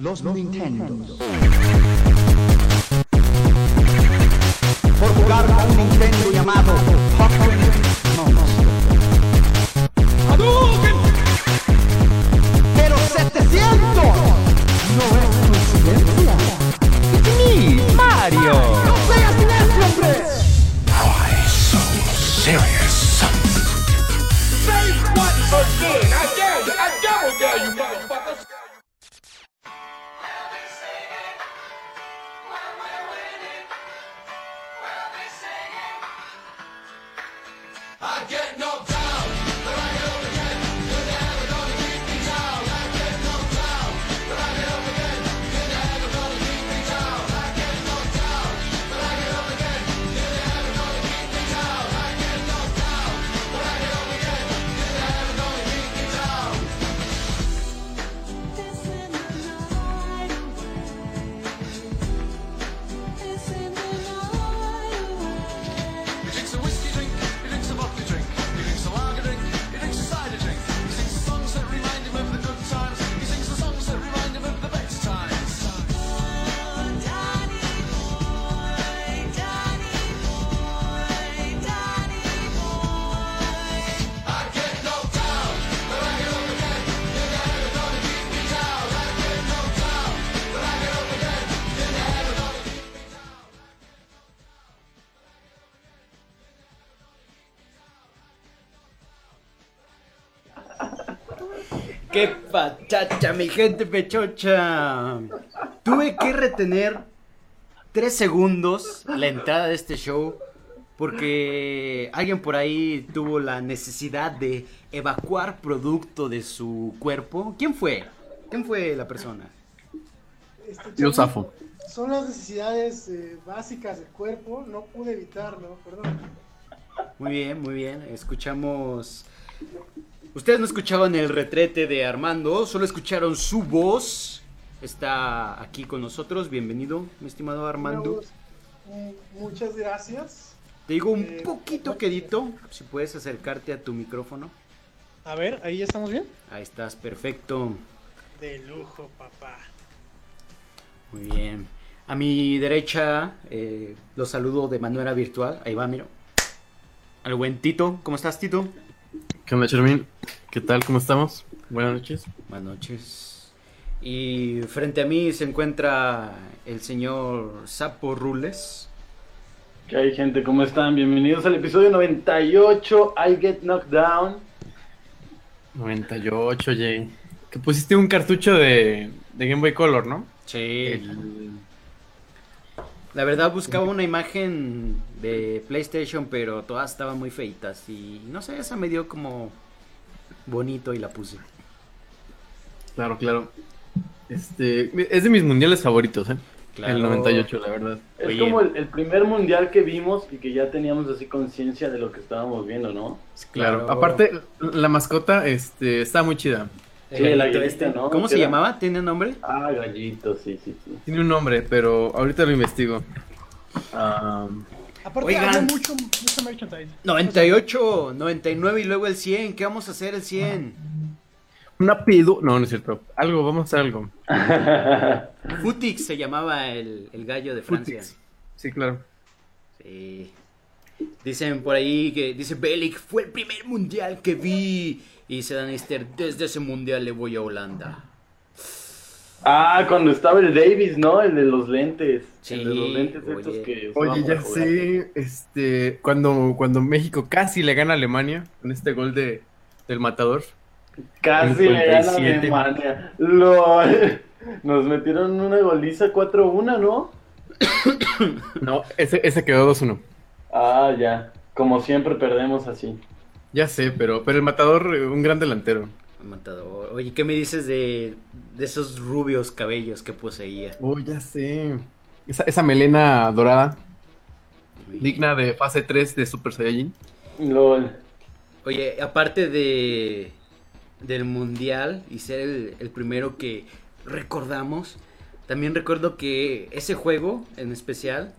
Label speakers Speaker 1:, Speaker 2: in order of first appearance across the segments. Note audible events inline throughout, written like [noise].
Speaker 1: Los Nintendos.
Speaker 2: Por jugar a un Nintendo llamado Pokémon Monster. ¡Hadouken! ¡Pero 700! No es coincidencia.
Speaker 3: ¡Ni Mario!
Speaker 2: ¡No seas necio, hombre!
Speaker 4: Why so serious?
Speaker 5: Say what again? I dare you. I double dare you, motherfuckers.
Speaker 2: ¡Qué pachacha, mi gente pechocha! Tuve que retener tres segundos la entrada de este show porque alguien por ahí tuvo la necesidad de evacuar producto de su cuerpo. ¿Quién fue? ¿Quién fue la persona?
Speaker 6: Este,
Speaker 3: Yo
Speaker 6: chavos,
Speaker 3: zafo.
Speaker 6: Son las necesidades eh, básicas del cuerpo, no pude evitarlo, perdón.
Speaker 2: Muy bien, muy bien. Escuchamos. Ustedes no escuchaban el retrete de Armando, solo escucharon su voz. Está aquí con nosotros. Bienvenido, mi estimado Armando.
Speaker 6: Bueno, mm, Muchas gracias.
Speaker 2: Te digo un
Speaker 6: Eh,
Speaker 2: poquito quedito, si puedes acercarte a tu micrófono.
Speaker 6: A ver, ahí ya estamos bien.
Speaker 2: Ahí estás, perfecto.
Speaker 6: De lujo, papá.
Speaker 2: Muy bien. A mi derecha, eh, los saludo de manera virtual. Ahí va, miro. Al buen Tito. ¿Cómo estás, Tito?
Speaker 3: ¿Qué onda, Chermin? ¿Qué tal? ¿Cómo estamos? Buenas noches.
Speaker 2: Buenas noches. Y frente a mí se encuentra el señor Sapo Rules.
Speaker 7: ¿Qué hay, gente? ¿Cómo están? Bienvenidos al episodio 98, I Get Knocked Down.
Speaker 3: 98, Jay. Que pusiste un cartucho de, de Game Boy Color, ¿no?
Speaker 2: Sí.
Speaker 3: El-
Speaker 2: La verdad buscaba una imagen de PlayStation, pero todas estaban muy feitas. Y no sé, esa me dio como bonito y la puse.
Speaker 3: Claro, claro. Este, es de mis mundiales favoritos, ¿eh?
Speaker 2: Claro.
Speaker 3: El 98, la verdad.
Speaker 7: Es
Speaker 2: Oye.
Speaker 7: como el, el primer mundial que vimos y que ya teníamos así conciencia de lo que estábamos viendo, ¿no?
Speaker 3: Claro. Aparte, la mascota este, está muy chida.
Speaker 7: Sí,
Speaker 2: el
Speaker 7: Oh, la
Speaker 2: gatito
Speaker 7: gallinita, ¿no?
Speaker 2: ¿Cómo se
Speaker 7: Era-
Speaker 2: llamaba? ¿Tiene nombre?
Speaker 7: Ah, gallito, sí, sí, sí.
Speaker 3: Tiene un nombre, pero ahorita lo investigo. Ah,
Speaker 6: Aparte,
Speaker 2: Oigan.
Speaker 6: había mucho, mucho merchandise.
Speaker 2: 98, 99 y luego el 100. ¿Qué vamos a hacer el 100?
Speaker 3: una pido. No, no es cierto. Algo, vamos a hacer algo.
Speaker 2: Futix se llamaba el, el gallo de Francia.
Speaker 3: Futix. Sí, claro.
Speaker 2: Sí. Dicen por ahí que dice Belic fue el primer mundial que vi y se dan Easter desde ese mundial le voy a Holanda.
Speaker 7: Ah, cuando estaba el Davis, ¿no? El de los lentes.
Speaker 2: Sí,
Speaker 7: el de los lentes
Speaker 2: oye.
Speaker 7: estos que. usaban
Speaker 3: Oye,
Speaker 7: para
Speaker 3: ya
Speaker 7: jugar.
Speaker 3: sé, este, cuando, cuando México casi le gana a Alemania con este gol de, del matador.
Speaker 7: Casi le gana
Speaker 3: 57.
Speaker 7: Alemania. LOL. [laughs] Nos metieron una goliza 4-1, ¿no?
Speaker 3: No, ese, ese quedó 2-1.
Speaker 7: Ah, ya. Como siempre perdemos así.
Speaker 3: Ya sé, pero, pero el matador, eh, un gran delantero.
Speaker 2: Matador. Oye, ¿qué me dices de, de esos rubios cabellos que poseía?
Speaker 3: Oh, ya sé. Esa, esa melena dorada, digna de fase 3 de Super Saiyajin.
Speaker 7: LOL.
Speaker 2: Oye, aparte de del mundial y ser el, el primero que recordamos, también recuerdo que ese juego en especial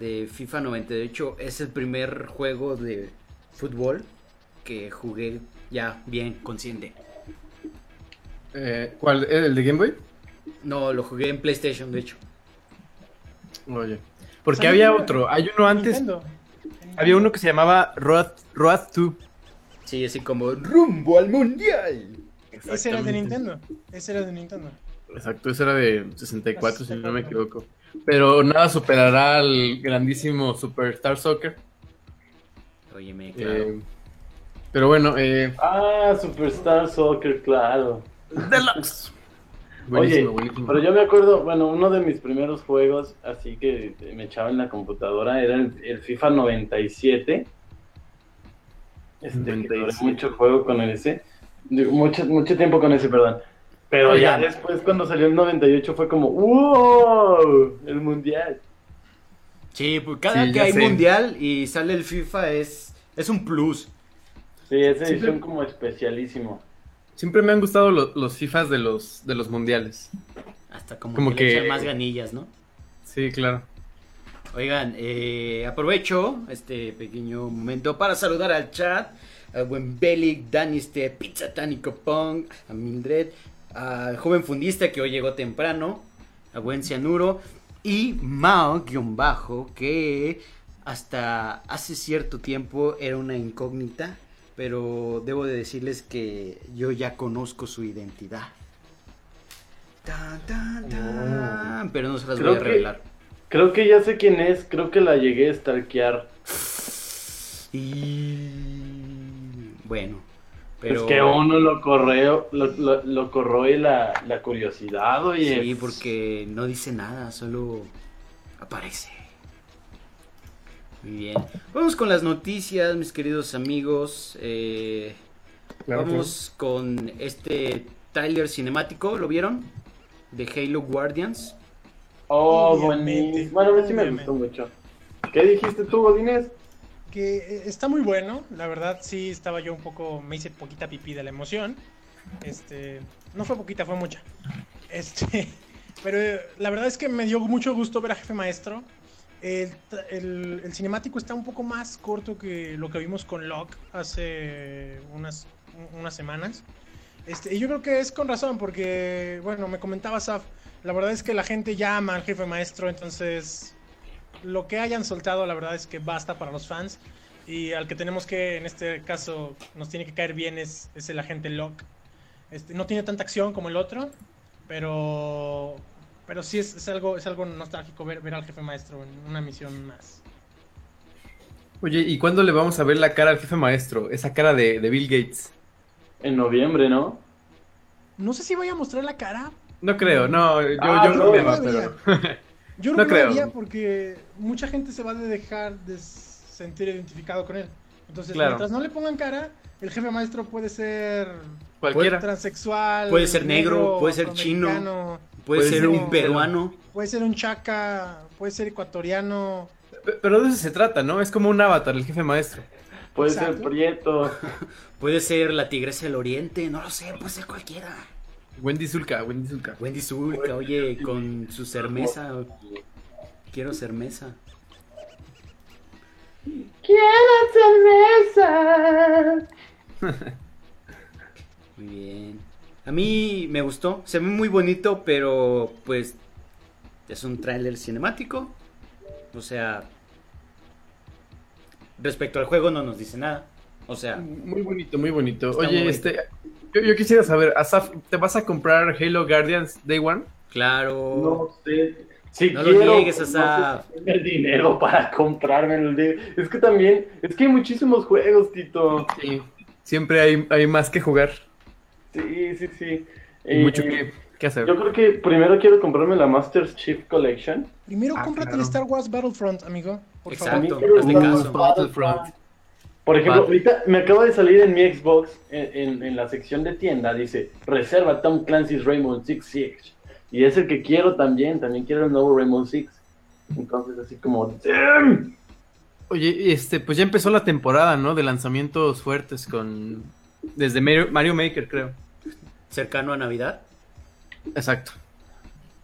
Speaker 2: de FIFA 98 es el primer juego de fútbol que jugué ya bien consciente.
Speaker 3: Eh, ¿Cuál? ¿El de Game Boy?
Speaker 2: No, lo jugué en PlayStation, de hecho.
Speaker 3: Oye. Porque
Speaker 6: Salió
Speaker 3: había
Speaker 6: en-
Speaker 3: otro. Hay uno antes.
Speaker 6: Nintendo.
Speaker 3: Había uno que se llamaba Road, Road 2.
Speaker 2: Sí, así como rumbo al mundial.
Speaker 6: Ese era el de
Speaker 3: Exactamente.
Speaker 6: Nintendo. Ese era el de Nintendo.
Speaker 3: Exacto, ese era de 64, si no
Speaker 6: 64.
Speaker 3: me equivoco. Pero nada superará al grandísimo Superstar Soccer.
Speaker 2: Óyeme, claro.
Speaker 3: Eh, pero bueno, eh,
Speaker 7: Ah, Superstar Soccer, claro.
Speaker 3: Deluxe.
Speaker 7: Oye,
Speaker 3: Buenísimo, buenísimo.
Speaker 7: pero yo me acuerdo, bueno, uno de mis primeros juegos, así que me echaba en la computadora, era el, el FIFA 97. Este, que duré
Speaker 3: 97.
Speaker 7: mucho juego con ese. Digo, Mucho, mucho tiempo con ese, perdón. Pero
Speaker 3: Oigan.
Speaker 7: ya después, cuando salió el 98, fue como, ¡wow! El mundial.
Speaker 2: Sí, pues cada
Speaker 3: Sí,
Speaker 2: que
Speaker 3: ya
Speaker 2: hay
Speaker 3: sé.
Speaker 2: mundial y sale el FIFA es, es un plus.
Speaker 7: Sí, esa
Speaker 3: Sí,
Speaker 7: edición
Speaker 3: pero-
Speaker 7: como especialísimo.
Speaker 3: Siempre me han gustado lo- los FIFAs de los, de los mundiales.
Speaker 2: Hasta como,
Speaker 3: Como
Speaker 2: que, le
Speaker 3: que-
Speaker 2: echan más ganillas, ¿no?
Speaker 3: Sí, claro.
Speaker 2: Oigan, eh, aprovecho este pequeño momento para saludar al chat, al buen Belic, Daniste, Pizza Tánico Punk, a Mildred, al joven fundista que hoy llegó temprano, a buen Cianuro y Mao-Bajo, que hasta hace cierto tiempo era una incógnita, pero debo de decirles que yo ya conozco su identidad. Tan, tan, tan, pero no se las
Speaker 7: Oh. Creo
Speaker 2: voy a
Speaker 7: que-
Speaker 2: revelar.
Speaker 7: Creo que ya sé quién es, creo que la llegué a stalkear.
Speaker 2: Y bueno, pero
Speaker 7: Es que uno lo correo, lo, lo, lo corroe la, la curiosidad, oye.
Speaker 2: sí, porque no dice nada, solo aparece. Muy bien, vamos con las noticias, mis queridos amigos. Eh,
Speaker 3: Claro,
Speaker 2: vamos con este Tyler cinemático, ¿lo vieron? De Halo Guardians.
Speaker 7: Oh,
Speaker 6: Obviamente,
Speaker 7: buenísimo. Bueno, a mí sí me
Speaker 6: obviamente.
Speaker 7: gustó mucho. ¿Qué dijiste tú, Godínez?
Speaker 6: Que eh, está muy bueno, la verdad sí estaba yo un poco, me hice poquita pipí de la emoción. Este, no fue poquita, fue mucha. Este, [laughs] pero eh, la verdad es que me dio mucho gusto ver a Jefe Maestro. El, tra- el- el cinemático está un poco más corto que lo que vimos con Locke hace unas, un- unas semanas. Este, y yo creo que es con razón, porque, bueno, me comentaba Saf, la verdad es que la gente ya ama al jefe maestro, entonces lo que hayan soltado, la verdad es que basta para los fans. Y al que tenemos que, en este caso, nos tiene que caer bien es, es el agente Locke. Este, no tiene tanta acción como el otro, pero, pero sí es, es algo, es algo nostálgico ver, ver al jefe maestro en una misión más.
Speaker 3: Oye, ¿y cuándo le vamos a ver la cara al jefe maestro? Esa cara de, de Bill Gates.
Speaker 7: En noviembre, ¿no?
Speaker 6: No sé si voy a mostrar la cara.
Speaker 3: No creo, no, yo,
Speaker 7: Ah,
Speaker 3: yo
Speaker 7: no,
Speaker 3: creo que va,
Speaker 6: no
Speaker 3: pero.
Speaker 6: Yo
Speaker 3: No
Speaker 6: creo que
Speaker 3: creo.
Speaker 6: lo haría porque mucha gente se va a dejar de sentir identificado con él. Entonces,
Speaker 3: Claro.
Speaker 6: mientras no le pongan cara, el jefe maestro puede ser
Speaker 3: [laughs] Cualquiera.
Speaker 6: transexual,
Speaker 2: Puede ser negro, puede ser chino.
Speaker 6: afroamericano,
Speaker 2: Puede
Speaker 3: Puede
Speaker 2: ser
Speaker 3: ser
Speaker 2: un
Speaker 6: un-
Speaker 2: peruano.
Speaker 6: puede ser un chaca, puede ser ecuatoriano.
Speaker 3: Pe- Pero de eso se trata, ¿no? Es como un avatar, el jefe maestro.
Speaker 7: Puede ser
Speaker 6: Exacto.
Speaker 7: Prieto.
Speaker 2: Puede ser la tigresa del oriente, no lo sé, puede ser cualquiera.
Speaker 3: Wendy Zulka, Wendy Zulka.
Speaker 2: Wendy Zulka, oye, con su cermesa. Quiero cermesa. Quiero cermesa. [laughs] Muy bien. A mí me gustó, se ve muy bonito, pero pues es un tráiler cinemático. O sea, respecto al juego no nos dice nada. O sea,
Speaker 3: Muy bonito, muy bonito.
Speaker 2: Está
Speaker 3: Oye,
Speaker 2: muy bonito.
Speaker 3: este. Yo, yo quisiera saber, Asaf, ¿te vas a comprar Halo Guardians Day One?
Speaker 2: claro.
Speaker 7: No sé. Si
Speaker 2: Oh. No lo
Speaker 7: quiero,
Speaker 2: niegues,
Speaker 7: no sé
Speaker 2: Asaf.
Speaker 7: si tengo el dinero para comprármelo. Es que también, es que hay muchísimos juegos, Tito.
Speaker 3: Sí. Siempre hay, hay más que jugar.
Speaker 7: Sí, sí, sí.
Speaker 3: Y mucho
Speaker 7: Eh,
Speaker 3: que, que hacer.
Speaker 7: Yo creo que primero quiero comprarme la Master Chief Collection.
Speaker 6: Primero
Speaker 3: Ah,
Speaker 6: cómprate
Speaker 3: claro.
Speaker 6: el Star Wars Battlefront, amigo. Por
Speaker 7: A mí
Speaker 2: Exacto,
Speaker 7: quiero
Speaker 2: hazle
Speaker 7: una
Speaker 2: caso.
Speaker 3: Battlefront.
Speaker 7: Por ejemplo,
Speaker 3: Vale.
Speaker 7: ahorita me acaba de salir en mi Xbox, en, en- en la sección de tienda, dice, reserva Tom Clancy's Rainbow Six Siege. Y es el que quiero también, también quiero el nuevo Rainbow Six. Entonces, así como, "Damn".
Speaker 3: Oye, este, pues ya empezó la temporada, ¿no? De lanzamientos fuertes con. Desde Mario, Mario Maker, creo.
Speaker 2: Cercano a Navidad.
Speaker 3: Exacto.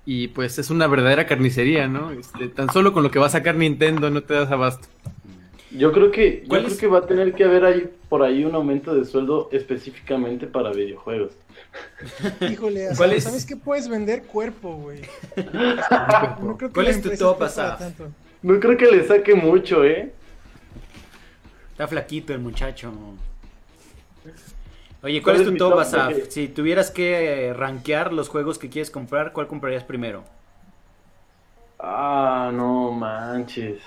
Speaker 3: Y pues es una verdadera carnicería, ¿no? Este, tan solo con lo que va a sacar Nintendo no te das abasto.
Speaker 7: Yo creo que, yo
Speaker 2: ¿Cuál
Speaker 7: creo
Speaker 2: es?
Speaker 7: que va a tener que haber ahí, por ahí un aumento de sueldo específicamente para videojuegos.
Speaker 6: Híjole,
Speaker 2: ¿Cuál
Speaker 6: Asaf,
Speaker 2: es?
Speaker 6: ¿sabes qué puedes vender cuerpo, güey? No creo que
Speaker 2: ¿Cuál
Speaker 6: la
Speaker 2: es tu
Speaker 6: empresa
Speaker 2: top,
Speaker 6: esté para
Speaker 2: Asaf?
Speaker 6: tanto.
Speaker 7: No creo que le saque mucho, ¿eh?
Speaker 2: Está flaquito el muchacho. Oye, ¿cuál, es tu
Speaker 7: mi
Speaker 2: top,
Speaker 7: top?
Speaker 2: Asaf?
Speaker 7: Ok.
Speaker 2: Si tuvieras que eh, rankear los juegos que quieres comprar, ¿cuál comprarías primero?
Speaker 7: Ah, no manches.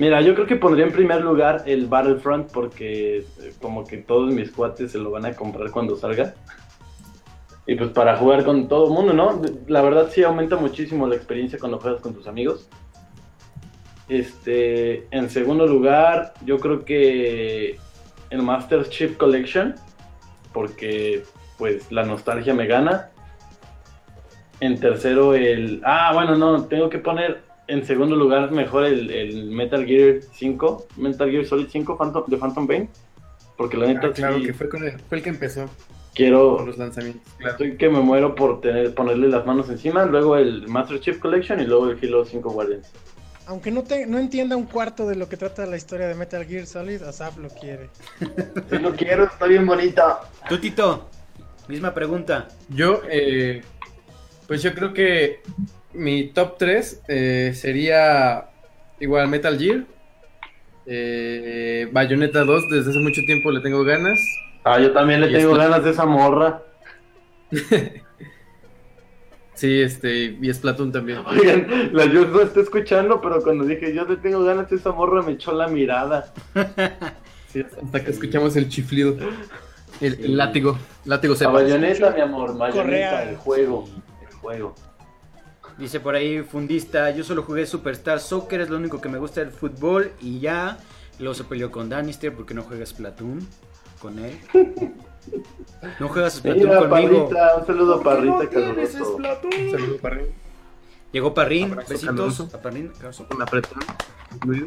Speaker 7: Mira, yo creo que pondría en primer lugar el Battlefront porque eh, como que todos mis cuates se lo van a comprar cuando salga. Y pues para jugar con todo el mundo, ¿no? La verdad sí aumenta muchísimo la experiencia cuando juegas con tus amigos. Este, en segundo lugar, yo creo que el Master Chief Collection porque pues la nostalgia me gana. En tercero el... Ah, bueno, no, tengo que poner en segundo lugar mejor el, el Metal Gear 5, Metal Gear Solid 5 Phantom- de Phantom Pain. Porque la neta
Speaker 3: Ah, claro,
Speaker 7: sí
Speaker 3: que fue, con el, fue el que empezó
Speaker 7: quiero...
Speaker 3: con los lanzamientos. Claro.
Speaker 7: Estoy que me muero por tener, ponerle las manos encima, luego el Master Chief Collection y luego el Halo 5 Guardians.
Speaker 6: Aunque no, te, no entienda un cuarto de lo que trata la historia de Metal Gear Solid, Asaf lo quiere.
Speaker 7: Si lo quiero, está bien bonita.
Speaker 2: Tú, Tito, misma pregunta.
Speaker 3: Yo, eh, pues yo creo que mi top 3 sería igual Metal Gear, eh, Bayonetta 2, desde hace mucho tiempo le tengo ganas,
Speaker 7: Ah, yo también le
Speaker 3: Y
Speaker 7: tengo
Speaker 3: esto-
Speaker 7: ganas de esa morra. [laughs]
Speaker 3: sí, este, y Splatoon también.
Speaker 7: Oigan, la Joss no está escuchando, pero cuando dije yo le tengo ganas de esa morra me echó
Speaker 3: [laughs]
Speaker 7: la mirada.
Speaker 3: Sí, hasta que escuchamos el chiflido, el, el látigo, látigo se
Speaker 7: La bayoneta, mi amor, bayoneta,
Speaker 6: Correa.
Speaker 7: el juego, el juego.
Speaker 2: Dice por ahí Fundista, yo solo jugué Superstar Soccer, es lo único que me gusta del fútbol y ya. Luego se peleó con Danister porque no juegas Platoon con él. No juegas Platoon
Speaker 7: [laughs] Mira,
Speaker 2: conmigo.
Speaker 7: Parrita, un saludo a Parrita, caluroso.
Speaker 3: Un saludo para arriba,
Speaker 2: Llegó Parrín,
Speaker 3: Abrazo
Speaker 2: besitos
Speaker 3: caluroso.
Speaker 2: a Parrín. abrazo.
Speaker 3: un apretón. Muy bien.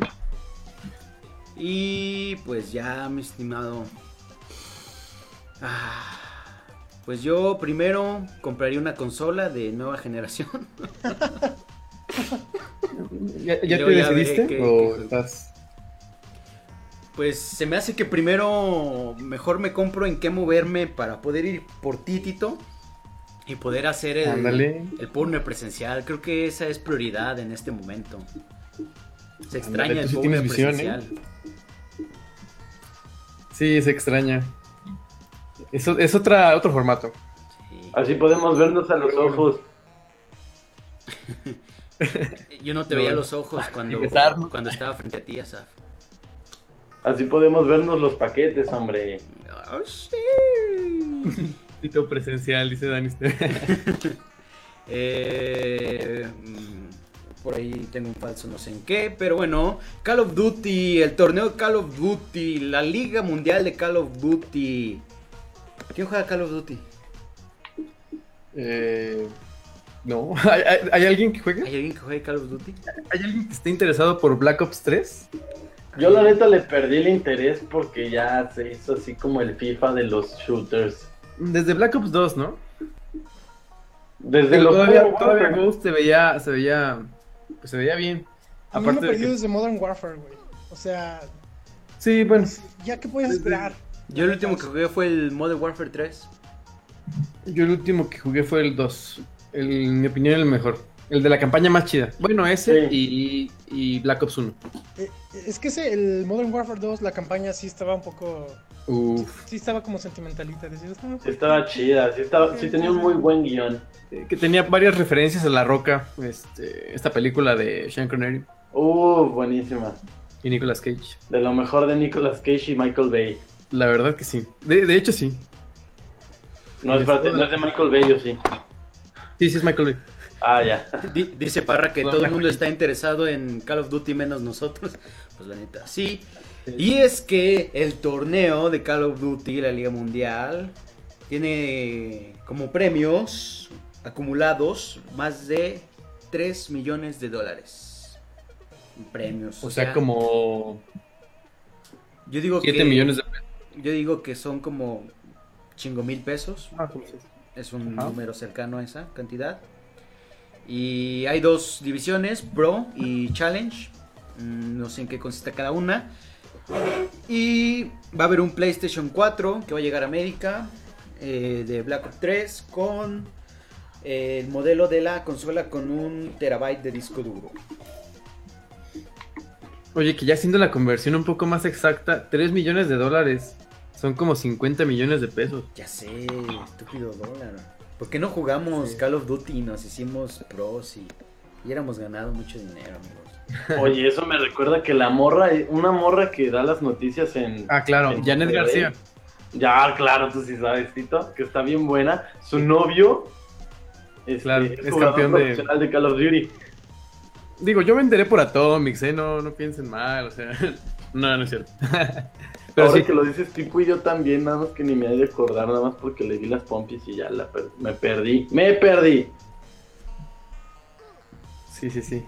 Speaker 2: Y pues ya, mi estimado. Ah, Pues yo primero compraría una consola de nueva generación. [laughs]
Speaker 3: ¿Ya,
Speaker 2: Yo ya
Speaker 3: ya te
Speaker 2: veré
Speaker 3: decidiste
Speaker 2: qué-
Speaker 3: o
Speaker 2: qué-
Speaker 3: estás...?
Speaker 2: Pues se me hace que primero mejor me compro en qué moverme para poder ir por Titito y poder hacer
Speaker 3: Eh,
Speaker 2: el,
Speaker 3: Ándale.
Speaker 2: el porno presencial. Creo que esa es prioridad en este momento. Se
Speaker 3: Ándale,
Speaker 2: extraña
Speaker 3: tú
Speaker 2: el
Speaker 3: sí
Speaker 2: porno
Speaker 3: tienes visión, ¿eh?
Speaker 2: presencial.
Speaker 3: Sí, se extraña. Es, o- es otra, otro formato.
Speaker 2: Sí.
Speaker 7: Así podemos vernos a los ojos.
Speaker 2: Yo no te
Speaker 3: No,
Speaker 2: veía
Speaker 3: bueno.
Speaker 2: los ojos cuando,
Speaker 3: besarnos.
Speaker 2: cuando estaba frente a ti, Asaf.
Speaker 7: Así podemos vernos los paquetes, hombre.
Speaker 2: Oh, [laughs] sí.
Speaker 3: Tito presencial, dice Danister.
Speaker 2: Eh, mm, por ahí tengo un falso no sé en qué, pero bueno, Call of Duty, el torneo de Call of Duty, la Liga Mundial de Call of Duty. ¿Quién juega Call of Duty?
Speaker 3: [laughs] Eh, no, [laughs] ¿Hay, hay, hay alguien que juegue?
Speaker 2: ¿Hay alguien que juegue Call of Duty?
Speaker 3: ¿Hay alguien que esté interesado por Black Ops 3?
Speaker 7: Yo la neta le perdí el interés porque ya se hizo así como el FIFA de los shooters.
Speaker 3: Desde Black Ops 2, ¿no?
Speaker 7: Desde
Speaker 3: Pero
Speaker 7: los
Speaker 3: todavía,
Speaker 7: juegos,
Speaker 3: todavía
Speaker 7: güey.
Speaker 3: Ghost se veía, se veía, pues se veía bien.
Speaker 6: A mí me
Speaker 3: Aparte de
Speaker 6: perdió
Speaker 3: que-
Speaker 6: desde Modern Warfare, güey. O sea,
Speaker 3: Sí, bueno,
Speaker 6: ¿ya qué puedes esperar?
Speaker 2: Yo el último que jugué fue el Modern Warfare 3.
Speaker 3: yo el último que jugué fue el 2. El, en mi opinión, el mejor. El de la campaña más chida. Bueno, ese y, y- y Black Ops 1.
Speaker 6: Eh, Es que ese, el Modern Warfare 2, la campaña sí estaba un poco...
Speaker 3: Uf.
Speaker 6: Sí estaba como sentimentalita. Decías, "Ah,
Speaker 7: Sí estaba chida, sí, estaba, sí tenía un muy buen guión.
Speaker 3: Eh, Que tenía varias referencias a La Roca, este, esta película de Sean Connery
Speaker 7: Uh, buenísima.
Speaker 3: y Nicolas Cage.
Speaker 7: De lo mejor de Nicolas Cage y Michael Bay.
Speaker 3: La verdad que sí. De, de hecho, sí.
Speaker 7: No, espérate, no es de Michael Bay, o sí.
Speaker 3: Sí, sí es Michael Bay. [laughs]
Speaker 7: Ah, ya.
Speaker 2: Di- Dice Parra que
Speaker 3: No,
Speaker 2: todo
Speaker 3: la
Speaker 2: el mundo está interesado en Call of Duty menos nosotros. [laughs] Pues la neta, sí. Y es que el torneo de Call of Duty, la Liga Mundial, tiene como premios acumulados más de 3 millones de dólares. En Premios.
Speaker 3: O sea, como
Speaker 2: Yo digo
Speaker 3: 7
Speaker 2: que,
Speaker 3: millones de
Speaker 2: Yo digo que son como chingo mil pesos.
Speaker 3: pesos.
Speaker 2: Es un
Speaker 3: Ajá.
Speaker 2: número cercano a esa cantidad. Y hay dos divisiones, Pro y Challenge. mm, no sé en qué consiste cada una. Y va a haber un PlayStation 4 que va a llegar a América eh, de Black Ops 3 con eh, el modelo de la consola con un terabyte de disco duro.
Speaker 3: Oye, que ya haciendo la conversión un poco más exacta, 3 millones de dólares son como 50 millones de pesos.
Speaker 2: Ya sé, estúpido dólar. ¿Por qué no jugamos Call of Duty y nos hicimos pros y hubiéramos ganado mucho dinero, amigos?
Speaker 7: Oye, eso me recuerda que la morra, eh, una morra que da las noticias en.
Speaker 3: Ah, claro,
Speaker 7: en
Speaker 3: Janet
Speaker 7: TV.
Speaker 3: García.
Speaker 7: Ya, claro, tú sí sabes, Tito, que está bien buena. Su novio. este,
Speaker 3: Claro,
Speaker 7: es,
Speaker 3: es
Speaker 7: jugador
Speaker 3: campeón de-
Speaker 7: profesional de... Call of Duty.
Speaker 3: Digo, yo me enteré por Atomics, ¿eh? No, no piensen mal, o sea. [laughs] No, no es cierto. [laughs] Pero
Speaker 7: Ahora
Speaker 3: sí,
Speaker 7: que lo dices, Tico y yo también, nada más que ni me he de acordar, nada más porque le vi las pompis y ya la per- me perdí. ¡Me perdí!
Speaker 3: sí, sí, sí.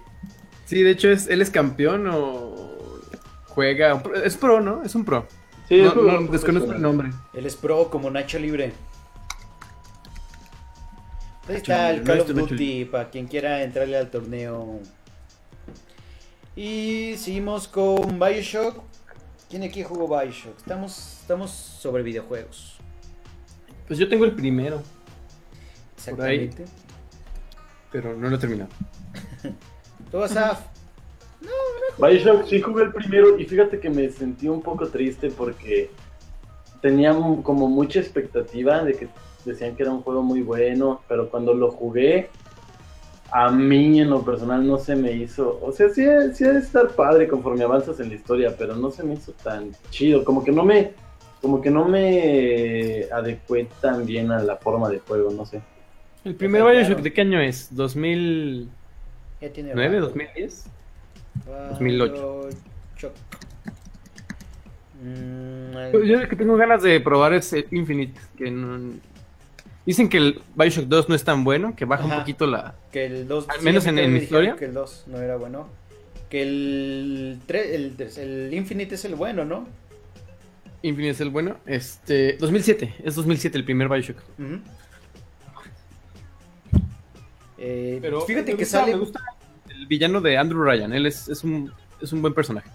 Speaker 3: Sí, de hecho, es, él es campeón o juega. Es pro, ¿no? Es un pro.
Speaker 7: Sí,
Speaker 3: No,
Speaker 7: es jugador
Speaker 3: no, desconozco el
Speaker 7: profesional.
Speaker 3: nombre.
Speaker 2: Él es pro como Nacho Libre. Ahí está
Speaker 3: Nacho
Speaker 2: el
Speaker 3: Libre,
Speaker 2: Call
Speaker 3: no
Speaker 2: of
Speaker 3: este Nacho
Speaker 2: Duty para quien quiera entrarle al torneo. Y seguimos con Bioshock. ¿Quién aquí jugó Bioshock? Estamos, estamos sobre videojuegos.
Speaker 3: Pues yo tengo el primero, ahí.
Speaker 2: Exactamente.
Speaker 3: pero no lo he terminado.
Speaker 2: Tú vas a.
Speaker 7: Bioshock sí jugué el primero y fíjate que me sentí un poco triste porque tenía mu- como mucha expectativa de que decían que era un juego muy bueno, pero cuando lo jugué, a mí en lo personal no se me hizo, o sea, sí, sí ha de estar padre conforme avanzas en la historia, pero no se me hizo tan chido, como que no me, como que no me adecué tan bien a la forma de juego, no sé.
Speaker 3: El primer
Speaker 2: Claro.
Speaker 3: Bioshock, ¿de qué año es? ¿2009?
Speaker 2: Ya tiene. rato.
Speaker 3: ¿2010? 2008.
Speaker 2: Bioshock. Mm,
Speaker 3: Pues Yo lo que tengo ganas de probar es el Infinite, que no- Dicen que el Bioshock 2 no es tan bueno, que baja
Speaker 2: Ajá.
Speaker 3: un poquito la...
Speaker 2: Que el 2.
Speaker 3: Al menos
Speaker 2: a mí
Speaker 3: en- en
Speaker 2: también me dijeron
Speaker 3: historia.
Speaker 2: Que el 2 no era bueno. Que el, tre- el, tres- el Infinite es el bueno, ¿no?
Speaker 3: Infinite es el bueno. Este... 2007, es 2007 el primer Bioshock.
Speaker 2: Ujú. Eh,
Speaker 3: Pero
Speaker 2: fíjate
Speaker 3: me
Speaker 2: que
Speaker 3: gusta-
Speaker 2: sale.
Speaker 3: Me gusta el villano de Andrew Ryan, él es, es un, es un buen personaje.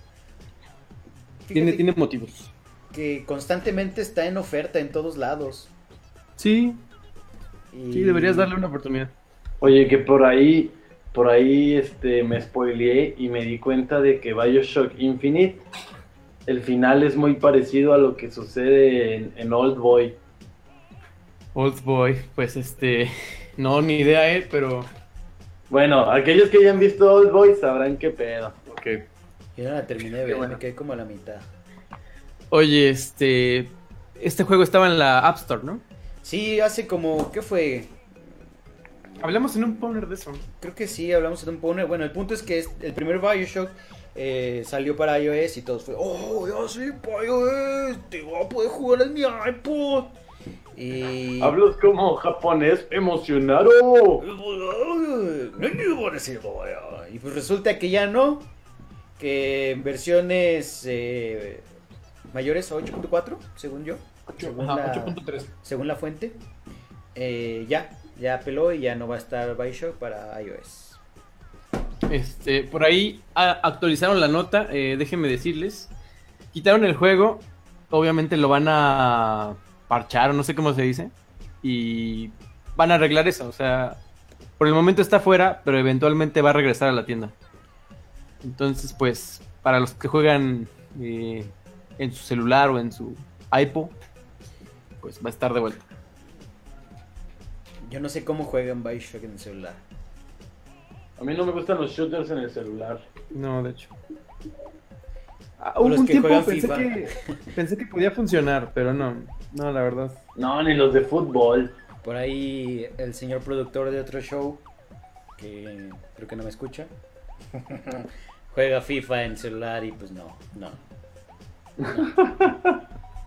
Speaker 2: fíjate
Speaker 3: Tiene, tiene motivos.
Speaker 2: Que constantemente está en oferta en todos lados.
Speaker 3: Sí,
Speaker 2: Y...
Speaker 3: sí, deberías darle una oportunidad.
Speaker 7: Oye, que por ahí, por ahí este, me spoileé y me di cuenta de que Bioshock Infinite, el final es muy parecido a lo que sucede en, en Old Boy.
Speaker 3: Old Boy, pues este... No, ni idea, eh, pero...
Speaker 7: Bueno, aquellos que hayan visto Old Boy sabrán qué pedo.
Speaker 3: Ok.
Speaker 2: Yo no la terminé de ver,
Speaker 7: bueno.
Speaker 2: me quedé como a la mitad.
Speaker 3: Oye, este... Este juego estaba en la App Store, ¿no?
Speaker 2: Sí, hace como. ¿Qué fue?
Speaker 3: Hablamos en un poner de eso.
Speaker 2: Creo que sí, hablamos de un poner. Bueno, el punto es que es- el primer Bioshock eh, salió para iOS y todos fue, oh, ya sí, para iOS, te voy a poder jugar en mi iPod. Y...
Speaker 7: Hablos como japonés emocionado.
Speaker 2: Y pues resulta que ya no, que en versiones eh, mayores a 8.4, según yo, según, la, según la fuente, eh, ya, ya apeló y ya no va a estar Bioshock para iOS.
Speaker 3: Este, por ahí a- actualizaron la nota, eh, déjenme decirles. Quitaron el juego, obviamente lo van a parchar o no sé cómo se dice. Y van a arreglar eso, o sea, por el momento está fuera, pero eventualmente va a regresar a la tienda. Entonces, pues, para los que juegan eh, en su celular o en su iPod, pues va a estar de vuelta.
Speaker 2: Yo no sé cómo juegan Bioshock en el celular.
Speaker 7: A mí no me gustan los shooters en el celular.
Speaker 3: No, de hecho.
Speaker 2: O
Speaker 3: hubo
Speaker 2: los
Speaker 3: un
Speaker 2: que
Speaker 3: tiempo
Speaker 2: juegan
Speaker 3: pensé
Speaker 2: FIFA.
Speaker 3: Ah, que, pensé que podía funcionar, pero no. No, la verdad.
Speaker 7: No, ni los de fútbol.
Speaker 2: Por ahí el señor productor de otro show, que creo que no me escucha, [laughs] juega FIFA en celular y pues no, no.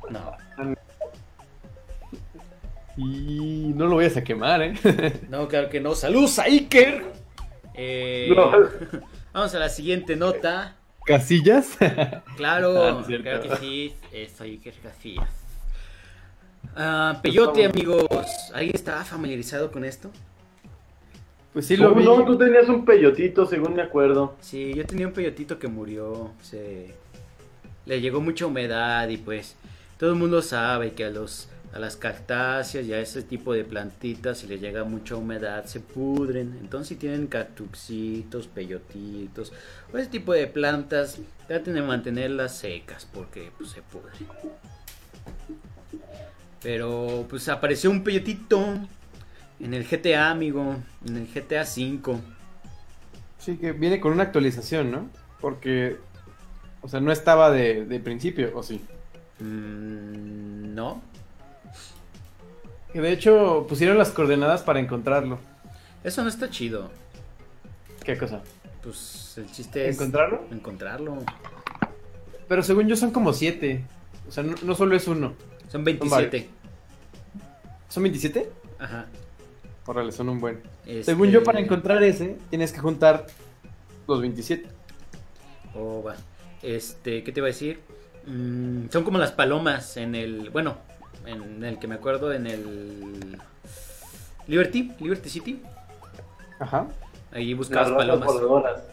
Speaker 2: No. No,
Speaker 3: Y no lo vayas a quemar, ¿eh? [laughs]
Speaker 2: No, claro que no. ¡Saludos a Iker! Eh,
Speaker 7: No.
Speaker 2: Vamos a la siguiente nota.
Speaker 3: ¿Casillas? Ah,
Speaker 2: Claro,
Speaker 3: no es cierto.
Speaker 2: claro que sí, eh, soy Iker García. Ah, peyote, amigos. ¿Alguien está familiarizado con esto?
Speaker 3: Pues sí lo vi.
Speaker 7: No, tú tenías un peyotito, según me acuerdo.
Speaker 2: Sí, yo tenía un peyotito que murió, se le llegó mucha humedad y pues todo el mundo sabe que a los a las cactáceas y a ese tipo de plantitas si le llega mucha humedad se pudren. Entonces si tienen catuxitos, peyotitos o ese tipo de plantas, traten de mantenerlas secas porque pues, se pudren. Pero pues apareció un peyotito en el GTA, amigo, en el GTA 5.
Speaker 3: Sí, que viene con una actualización, ¿no? Porque, o sea, no estaba de, de principio, ¿o sí?
Speaker 2: Mm, no.
Speaker 3: Que de hecho pusieron las coordenadas para encontrarlo.
Speaker 2: Eso no está chido.
Speaker 3: ¿Qué cosa?
Speaker 2: Pues el chiste es
Speaker 3: ¿Encontrarlo?
Speaker 2: encontrarlo.
Speaker 3: Pero según yo son como siete. O sea, no, no solo es uno.
Speaker 2: Son 27.
Speaker 3: ¿Son 27?
Speaker 2: Ajá.
Speaker 3: Órale, son un buen.
Speaker 2: Este-
Speaker 3: Según yo, para encontrar ese, tienes que juntar los 27.
Speaker 2: Oh, va. Este, ¿qué te iba a decir? Mm, son como las palomas en el. Bueno, en el que me acuerdo, en el. Liberty, Liberty City.
Speaker 3: Ajá.
Speaker 2: Ahí
Speaker 7: Las
Speaker 2: buscabas
Speaker 7: ratas
Speaker 2: palomas.
Speaker 7: voladoras.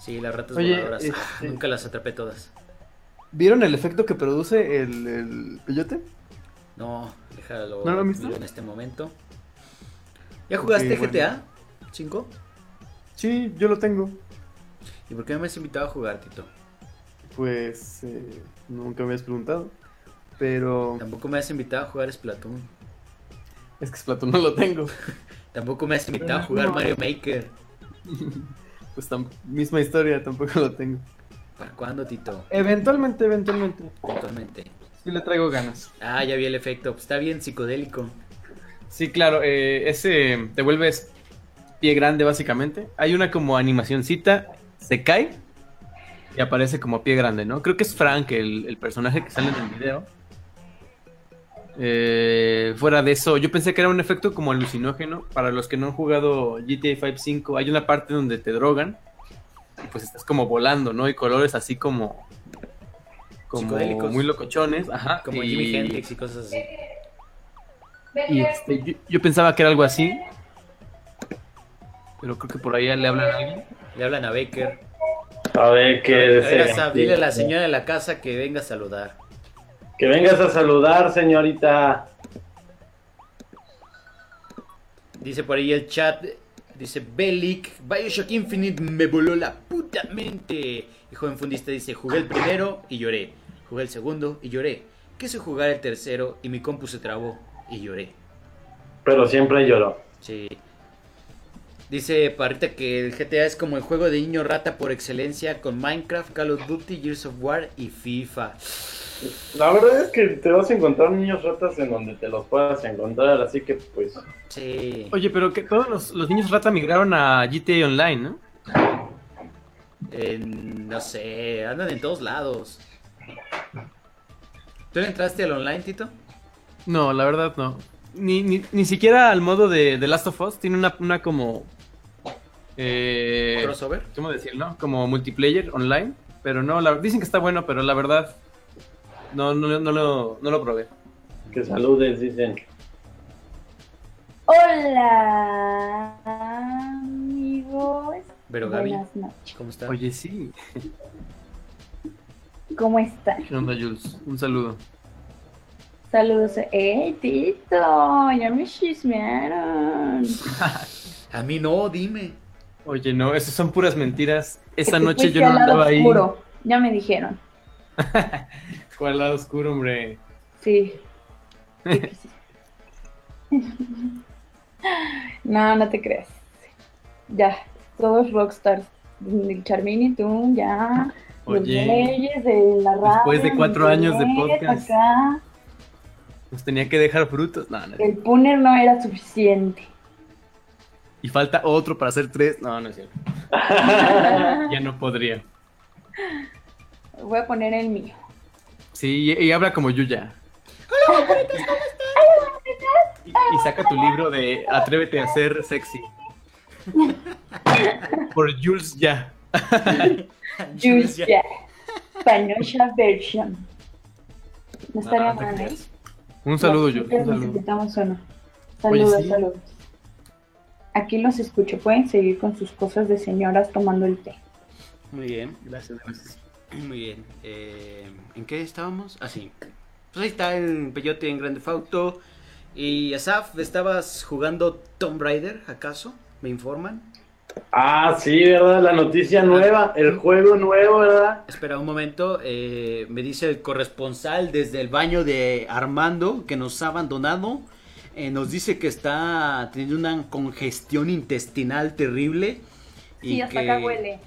Speaker 2: Sí, las ratas
Speaker 3: Oye,
Speaker 2: voladoras. Ah,
Speaker 3: este-
Speaker 2: Nunca las atrapé todas.
Speaker 3: ¿Vieron el efecto que produce el, el peyote?
Speaker 2: No, déjalo
Speaker 3: ¿No lo viste?
Speaker 2: en este momento. ¿Ya jugaste
Speaker 3: Ok, bueno.
Speaker 2: GTA 5?
Speaker 3: Sí, yo lo tengo.
Speaker 2: ¿Y por qué no me has invitado a jugar, Tito?
Speaker 3: Pues eh, nunca me habías preguntado. Pero
Speaker 2: Tampoco me has invitado a jugar Splatoon.
Speaker 3: es que Splatoon no lo tengo.
Speaker 2: Tampoco me has invitado a jugar Mario Maker.
Speaker 3: Pues tam- misma historia, tampoco lo tengo.
Speaker 2: ¿Para cuándo, Tito?
Speaker 3: Eventualmente, eventualmente.
Speaker 2: Puntualmente.
Speaker 3: Sí le traigo ganas.
Speaker 2: Ah, ya vi el efecto. Pues está bien psicodélico.
Speaker 3: Sí, claro, eh, ese te vuelves pie grande básicamente. Hay una como animacioncita, se cae y aparece como pie grande, ¿no? Creo que es Frank, el, el personaje que sale en el video. Eh, fuera de eso, yo pensé que era un efecto como alucinógeno. Para los que no han jugado GTA 5, 5, hay una parte donde te drogan y pues estás como volando, ¿no? Y colores así como... Como
Speaker 2: Psicodélicos.
Speaker 3: muy locochones, ajá.
Speaker 2: Como
Speaker 3: y-
Speaker 2: Jimi Hendrix y cosas así.
Speaker 3: y este, yo, yo pensaba que era algo así. Pero creo que por ahí le hablan a alguien.
Speaker 2: Le hablan a Baker.
Speaker 7: A ver, que
Speaker 2: A ver,
Speaker 7: desea.
Speaker 2: Asaf, dile a la señora de la casa que venga a saludar.
Speaker 7: Que vengas a saludar, señorita.
Speaker 2: Dice por ahí el chat. Dice Bellic, Bioshock Infinite me voló la puta mente. El joven fundista dice, jugué el primero y lloré. Jugué el segundo y lloré. Quise jugar el tercero y mi compu se trabó y lloré.
Speaker 7: Pero siempre lloró.
Speaker 2: Sí. Dice Parrita que el GTA es como el juego de niño rata por excelencia con Minecraft, Call of Duty, Gears of War y FIFA.
Speaker 7: La verdad es que te vas a encontrar niños ratas en donde te los puedas encontrar, así que pues
Speaker 2: Sí.
Speaker 3: Oye, pero que todos los, los niños rata migraron a GTA Online, ¿no?
Speaker 2: En- no sé, andan en todos lados. ¿Tú le entraste al online, Tito?
Speaker 3: No, la verdad no. Ni, ni, ni siquiera al modo de, de Last of Us tiene una, una como. Eh,
Speaker 2: ¿Crossover?
Speaker 3: ¿Cómo decirlo? Como multiplayer online. Pero no, la- dicen que está bueno, pero la verdad. No, no, no, lo, no lo probé.
Speaker 7: que saludes, dicen.
Speaker 1: Hola, amigos.
Speaker 2: Pero Gaby,
Speaker 1: Buenas noches.
Speaker 2: ¿cómo está?
Speaker 3: Oye, sí.
Speaker 1: ¿Cómo están?
Speaker 3: ¿Qué onda, Jules? Un saludo.
Speaker 1: Saludos. ¡Ey, Tito! Ya me chismearon.
Speaker 2: A mí no, dime.
Speaker 3: Oye, no, eso son puras mentiras. Esa
Speaker 1: Que te
Speaker 3: noche
Speaker 1: Este, fuiste
Speaker 3: yo no
Speaker 1: al lado
Speaker 3: andaba ahí.
Speaker 1: oscuro. Ya me dijeron.
Speaker 3: ¿Cuál lado oscuro, hombre?
Speaker 1: Sí. Sí que sí.
Speaker 3: [laughs]
Speaker 1: no, no te creas. Ya, todos rockstars. El Charmini, tú, ya. Los
Speaker 3: Oye,
Speaker 1: reyes de la radio.
Speaker 3: después de cuatro años de
Speaker 1: internet,
Speaker 3: podcast.
Speaker 1: acá.
Speaker 3: nos Pues tenía que dejar frutos. No, no.
Speaker 1: El puner no era suficiente.
Speaker 3: Y falta otro para hacer tres. No, no es cierto. Ya no podría.
Speaker 1: Voy a poner el mío.
Speaker 3: Sí, y, y habla como Yuya. Y, y saca tu libro de Atrévete a ser sexy. Por Jules ya.
Speaker 1: Juice Jack. Panocha version. No estaría
Speaker 3: Ah,
Speaker 1: mal, ¿eh?
Speaker 3: Un saludo,
Speaker 1: Los
Speaker 3: Jules.
Speaker 1: chicos
Speaker 3: Un saludo.
Speaker 1: Necesitamos uno.
Speaker 3: Oye,
Speaker 1: Saludos,
Speaker 3: sí.
Speaker 1: saludos. Aquí los escucho. Pueden seguir con sus cosas de señoras tomando el té.
Speaker 2: Muy bien.
Speaker 8: Gracias, gracias.
Speaker 2: Muy bien. eh, ¿En qué estábamos? Así. pues ahí está el Peyote en Grande Fauto. Y Asaf, ¿estabas jugando Tomb Raider, acaso? ¿Me informan?
Speaker 7: Ah, sí, ¿verdad? La noticia nueva, el juego nuevo, ¿verdad?
Speaker 2: Espera un momento. eh, me dice el corresponsal desde el baño de Armando que nos ha abandonado. eh, nos dice que está teniendo una congestión intestinal terrible. Y
Speaker 1: Sí, hasta
Speaker 2: que-
Speaker 1: acá huele.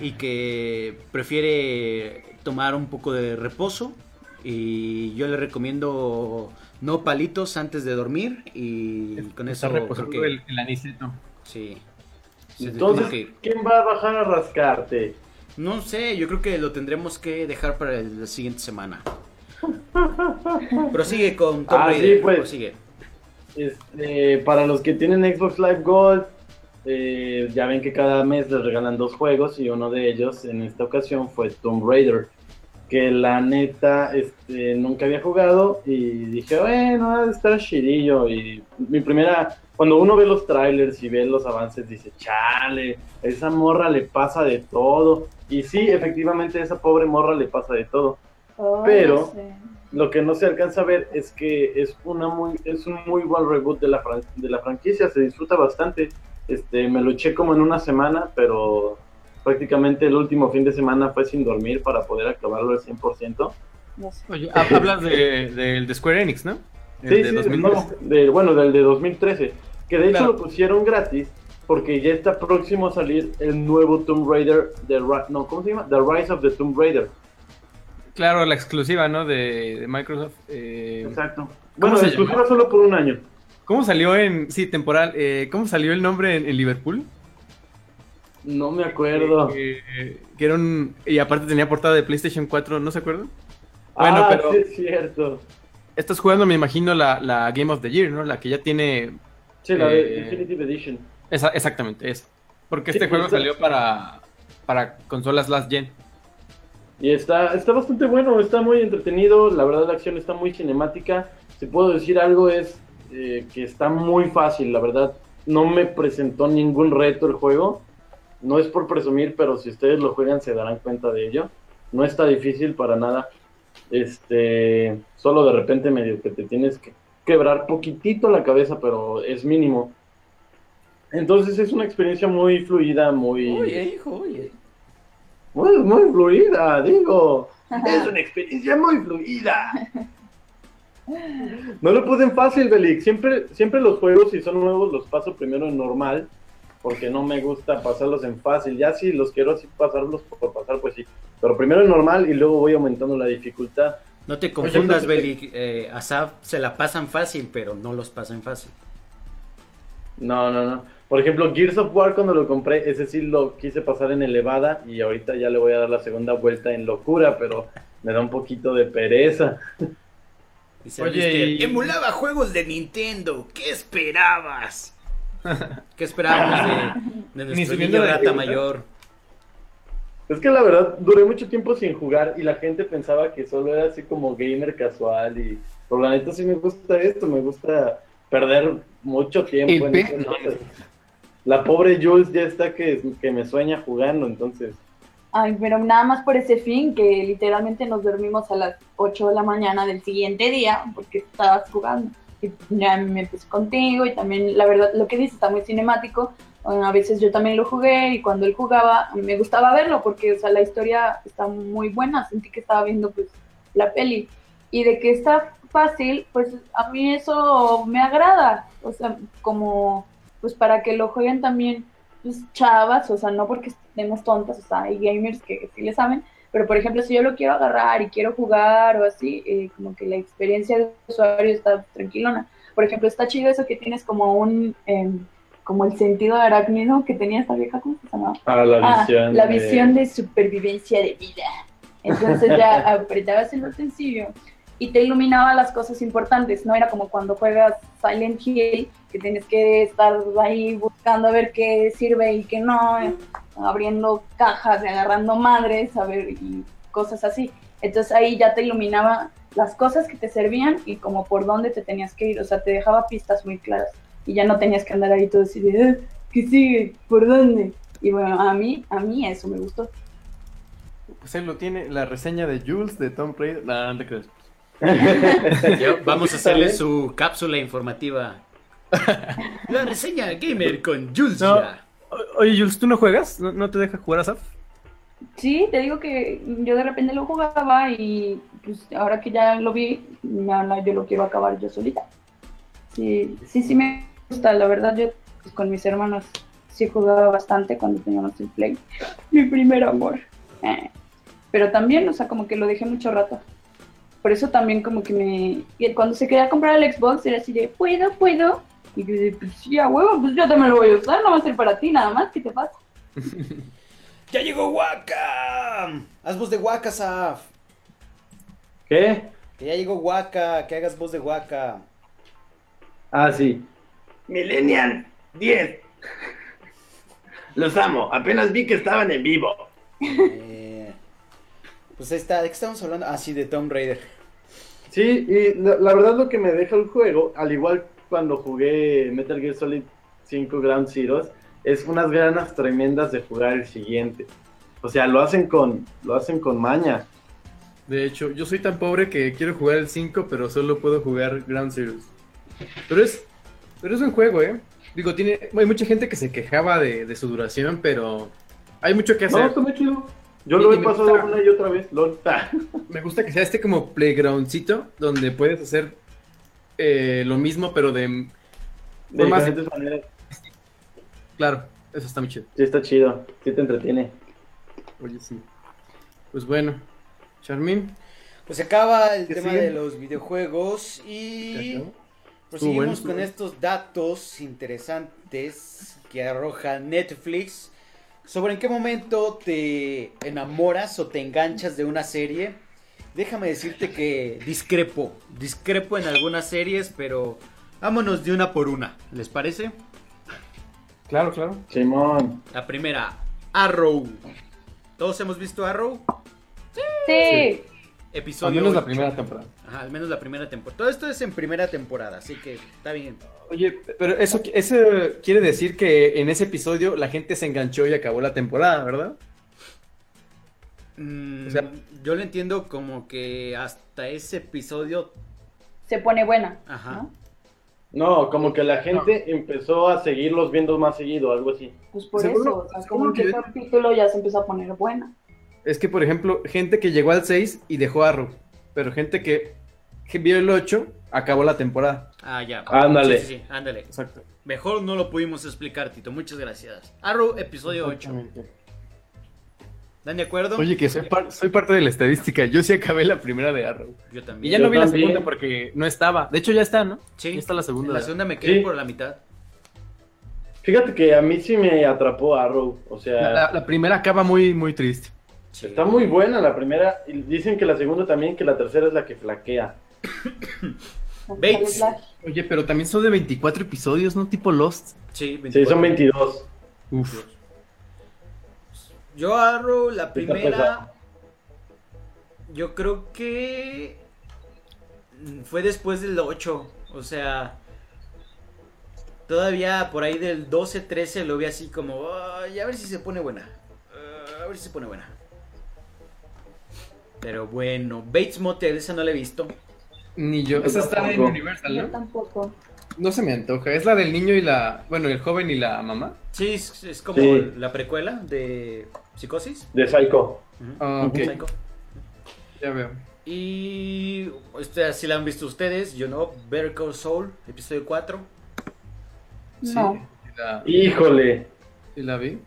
Speaker 2: y que prefiere tomar un poco de reposo y yo le recomiendo no palitos antes de dormir y con
Speaker 3: Está
Speaker 2: eso creo
Speaker 3: reposando
Speaker 2: que
Speaker 3: el, el aniceto.
Speaker 2: sí Se tiene
Speaker 7: Entonces,
Speaker 2: que-
Speaker 7: ¿quién va a bajar a rascarte?
Speaker 2: no sé, yo creo que lo tendremos que dejar para el- la siguiente semana. Prosigue con Tomb
Speaker 7: Ah,
Speaker 2: Raider,
Speaker 7: sí, pues.
Speaker 2: prosigue.
Speaker 7: Este, para los que tienen Xbox Live Gold, eh, ya ven que cada mes les regalan dos juegos y uno de ellos en esta ocasión fue Tomb Raider, que la neta este, nunca había jugado y dije, bueno, ha de estar chidillo. Y mi primera, cuando uno ve los trailers y ve los avances, dice, chale, a esa morra le pasa de todo. Y sí, efectivamente, a esa pobre morra le pasa de todo
Speaker 1: Oh,
Speaker 7: Pero-
Speaker 1: no sé.
Speaker 7: lo que no se alcanza a ver es que es una muy es un muy buen reboot de la fran- de la franquicia se disfruta bastante este me lo eché como en una semana pero prácticamente el último fin de semana fue sin dormir para poder acabarlo al 100%
Speaker 1: No sé.
Speaker 3: Oye, ha- Ah, hablas de, del de Square Enix, ¿no? El
Speaker 7: sí,
Speaker 3: de
Speaker 7: sí,
Speaker 3: 2009.
Speaker 7: no, de- bueno del de 2013 que de hecho
Speaker 3: Claro.
Speaker 7: lo pusieron gratis porque ya está próximo a salir el nuevo Tomb Raider de Ra- no cómo se llama The Rise of the Tomb Raider
Speaker 3: Claro, la exclusiva, ¿no? De, de Microsoft. eh,
Speaker 7: exacto
Speaker 3: ¿Cómo
Speaker 7: bueno
Speaker 3: se
Speaker 7: exclusiva solo por un año
Speaker 3: ¿Cómo salió en. Sí, temporal. eh, ¿Cómo salió el nombre en, en Liverpool?
Speaker 7: no me acuerdo
Speaker 3: Que, que era un. Y aparte tenía portada de PlayStation 4, ¿no se acuerdan?
Speaker 7: ah,
Speaker 3: pero-
Speaker 7: sí es cierto
Speaker 3: Estás jugando, me imagino, la, la Game of the Year, ¿no? La que ya tiene.
Speaker 7: Sí, la de
Speaker 3: Eh,
Speaker 7: Definitive Edition.
Speaker 3: esa- exactamente, esa. Porque este
Speaker 7: Sí,
Speaker 3: juego
Speaker 7: esa-
Speaker 3: salió para, para consolas last gen.
Speaker 7: Y está, está bastante bueno, está muy entretenido, la verdad la acción está muy cinemática. Si puedo decir algo es eh, que está muy fácil, la verdad. No me presentó ningún reto el juego. No es por presumir, pero si ustedes lo juegan se darán cuenta de ello. No está difícil para nada. Este, solo de repente medio que te tienes que quebrar poquitito la cabeza, pero es mínimo. Entonces es una experiencia muy fluida, muy...
Speaker 2: hijo, oye.
Speaker 7: Muy, muy fluida, digo. Es una experiencia muy fluida. No lo puse en fácil, Belix. Siempre, siempre los juegos, si son nuevos, los paso primero en normal. Porque no me gusta pasarlos en fácil. Ya si los quiero así pasarlos por pasar, pues sí. Pero primero en normal y luego voy aumentando la dificultad.
Speaker 2: No te confundas,
Speaker 7: Oye,
Speaker 2: Beli. eh, Asaf se la pasan fácil, pero no los pasan fácil.
Speaker 7: No, no, no. Por ejemplo, Gears of War cuando lo compré, ese sí lo quise pasar en elevada y ahorita ya le voy a dar la segunda vuelta en locura, pero me da un poquito de pereza.
Speaker 2: Dice,
Speaker 3: Oye,
Speaker 2: "Viste,
Speaker 3: y-
Speaker 2: emulaba juegos de Nintendo. ¿Qué
Speaker 3: [laughs]
Speaker 2: esperabas? ¿Qué esperabas de, de
Speaker 3: Ni
Speaker 2: nuestro
Speaker 3: siquiera
Speaker 2: niño
Speaker 3: de-
Speaker 2: rata [laughs] mayor?
Speaker 7: Es que la verdad, duré mucho tiempo sin jugar y la gente pensaba que solo era así como gamer casual y por la neta sí me gusta esto, me gusta perder mucho
Speaker 3: El
Speaker 7: tiempo en
Speaker 3: pe-
Speaker 7: esas
Speaker 3: no.
Speaker 7: cosas. La pobre Jules ya está que, que me sueña jugando, entonces
Speaker 1: Ay, pero nada más por ese fin que literalmente nos dormimos a las 8 de la mañana del siguiente día porque estabas jugando. Y ya me empecé contigo y también, la verdad, lo que dices está muy cinemático. Bueno, a veces yo también lo jugué y cuando él jugaba me gustaba verlo porque, o sea, la historia está muy buena. Sentí que estaba viendo pues la peli. Y de que está fácil, pues a mí eso me agrada. O sea, como pues para que lo jueguen también pues, chavas, o sea, no porque estemos tontas, o sea, hay gamers que sí le saben, pero por ejemplo, si yo lo quiero agarrar y quiero jugar o así, eh, como que la experiencia de usuario está tranquilona. Por ejemplo, está chido eso que tienes como un, em, como el sentido de arácnido que tenía esta vieja, ¿cómo se llamaba?
Speaker 7: a la
Speaker 1: Ah,
Speaker 7: visión.
Speaker 1: la
Speaker 7: de-
Speaker 1: visión de supervivencia de vida. Entonces
Speaker 7: [laughs]
Speaker 1: ya apretabas el utensilio y te iluminaba las cosas importantes, ¿no? Era como cuando juegas Silent Hill, que tienes que estar ahí buscando a ver qué sirve y qué no, eh, abriendo cajas y agarrando madres, a ver, y cosas así. Entonces ahí ya te iluminaba las cosas que te servían y como por dónde te tenías que ir, o sea, te dejaba pistas muy claras. y ya no tenías que andar ahí todo así de, "Ah, ¿qué sigue? ¿Por dónde? Y bueno, a mí, a mí eso me gustó.
Speaker 3: Pues ahí lo tiene, la reseña de Jules de Tom Raider. No, no te creas.
Speaker 2: Ya vamos a hacerle su cápsula [laughs] informativa. La reseña gamer con Jules.
Speaker 3: No.
Speaker 2: ya.
Speaker 3: O- Oye, Jules, ¿tú no juegas? Pues, ¿No, no te deja jugar a SAF?
Speaker 1: Sí, te digo que yo de repente lo jugaba y pues ahora que ya lo vi, no, no, yo lo quiero acabar yo solita. Sí, sí, sí me gusta, la verdad yo pues, con mis hermanos sí jugaba bastante cuando teníamos el play. [laughs] Mi primer amor. Eh, Pero también, o sea, como que lo dejé mucho rato. Por eso también como que me... y cuando se quería comprar el Xbox era así de, puedo, puedo. Y yo de, pues sí, a huevo, pues yo también lo voy a usar, no va a ser para ti nada más, ¿qué te pasa?
Speaker 2: ¡Ya llegó Waka! Haz voz de Waka, Saf.
Speaker 7: ¿Qué?
Speaker 2: Que ya llegó Waka, que hagas voz de Waka.
Speaker 7: Ah, sí.
Speaker 8: Millennial 10. Los amo, apenas vi que estaban en vivo.
Speaker 2: Eh, pues ahí está, ¿de qué estamos hablando? Ah, sí, de Tomb Raider.
Speaker 7: Sí, y la, la verdad lo que me deja el juego, al igual cuando jugué Metal Gear Solid 5 Ground Zeroes, es unas ganas tremendas de jugar el siguiente. O sea, lo hacen con, lo hacen con maña.
Speaker 3: De hecho, yo soy tan pobre que quiero jugar el 5, pero solo puedo jugar Ground Zeroes. Pero es, pero es un juego, ¿eh? Digo, tiene, hay mucha gente que se quejaba de, de su duración, pero hay mucho que
Speaker 7: No,
Speaker 3: hacer.
Speaker 7: está muy chido. Yo
Speaker 3: Y-
Speaker 7: lo
Speaker 3: y
Speaker 7: he
Speaker 3: me
Speaker 7: pasado
Speaker 3: gusta-
Speaker 7: una y otra vez. LOL. [laughs]
Speaker 3: Me gusta que sea este como playgroundcito donde puedes hacer eh, lo mismo, pero de...
Speaker 7: De
Speaker 3: formas-
Speaker 7: diferentes maneras.
Speaker 3: Claro, eso está muy chido.
Speaker 7: Sí, está chido. Sí te entretiene.
Speaker 3: Oye, sí. Pues bueno, Charmín.
Speaker 2: Pues se acaba el
Speaker 3: ¿Qué
Speaker 2: tema
Speaker 3: sigue?
Speaker 2: de los videojuegos y
Speaker 3: ¿te acabó?
Speaker 2: proseguimos
Speaker 3: bueno,
Speaker 2: Pues con
Speaker 3: estuvo bueno.
Speaker 2: estos datos interesantes que arroja Netflix sobre en qué momento te enamoras o te enganchas de una serie. Déjame decirte que discrepo, discrepo en algunas series, pero vámonos de una por una, ¿les parece?
Speaker 3: Claro, claro.
Speaker 7: Simón.
Speaker 2: La primera, Arrow. ¿Todos hemos visto Arrow?
Speaker 1: Sí.
Speaker 2: Episodio
Speaker 3: Al menos la
Speaker 2: ocho.
Speaker 3: primera temporada.
Speaker 2: Ajá, al menos la primera temporada. Todo esto es en primera temporada, así que está bien.
Speaker 3: Oye, pero eso, eso quiere decir que en ese episodio la gente se enganchó y acabó la temporada, ¿verdad?
Speaker 2: Mm,
Speaker 3: O sea-
Speaker 2: yo lo entiendo como que hasta ese episodio.
Speaker 1: se pone buena.
Speaker 2: Ajá.
Speaker 1: ¿no?
Speaker 7: No, como que la gente empezó a seguirlos viendo más seguido, algo así.
Speaker 1: Pues por
Speaker 3: Seguro,
Speaker 1: eso, o sea,
Speaker 3: es
Speaker 1: como
Speaker 3: como
Speaker 1: que el
Speaker 3: que-
Speaker 1: capítulo ya se empieza a poner buena.
Speaker 3: Es que, por ejemplo, gente que llegó al 6 y dejó a Arrow, pero gente que, que vio el 8 acabó la temporada.
Speaker 2: Ah, ya.
Speaker 7: Ándale.
Speaker 2: Sí, sí, sí, ándale.
Speaker 3: Exacto.
Speaker 2: Mejor no lo pudimos explicar, Tito. Muchas gracias. Arrow, episodio 8. ¿Están de acuerdo?
Speaker 3: Oye, que soy, par- soy parte de la estadística. Yo sí acabé la primera de Arrow.
Speaker 2: Yo también.
Speaker 3: Y ya
Speaker 7: Yo
Speaker 3: no vi la
Speaker 7: también.
Speaker 3: segunda porque no estaba. De hecho, ya está, ¿no?
Speaker 2: Sí.
Speaker 3: Ya está la segunda.
Speaker 2: La segunda me quedé
Speaker 7: Sí.
Speaker 2: por la mitad.
Speaker 7: Fíjate que a mí sí me atrapó Arrow. O
Speaker 3: [laughs]
Speaker 7: sea,
Speaker 3: La- la- la primera acaba muy, muy triste.
Speaker 2: Sí.
Speaker 7: está muy buena la primera. Y dicen que la segunda también, que la tercera es la que flaquea.
Speaker 2: Bates.
Speaker 3: Oye, pero también son de 24 episodios, ¿no? Tipo Lost.
Speaker 2: Sí,
Speaker 7: Sí,
Speaker 2: 24.
Speaker 7: son 22.
Speaker 3: Uf.
Speaker 2: Yo Arrow, la primera.
Speaker 7: pesado.
Speaker 2: Yo creo que. mm, Fue después del 8. O sea. Todavía por ahí del 12-13 lo vi así como. "Ay, a ver si se pone buena. Ah, a ver si se pone buena. Pero bueno, Bates Motel, esa no la he visto.
Speaker 3: Ni yo. Esa está en
Speaker 7: tampoco.
Speaker 3: Universal,
Speaker 1: Yo
Speaker 3: ¿no?
Speaker 1: tampoco.
Speaker 3: No se me antoja. Es la del niño y la. Bueno, el joven y la mamá.
Speaker 2: Sí, es, es como
Speaker 7: Sí.
Speaker 2: la precuela de Psicosis.
Speaker 7: De Psycho.
Speaker 3: Ah, ok.
Speaker 2: Psycho.
Speaker 3: Ya veo.
Speaker 2: Y este, si la han visto ustedes, yo no, Better Call Saul, episodio 4.
Speaker 3: Sí.
Speaker 1: No.
Speaker 3: Y la,
Speaker 7: Híjole.
Speaker 3: y la vi.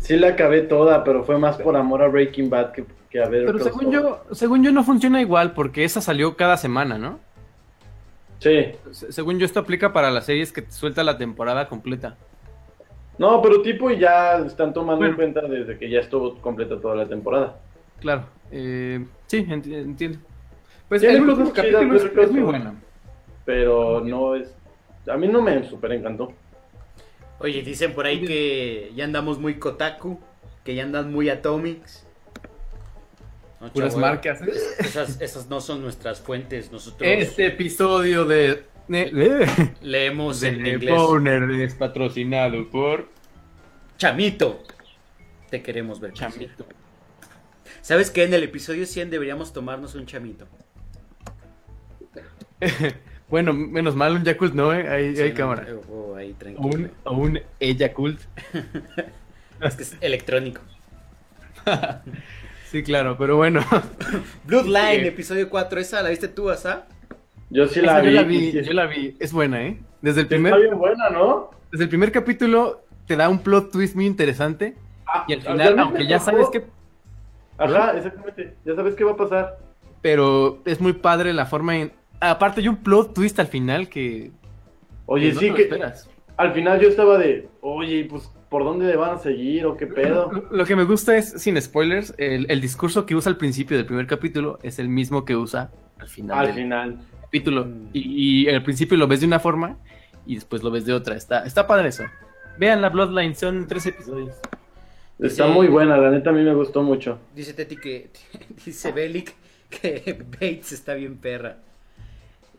Speaker 7: Sí la acabé toda, pero fue más por amor a Breaking Bad que, que a ver.
Speaker 3: Pero según yo, según yo no funciona igual porque esa salió cada semana, ¿no?
Speaker 7: Sí.
Speaker 3: Se- Según yo esto aplica para las series que te suelta la temporada completa.
Speaker 7: No, pero tipo y ya están tomando
Speaker 3: Bueno.
Speaker 7: en cuenta desde que ya estuvo completa toda la temporada.
Speaker 3: Claro. Eh, sí, enti- entiendo. Pues
Speaker 7: Tiene
Speaker 3: el último
Speaker 7: cosas chidas,
Speaker 3: capítulo es,
Speaker 7: pero creo
Speaker 3: es muy
Speaker 7: que-
Speaker 3: bueno.
Speaker 7: Pero no es... A mí no me super encantó.
Speaker 2: Oye, dicen por ahí que ya andamos muy Kotaku, que ya andan muy Atomics. No,
Speaker 3: Puras
Speaker 2: chavo,
Speaker 3: marcas.
Speaker 2: Esas, esas no son nuestras fuentes, nosotros.
Speaker 3: Este episodio de Eh,
Speaker 2: Leemos en
Speaker 3: eh,
Speaker 2: inglés.
Speaker 3: Powner es patrocinado por
Speaker 2: Chamito. Te queremos ver.
Speaker 3: Chamito.
Speaker 2: ¿Sabes qué? En el episodio 100 deberíamos tomarnos un chamito.
Speaker 3: Bueno, menos mal un Yakult, ¿no? eh? Hay, hay
Speaker 2: Sí,
Speaker 3: cámara.
Speaker 2: eh, oh, ahí,
Speaker 3: O un,
Speaker 2: tranquilo.
Speaker 3: o un Eyakult.
Speaker 2: Es que es electrónico.
Speaker 3: Sí, claro, pero bueno.
Speaker 2: Bloodline,
Speaker 3: Sí.
Speaker 2: episodio 4. Esa la viste tú, Asa.
Speaker 7: Yo sí
Speaker 3: [laughs]
Speaker 7: la
Speaker 3: Esa
Speaker 7: vi.
Speaker 3: yo la
Speaker 7: y
Speaker 3: vi,
Speaker 7: sí-
Speaker 3: yo la vi. Es buena, ¿eh? Desde el,
Speaker 7: Está
Speaker 3: primer,
Speaker 7: bien buena, ¿no?
Speaker 3: desde el primer capítulo te da un plot twist muy interesante.
Speaker 7: Ah,
Speaker 3: Y al
Speaker 7: a mí
Speaker 3: final,
Speaker 7: me
Speaker 3: aunque ya
Speaker 7: tocó-
Speaker 3: sabes que
Speaker 7: Ajá, exactamente. Ya sabes qué va a pasar.
Speaker 3: pero es muy padre la forma en... Aparte hay un plot twist al final que...
Speaker 7: Oye,
Speaker 3: que no te
Speaker 7: sí
Speaker 3: lo
Speaker 7: que
Speaker 3: esperas.
Speaker 7: al final yo estaba de, oye, pues, ¿por dónde van a seguir o qué pedo?
Speaker 3: Lo- Lo que me gusta es, sin spoilers, el, el discurso que usa al principio del primer capítulo es el mismo que usa al final
Speaker 7: al Mm.
Speaker 3: del
Speaker 7: final.
Speaker 3: capítulo. Y, y al principio lo ves de una forma y después lo ves de otra. Está, está padre eso. Vean la Bloodline, son tres episodios.
Speaker 7: Está
Speaker 2: Sí.
Speaker 7: muy buena, la neta a mí me gustó mucho.
Speaker 2: Dice Teti que. [laughs] Dice Belic que Bates está bien perra.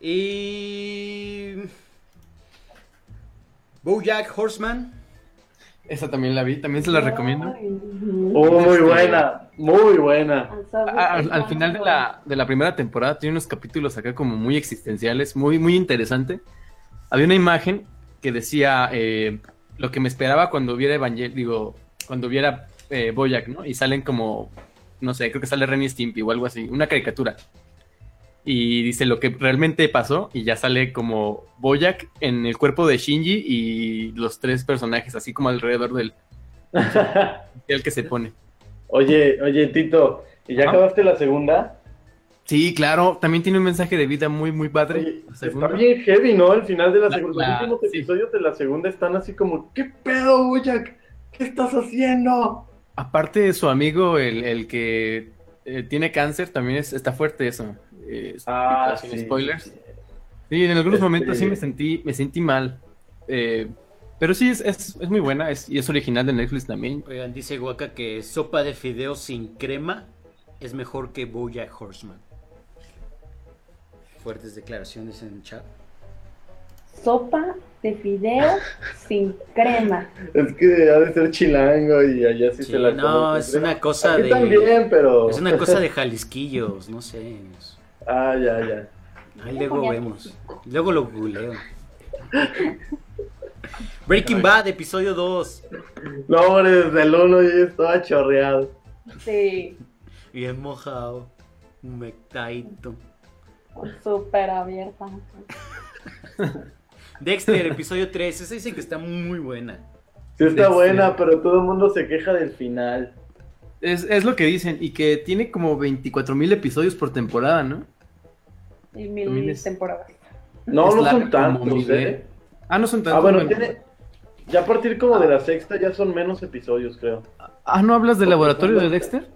Speaker 2: Y. Bojack Horseman.
Speaker 3: Esa también la vi, también se la recomiendo.
Speaker 1: recomiendo.
Speaker 7: Oh, muy
Speaker 3: Este-
Speaker 7: buena,
Speaker 2: [laughs]
Speaker 7: muy buena. [laughs]
Speaker 3: A- Ah, Al, al final de la, de la primera temporada tiene unos capítulos acá como muy existenciales, muy, muy interesante. Había una imagen que decía eh, lo que me esperaba cuando viera Evangel, digo, cuando viera eh, Boyac, ¿no? Y salen como, no sé, creo que sale Renny Stimpy o algo así, una caricatura. Y dice lo que realmente pasó y ya sale como Boyac en el cuerpo de Shinji y los tres personajes así como alrededor del el que se pone.
Speaker 7: Oye, oye, Tito, ¿y ya
Speaker 3: Ajá.
Speaker 7: acabaste la segunda?
Speaker 3: Sí, claro, también tiene un mensaje de vida muy, muy padre.
Speaker 7: Oye,
Speaker 3: La
Speaker 7: está
Speaker 3: segunda.
Speaker 7: bien heavy, ¿no? El final de la,
Speaker 3: La-
Speaker 7: segunda.
Speaker 3: la-
Speaker 7: Los últimos
Speaker 3: sí.
Speaker 7: episodios de la segunda están así como, ¿qué pedo, Boyac? ¿Qué estás haciendo?
Speaker 3: Aparte de su amigo, el, el que eh, tiene cáncer, también es- está fuerte eso. Eh,
Speaker 7: Ah,
Speaker 3: sin
Speaker 7: sí.
Speaker 3: spoilers. Sí, en algunos
Speaker 7: Este-
Speaker 3: momentos sí me sentí, me sentí mal. Eh, pero sí, es, es, es muy buena es- y es original de Netflix también.
Speaker 2: Oigan, dice Guaca que sopa de fideos sin crema es mejor que Bojack Horseman. Fuertes declaraciones en el chat.
Speaker 1: Sopa de fideos sin
Speaker 3: [laughs]
Speaker 1: crema.
Speaker 7: Es que ha de ser chilango y allá sí,
Speaker 2: Sí,
Speaker 7: se la
Speaker 2: no,
Speaker 7: comen con
Speaker 2: es
Speaker 7: crema.
Speaker 2: una cosa
Speaker 7: Aquí
Speaker 2: de-
Speaker 7: también, pero...
Speaker 2: Es una cosa de jalisquillos, no sé. es-
Speaker 7: [laughs] Ah, ya, ya.
Speaker 2: Ahí luego vemos. Luego lo googleo. Breaking Bad, episodio 2.
Speaker 7: No, hombre, desde el uno yo ya estaba chorreado.
Speaker 1: Sí,
Speaker 2: Bien mojado. Mectaito.
Speaker 1: súper abierta.
Speaker 2: Dexter, episodio 3. Esa dicen que está muy buena.
Speaker 7: Sí está
Speaker 3: Sí.
Speaker 7: buena, pero todo el mundo se queja del final.
Speaker 3: Es, es lo que dicen y que tiene como 24 mil episodios por temporada, ¿no?
Speaker 1: Y
Speaker 3: También
Speaker 1: mil
Speaker 3: es-
Speaker 1: temporadas.
Speaker 7: No,
Speaker 3: Es
Speaker 7: no
Speaker 3: larga
Speaker 7: son
Speaker 3: como
Speaker 7: tantos,
Speaker 3: Miguel.
Speaker 7: ¿eh?
Speaker 3: Ah, no son tantos.
Speaker 7: Ah, bueno,
Speaker 3: bueno.
Speaker 7: tiene... Ya a partir como de la sexta ya son menos episodios, creo.
Speaker 3: Ah, ¿no hablas del laboratorio de Dexter?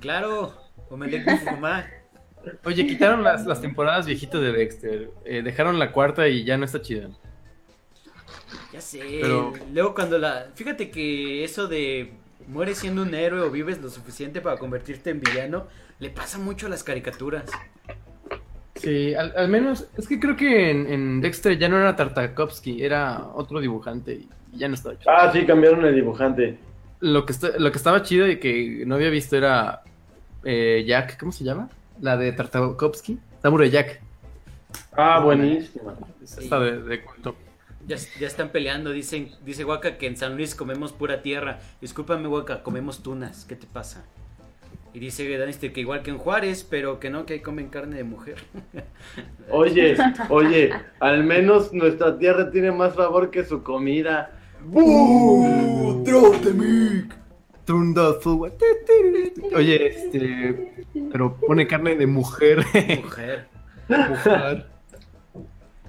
Speaker 2: Claro. Omelette de fumar.
Speaker 3: Oye, quitaron las, las temporadas viejitas de Dexter. Eh, dejaron la cuarta y ya no está chida.
Speaker 2: Ya sé.
Speaker 3: Pero-
Speaker 2: Luego cuando la... Fíjate que eso de mueres siendo un héroe o vives lo suficiente para convertirte en villano, le pasa mucho a las caricaturas.
Speaker 3: Sí, al, al menos, es que creo que en, en Dexter ya no era Tartakovsky, era otro dibujante y ya no estaba chido.
Speaker 7: Ah, sí, cambiaron el dibujante.
Speaker 3: Lo que, esta- lo que estaba chido y que no había visto era eh, Jack, ¿cómo se llama? La de Tartakovsky, Samurai Jack,
Speaker 7: Ah, buenísima.
Speaker 3: es esta de, de culto.
Speaker 2: Ya, ya están peleando, dicen, dice Huaca que en San Luis comemos pura tierra. Discúlpame, Huaca, comemos tunas, ¿qué te pasa? Y dice Danister que igual que en Juárez, pero que no, que ahí comen carne de mujer.
Speaker 7: Oye, oye, al menos nuestra tierra tiene más sabor que su comida. ¡Bú!
Speaker 3: Turn the full- Oye, este, pero pone carne de mujer. [laughs]
Speaker 2: mujer.
Speaker 3: Mujer. Eh,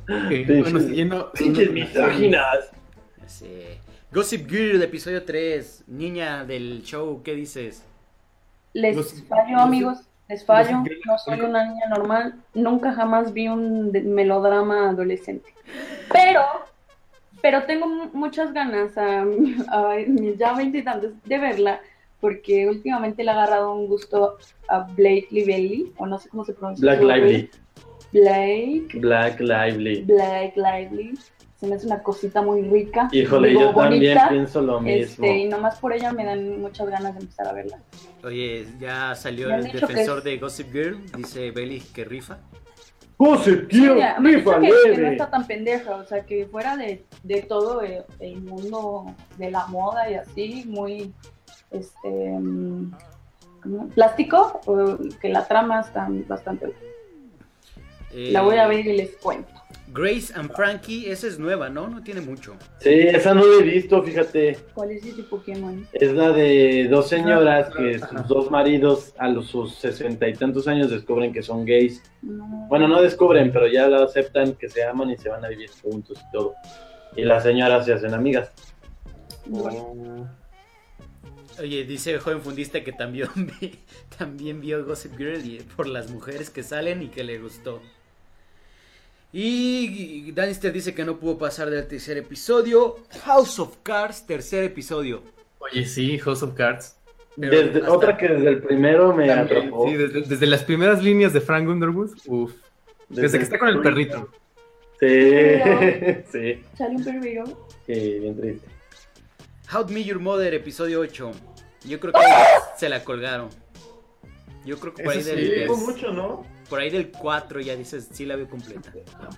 Speaker 7: Sí,
Speaker 3: bueno,
Speaker 7: sí.
Speaker 3: siguiendo-
Speaker 7: ¡Pinches
Speaker 3: siguiendo-
Speaker 7: misóginas!
Speaker 2: Así. Gossip Girl, episodio 3. Niña del show, ¿qué dices?
Speaker 1: Les
Speaker 3: Los-
Speaker 1: fallo,
Speaker 3: los-
Speaker 1: amigos. Les fallo.
Speaker 3: los ingleses-
Speaker 1: No soy una niña normal. Nunca jamás vi un de- melodrama adolescente. Pero, pero tengo mu- muchas ganas a, [laughs] a mis ya veintitantos de verla. Porque últimamente le ha agarrado un gusto a Blake Lively, o no sé cómo se pronuncia.
Speaker 7: Black
Speaker 1: su nombre.
Speaker 7: Lively.
Speaker 1: Blake,
Speaker 7: Black Lively.
Speaker 1: Blake Lively. Se me hace una cosita muy rica.
Speaker 7: Híjole,
Speaker 1: digo,
Speaker 7: yo también
Speaker 1: bonita,
Speaker 7: pienso lo mismo.
Speaker 1: Este, y nomás por ella me dan muchas ganas de empezar a verla.
Speaker 2: Oye, ya salió
Speaker 1: Me han
Speaker 2: el
Speaker 1: dicho
Speaker 2: defensor
Speaker 1: que
Speaker 2: de Gossip Girl, dice Belis que rifa.
Speaker 7: ¡Gossip
Speaker 1: Sí,
Speaker 7: Girl,
Speaker 1: mira, me
Speaker 7: rifa
Speaker 1: dice que, que no
Speaker 7: leve!
Speaker 1: está tan pendeja, o sea, que fuera de, de todo el, el mundo de la moda y así, muy, este, mm, ¿cómo? plástico, eh, que la trama está bastante...
Speaker 2: Eh,
Speaker 1: La voy a ver y les cuento.
Speaker 2: Grace and Frankie, esa es nueva, ¿no? No tiene mucho.
Speaker 7: Sí, esa no la he visto, fíjate.
Speaker 1: ¿Cuál es ese Pokémon?
Speaker 7: Es la de dos
Speaker 3: Ah,
Speaker 7: señoras que sus dos maridos a los sus sesenta y tantos años descubren que son gays.
Speaker 1: No.
Speaker 7: Bueno, no descubren, pero ya lo aceptan, que se aman y se van a vivir juntos y todo. Y las señoras se hacen amigas.
Speaker 1: Bueno,
Speaker 2: Oye, dice el joven fundista que también, [laughs] vi- también vio Gossip Girl y- eh, por las mujeres que salen y que le gustó. Y Danister dice que no pudo pasar del tercer episodio. House of Cards, tercer episodio.
Speaker 3: Oye, sí, House of Cards. Pero
Speaker 7: Desde,
Speaker 2: hasta-
Speaker 7: otra que desde el primero me
Speaker 3: También,
Speaker 7: atrapó.
Speaker 3: sí, desde, desde las primeras líneas de Frank Underwood, uff. Desde, que está con el perrito.
Speaker 7: Sí, [laughs] sí,
Speaker 1: sale un perrero.
Speaker 7: sí, bien triste.
Speaker 2: How to Meet Your Mother, episodio 8. Yo creo que
Speaker 3: [laughs]
Speaker 2: se la colgaron. Yo creo que por ahí,
Speaker 3: Eso
Speaker 2: del,
Speaker 3: sí,
Speaker 2: del-
Speaker 3: hubo
Speaker 7: ¿no?
Speaker 2: por ahí del 4 ya dices, sí la veo completa.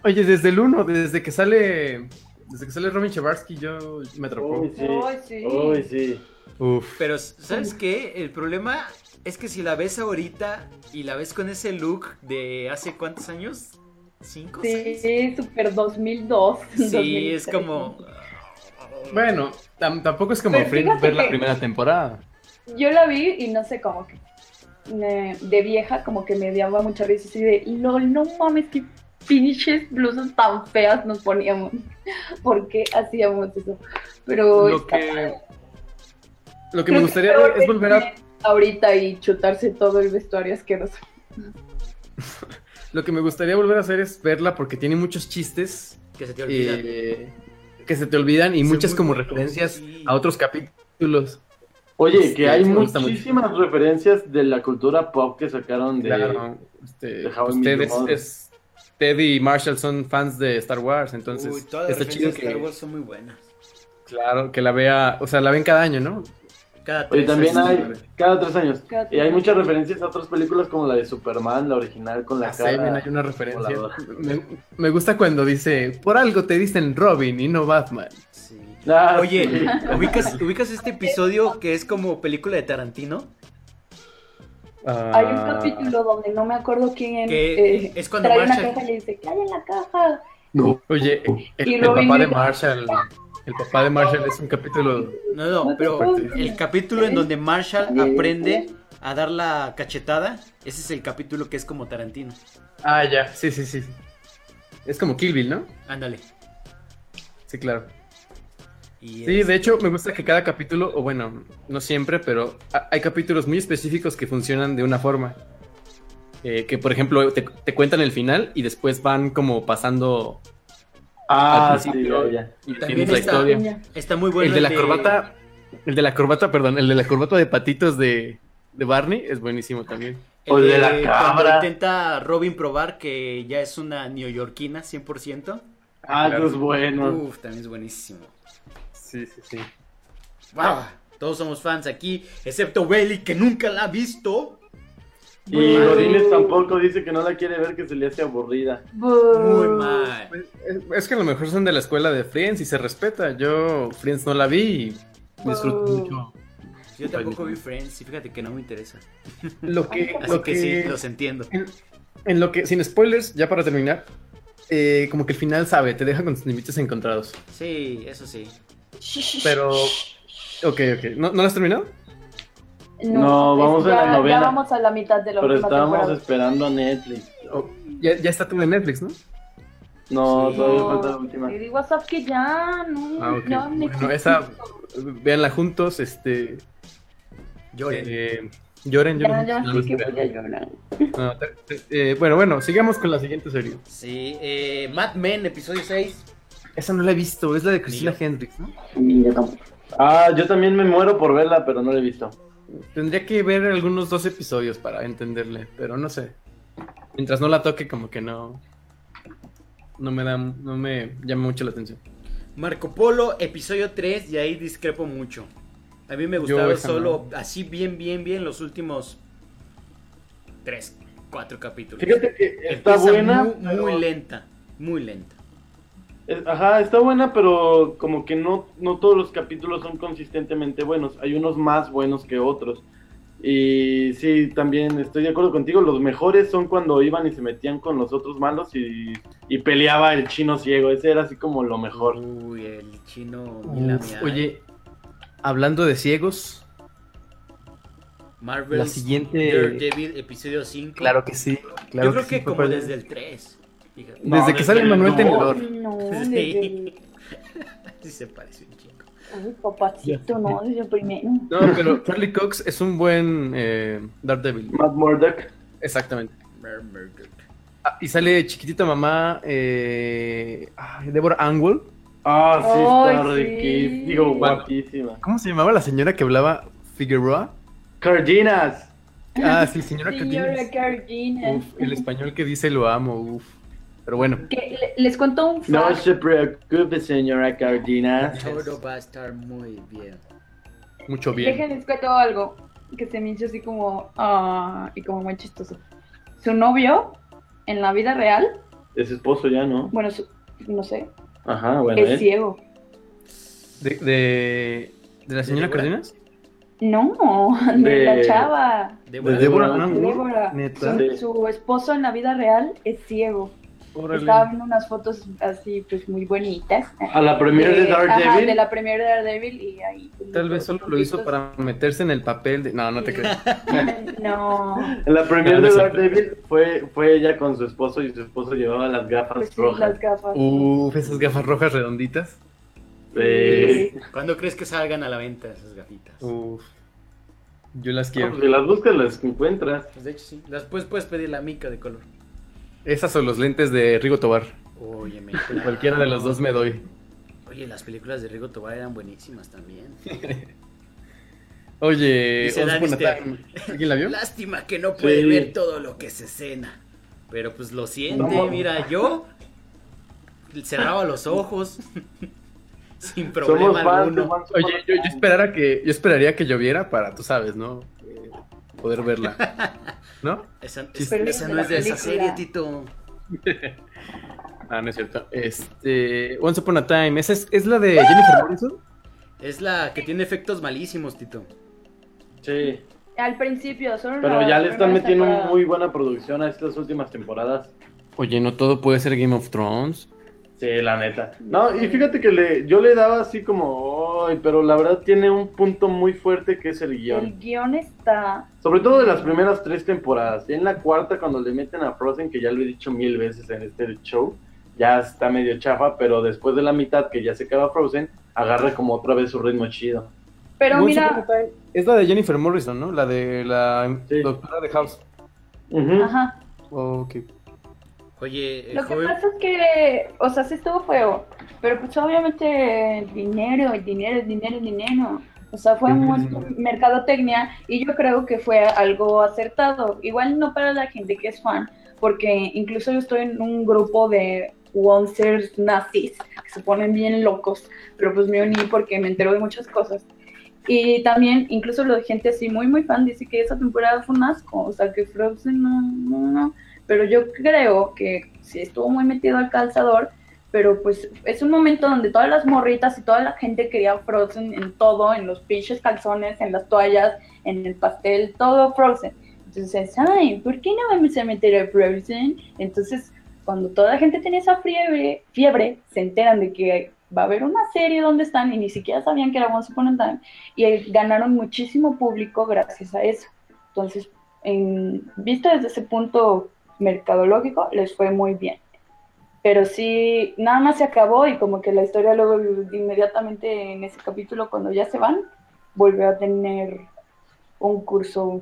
Speaker 3: Oye, desde el 1, desde que sale. Desde que sale Robin Chevarsky, yo me atrapó.
Speaker 7: Uy, sí.
Speaker 1: Ay, sí.
Speaker 7: Uy, sí.
Speaker 3: Uf.
Speaker 2: Pero, ¿sabes qué? El problema es que si la ves ahorita y la ves con ese look de hace cuántos años, ¿cinco? seis? [laughs]
Speaker 1: Sí, super [laughs] 2002.
Speaker 2: Sí,
Speaker 1: 2003.
Speaker 2: es como...
Speaker 3: Bueno, tam- tampoco es como
Speaker 1: Pero
Speaker 3: Friends
Speaker 1: Pues fíjate
Speaker 3: ver la
Speaker 1: que-
Speaker 3: primera temporada.
Speaker 1: Yo la vi y no sé cómo que. eh, De vieja, como que me daba mucha risa así de LOL, no mames, qué pinches blusas tan feas nos poníamos. [laughs] ¿Por qué hacíamos eso? Pero
Speaker 3: Lo
Speaker 1: está
Speaker 3: que.
Speaker 1: padre.
Speaker 3: Lo que
Speaker 1: Creo
Speaker 3: me gustaría
Speaker 1: peor
Speaker 3: es volver a.
Speaker 1: Ahorita y chutarse todo el vestuario asqueroso.
Speaker 3: Lo que me gustaría volver a hacer es verla porque tiene muchos chistes
Speaker 2: Que se te olvida.
Speaker 3: eh, que se te olvidan y
Speaker 2: Sí,
Speaker 3: muchas
Speaker 2: muy
Speaker 3: como
Speaker 2: buenos,
Speaker 3: referencias
Speaker 2: sí.
Speaker 3: a otros capítulos.
Speaker 7: Oye,
Speaker 3: Este,
Speaker 7: que hay
Speaker 3: me gusta mucho.
Speaker 7: muchísimas referencias de la cultura pop que sacaron de...
Speaker 3: Claro, este,
Speaker 7: de How I
Speaker 3: pues,
Speaker 7: Met
Speaker 3: Ted
Speaker 7: Your
Speaker 3: es-
Speaker 7: Mother.
Speaker 3: es- Ted y Marshall son fans de Star Wars, entonces
Speaker 2: Uy, todas las
Speaker 3: está chido
Speaker 2: referencias
Speaker 3: que,
Speaker 2: de Star Wars son muy buenas.
Speaker 3: claro, que la vea, o sea, la ven cada año, ¿no?
Speaker 2: Cada
Speaker 7: Oye,
Speaker 2: tres
Speaker 7: también
Speaker 2: años.
Speaker 7: hay cada tres años.
Speaker 1: Cada
Speaker 7: Y hay
Speaker 1: tres
Speaker 7: muchas
Speaker 1: años.
Speaker 7: referencias a otras películas como la de Superman, la original con la
Speaker 3: A
Speaker 7: cara.
Speaker 3: Seven hay una referencia.
Speaker 7: voladora.
Speaker 3: Me, me gusta cuando dice, por algo te dicen Robin y no Batman.
Speaker 2: Sí.
Speaker 7: Ah,
Speaker 2: Oye,
Speaker 7: [laughs] sí.
Speaker 2: ¿ubicas, ¿ubicas este episodio que es como película de Tarantino?
Speaker 1: Hay un
Speaker 3: Ah,
Speaker 1: capítulo donde no me acuerdo quién
Speaker 2: Que
Speaker 1: eh,
Speaker 2: es cuando
Speaker 1: trae
Speaker 2: Marshall-
Speaker 1: una caja y le dice, ¿qué hay en la caja?
Speaker 3: Oye, el,
Speaker 1: Y
Speaker 3: el
Speaker 1: Robin
Speaker 3: papá de
Speaker 1: es-
Speaker 3: Marshall, el papá de Marshall es un capítulo
Speaker 2: No, no, pero el capítulo en donde Marshall aprende a dar la cachetada, ese es el capítulo que es como Tarantino.
Speaker 3: Ah, ya, sí, sí, sí. sí. Es como Kill Bill, ¿no?
Speaker 2: Ándale.
Speaker 3: Sí, claro.
Speaker 2: Y
Speaker 3: Sí,
Speaker 2: es-
Speaker 3: de hecho, me gusta que cada capítulo, o bueno, no siempre, pero ha- hay capítulos muy específicos que funcionan de una forma. Eh, que, por ejemplo, te, te cuentan el final y después van como pasando
Speaker 7: Ah,
Speaker 3: al
Speaker 7: sí,
Speaker 3: principio.
Speaker 7: ya, ya.
Speaker 3: y
Speaker 2: También
Speaker 3: tienes la
Speaker 2: está
Speaker 3: historia.
Speaker 2: está muy bueno.
Speaker 3: el de la corbata, el de la corbata, perdón, el de la corbata de patitos de, de Barney es buenísimo también.
Speaker 7: O el de la
Speaker 2: cuando
Speaker 7: cabra.
Speaker 2: intenta Robin probar que ya es una neoyorquina 100%.
Speaker 7: Ah,
Speaker 3: Claro.
Speaker 7: eso es bueno.
Speaker 2: Uf, también es buenísimo.
Speaker 3: Sí, sí, sí.
Speaker 2: ¡Wow! Todos somos fans aquí, excepto Belly, que nunca la ha visto.
Speaker 7: Y Godínez tampoco dice que no la quiere ver, que se le hace aburrida.
Speaker 2: Muy mal.
Speaker 3: Pues, eh, Es que a lo mejor son de la escuela de Friends y se respeta. Yo Friends no la vi y disfruto
Speaker 1: Wow.
Speaker 3: mucho.
Speaker 2: Yo tampoco vi Friends, y fíjate que no me interesa.
Speaker 3: Lo que,
Speaker 2: Así
Speaker 3: lo
Speaker 2: que
Speaker 3: que,
Speaker 2: sí, los entiendo.
Speaker 3: en, en lo que, sin spoilers, ya para terminar, eh, como que el final sabe, te deja con sentimientos encontrados.
Speaker 2: Sí, eso sí.
Speaker 3: Pero, ok, ok. ¿No, no lo has terminado?
Speaker 7: No, vamos a la
Speaker 1: ya-
Speaker 7: novena.
Speaker 1: Ya vamos a la mitad de la
Speaker 7: Pero
Speaker 1: última
Speaker 7: estábamos
Speaker 1: temporada.
Speaker 7: esperando a Netflix.
Speaker 3: O- ya, ya está todo en Netflix, ¿no?
Speaker 7: No,
Speaker 2: Sí.
Speaker 7: todavía
Speaker 1: No,
Speaker 7: falta la última.
Speaker 1: Te digo WhatsApp que ya, no,
Speaker 3: Ah, ok.
Speaker 1: ya me
Speaker 3: Bueno, esa, véanla juntos, este,
Speaker 2: Lloren.
Speaker 3: eh, lloren,
Speaker 1: Ya,
Speaker 3: lloren.
Speaker 1: ya
Speaker 3: No
Speaker 1: sé
Speaker 3: los
Speaker 1: que
Speaker 3: vean.
Speaker 1: voy a llorar.
Speaker 3: No, te- te- eh, bueno, bueno, sigamos con la siguiente serie.
Speaker 2: Sí, eh, Mad Men, episodio 6.
Speaker 3: Esa no la he visto, es la de Cristina
Speaker 2: Ni
Speaker 3: Hendricks, ¿no?
Speaker 1: Y yo como,
Speaker 7: Ah, yo también me muero por verla, pero no la he visto.
Speaker 3: Tendría que ver algunos dos episodios para entenderle, pero no sé. Mientras no la toque, como que no. No me da. No me llama mucho la atención.
Speaker 2: Marco Polo, episodio 3, y ahí discrepo mucho. A mí me gustaron
Speaker 3: esa no.
Speaker 2: solo así bien, bien, bien los últimos 3, 4 capítulos.
Speaker 7: Fíjate que está
Speaker 2: Empieza
Speaker 7: buena.
Speaker 2: Muy, muy
Speaker 7: pero-
Speaker 2: lenta, muy lenta.
Speaker 7: es- Ajá, está buena, pero como que no, no todos los capítulos son consistentemente buenos. Hay unos más buenos que otros. Y sí, también estoy de acuerdo contigo. Los mejores son cuando iban y se metían con los otros malos y, y peleaba el chino ciego. Ese era así como lo mejor.
Speaker 2: Uy, el chino Milamiya.
Speaker 3: Oye, hablando de ciegos.
Speaker 2: Marvel's
Speaker 3: la siguiente-
Speaker 2: Daredevil, episodio 5.
Speaker 3: que sí.
Speaker 2: Yo creo que, como desde el 3. Fíjate.
Speaker 3: Desde que sale
Speaker 7: el
Speaker 3: Manuel
Speaker 7: dos.
Speaker 3: Temblor.
Speaker 1: No,
Speaker 2: Sí.
Speaker 1: desde...
Speaker 2: Sí se parece un chingo.
Speaker 1: Ay, papacito, no, desde el primero.
Speaker 3: No, pero Charlie Cox es un buen eh, Daredevil.
Speaker 7: Matt Murdock.
Speaker 3: Exactamente.
Speaker 2: Mer- Murdoch.
Speaker 3: Ah, y sale chiquitita mamá eh, ay, Deborah Angwell.
Speaker 7: Ah, sí, está
Speaker 1: Ay, sí.
Speaker 7: riquísima. Digo,
Speaker 3: Bueno.
Speaker 7: guapísima.
Speaker 3: ¿Cómo se llamaba la señora que hablaba Figueroa?
Speaker 7: Cardinas.
Speaker 3: Ah, sí, señora
Speaker 1: Señora
Speaker 3: Cardenas.
Speaker 1: Cardina.
Speaker 3: Uf, el español que dice lo amo, uf. Pero bueno,
Speaker 1: Que le- les cuento un fact.
Speaker 7: No se preocupe, señora Cardinas.
Speaker 2: Todo va a estar muy bien.
Speaker 3: mucho bien.
Speaker 1: Déjenles cuento algo que se me hizo así como ah, y como muy chistoso. Su novio en la vida real,
Speaker 7: Es esposo ya, ¿no?
Speaker 1: bueno, su- no sé,
Speaker 7: Ajá, bueno.
Speaker 1: es
Speaker 7: ¿eh?
Speaker 1: ciego.
Speaker 3: ¿De, de, de la señora
Speaker 2: Débora?
Speaker 3: Cardenas?
Speaker 1: No, [laughs] de,
Speaker 7: De-
Speaker 1: la chava.
Speaker 2: Débora,
Speaker 7: De Débora,
Speaker 1: de Débora.
Speaker 3: Neta.
Speaker 1: Su, su esposo en la vida real es ciego.
Speaker 3: Órale.
Speaker 1: Estaba viendo unas fotos así, pues muy bonitas.
Speaker 7: A la premier de
Speaker 1: Eh, ajá, de
Speaker 7: Daredevil.
Speaker 1: la primera de Daredevil y ahí. pues,
Speaker 3: Tal
Speaker 1: los-
Speaker 3: vez solo
Speaker 1: los
Speaker 3: lo hizo
Speaker 1: pitos-
Speaker 3: para meterse en el papel de... No, no te creas.
Speaker 1: [laughs] No,
Speaker 7: En la premier
Speaker 3: No, no
Speaker 7: de
Speaker 3: sé.
Speaker 7: Daredevil fue, fue ella con su esposo y su esposo llevaba las gafas
Speaker 1: pues sí,
Speaker 7: rojas.
Speaker 1: las gafas.
Speaker 3: Uf, esas gafas rojas redonditas.
Speaker 7: Eh,
Speaker 2: ¿Cuándo crees que salgan a la venta esas gafitas?
Speaker 3: Uf. Yo las
Speaker 7: no,
Speaker 3: quiero.
Speaker 7: si las buscas, las encuentras.
Speaker 2: Pues de hecho sí. Después puedes pedir la mica de color.
Speaker 3: Esas son los lentes de Rigo Tobar.
Speaker 2: Oye,
Speaker 7: [laughs]
Speaker 2: me
Speaker 3: Cualquiera de los dos me doy.
Speaker 2: Oye, las películas de Rigo Tobar eran buenísimas también.
Speaker 3: Oye,
Speaker 2: Dice Dan
Speaker 3: Osborn
Speaker 2: Stern.
Speaker 3: Attack. ¿Alguien la vio?
Speaker 2: Lástima que no puede
Speaker 7: Sí.
Speaker 2: ver todo lo que se cena. Pero pues lo siente,
Speaker 7: No.
Speaker 2: mira, yo cerraba los [laughs] ojos sin
Speaker 7: Somos
Speaker 2: problema
Speaker 7: fans de
Speaker 2: alguno.
Speaker 7: Once Upon
Speaker 3: Oye,
Speaker 7: a
Speaker 3: yo, yo
Speaker 7: Time.
Speaker 3: esperara que, yo esperaría que lloviera para, tú sabes, ¿no? Eh, Poder verla. ¿No?
Speaker 2: Esa, es-
Speaker 1: Pero
Speaker 2: esa
Speaker 1: es
Speaker 2: no
Speaker 1: la
Speaker 2: es de esa
Speaker 1: película.
Speaker 2: serie, Tito.
Speaker 3: Ah, no es cierto. Este, Once Upon a Time, ¿esa es, es la de Jennifer Morrison?
Speaker 2: Es la que tiene efectos malísimos, Tito.
Speaker 7: Sí,
Speaker 1: Al principio, solo
Speaker 7: pero
Speaker 1: la
Speaker 7: ya le están
Speaker 1: primera
Speaker 7: metiendo
Speaker 1: temporada.
Speaker 7: muy buena producción a estas últimas temporadas.
Speaker 3: Oye, no todo puede ser Game of Thrones.
Speaker 7: Sí, la neta. No, y fíjate que le, yo le daba así como, "Ay", pero la verdad tiene un punto muy fuerte que es el
Speaker 1: El
Speaker 7: guión.
Speaker 1: guión está.
Speaker 7: Sobre todo de las primeras tres temporadas. Y en la cuarta, cuando le meten a Frozen, que ya lo he dicho mil veces en este show, ya está medio chafa, pero después de la mitad que ya se acaba Frozen, agarra como otra vez su ritmo chido.
Speaker 1: Pero
Speaker 3: Once Upon
Speaker 1: mira,
Speaker 3: a Time es la de Jennifer Morrison, ¿no? La de la
Speaker 7: Sí.
Speaker 3: doctora de House.
Speaker 7: Ujú.
Speaker 1: ajá.
Speaker 3: Ok.
Speaker 2: Oye, eh,
Speaker 1: Lo que
Speaker 2: joven,
Speaker 1: pasa es que, o sea, sí estuvo feo, pero pues obviamente el dinero, el dinero, el dinero, el dinero. O sea, fue
Speaker 3: Mm.
Speaker 1: mucha mercadotecnia y yo creo que fue algo acertado. Igual no para la gente que es fan, porque incluso yo estoy en un grupo de Wonsers nazis, que se ponen bien locos, pero pues me uní porque me entero de muchas cosas. Y también, incluso la gente así muy, muy fan dice que esa temporada fue un asco, o sea, que Frozen no, no, no pero yo creo que sí estuvo muy metido al calzador, pero pues es un momento donde todas las morritas y toda la gente quería Frozen en todo, en los pinches calzones, en las toallas, en el pastel, todo Frozen. Entonces, ay, ¿por qué no vamos a meter a Frozen? Entonces, cuando toda la gente tenía esa fiebre, fiebre, se enteran de que va a haber una serie donde están y ni siquiera sabían que era Once Upon a Time y eh, ganaron muchísimo público gracias a eso. Entonces, en, visto desde ese punto mercadológico les fue muy bien. Pero sí, nada más se acabó y como que la historia luego inmediatamente en ese capítulo cuando ya se van, volvió a tener un curso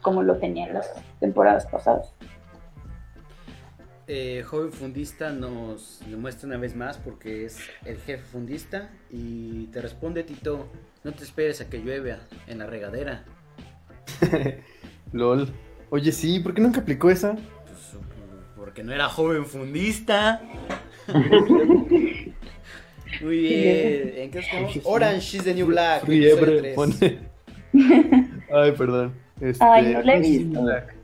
Speaker 1: como lo tenía en las temporadas pasadas.
Speaker 2: eh, joven fundista nos lo muestra una vez más porque es el jefe fundista y te responde, Tito, no te esperes a que llueva en la regadera.
Speaker 3: LOL. Oye, sí, ¿por qué nunca aplicó esa?
Speaker 2: Pues pues, porque no era joven fundista. [laughs] Muy bien. ¿En qué estamos? Orange is the New Black. episodio
Speaker 3: Fiebre
Speaker 2: tres.
Speaker 3: pone.
Speaker 1: [laughs]
Speaker 3: Ay, perdón. Este,
Speaker 1: Ay, no la he visto.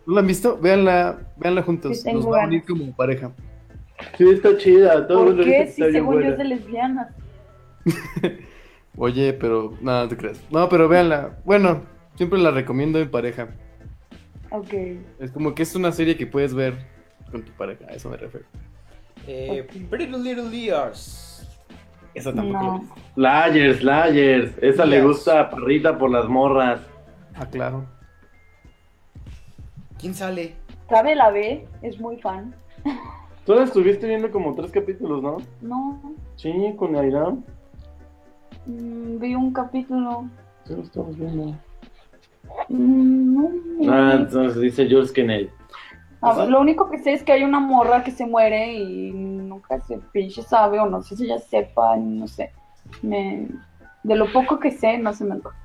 Speaker 3: ¿No la han visto? Véanla, véanla juntos.
Speaker 1: Sí, tengo
Speaker 3: Nos va a
Speaker 1: ganas.
Speaker 3: unir como pareja.
Speaker 7: Sí, está chida. Todo el mundo
Speaker 1: ¿Por
Speaker 7: dice
Speaker 1: qué?
Speaker 7: que
Speaker 1: Si
Speaker 7: está bien
Speaker 1: según yo
Speaker 7: buena.
Speaker 1: es de lesbianas.
Speaker 3: Oye, pero nada, no, te creas. No, pero véanla. Bueno, siempre la recomiendo en pareja.
Speaker 1: Ok.
Speaker 3: Es como que es una serie que puedes ver con tu pareja, a eso me refiero.
Speaker 2: Eh, Pretty Little Liars.
Speaker 3: Esa tampoco. la he
Speaker 1: No.
Speaker 3: visto.
Speaker 7: Layers, Layers. Esa le
Speaker 2: Yes.
Speaker 7: gusta a Parrita por las morras.
Speaker 3: Ah, claro.
Speaker 2: ¿Quién sale?
Speaker 1: Cabe la B, es muy fan.
Speaker 7: Tú la estuviste viendo como tres capítulos, ¿no?
Speaker 1: No.
Speaker 7: Sí, con Airam.
Speaker 1: mm, vi un capítulo.
Speaker 7: Sí, lo estamos viendo.
Speaker 1: Mm, no.
Speaker 7: Ah, entonces dice Jules Kennedy.
Speaker 1: A ver, lo único que sé es que hay una morra que se muere y nunca se pinche sabe o no sé si ella sepa, no sé. Me- De lo poco que sé, no se me antoja.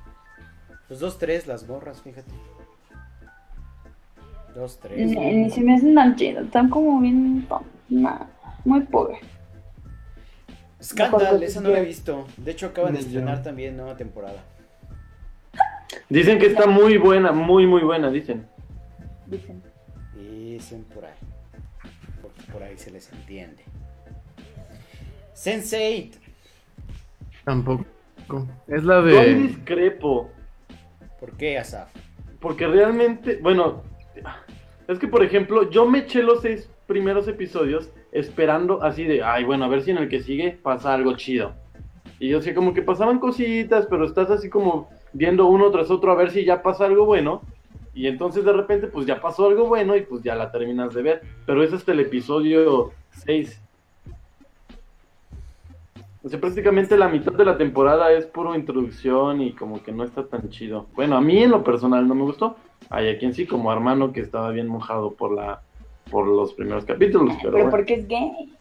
Speaker 2: Pues dos, tres, las borras, fíjate. Dos, tres.
Speaker 1: Ni, ni se me hacen tan chidas, están como bien tontas, nada, muy pobre.
Speaker 2: Scandal,
Speaker 1: Mejor
Speaker 2: esa no la he
Speaker 1: dos.
Speaker 2: visto. De hecho, acaban de
Speaker 3: Ni yo.
Speaker 2: estrenar también nueva temporada.
Speaker 7: Dicen que está muy buena, muy, muy buena, dicen.
Speaker 1: Dicen.
Speaker 2: Dicen por ahí. Porque por ahí se les entiende. Sense8.
Speaker 3: Tampoco. Es la
Speaker 7: Yo ahí
Speaker 3: de.
Speaker 7: discrepo.
Speaker 2: ¿Por qué, Asaf?
Speaker 7: Porque realmente, bueno, es que por ejemplo, yo me eché los seis primeros episodios esperando así de, ay, bueno, a ver si en el que sigue pasa algo chido. Y yo sé como que pasaban cositas, pero estás así como viendo uno tras otro a ver si ya pasa algo bueno. Y entonces de repente, pues ya pasó algo bueno y pues ya la terminas de ver. Pero es hasta el episodio 6. O sea, prácticamente la mitad de la temporada es puro introducción y como que no está tan chido. Bueno, a mí en lo personal no me gustó. Hay a quien sí, como hermano que estaba bien mojado por la por los primeros capítulos, pero,
Speaker 1: Pero,
Speaker 7: bueno.
Speaker 1: porque
Speaker 7: [laughs]
Speaker 1: es gay.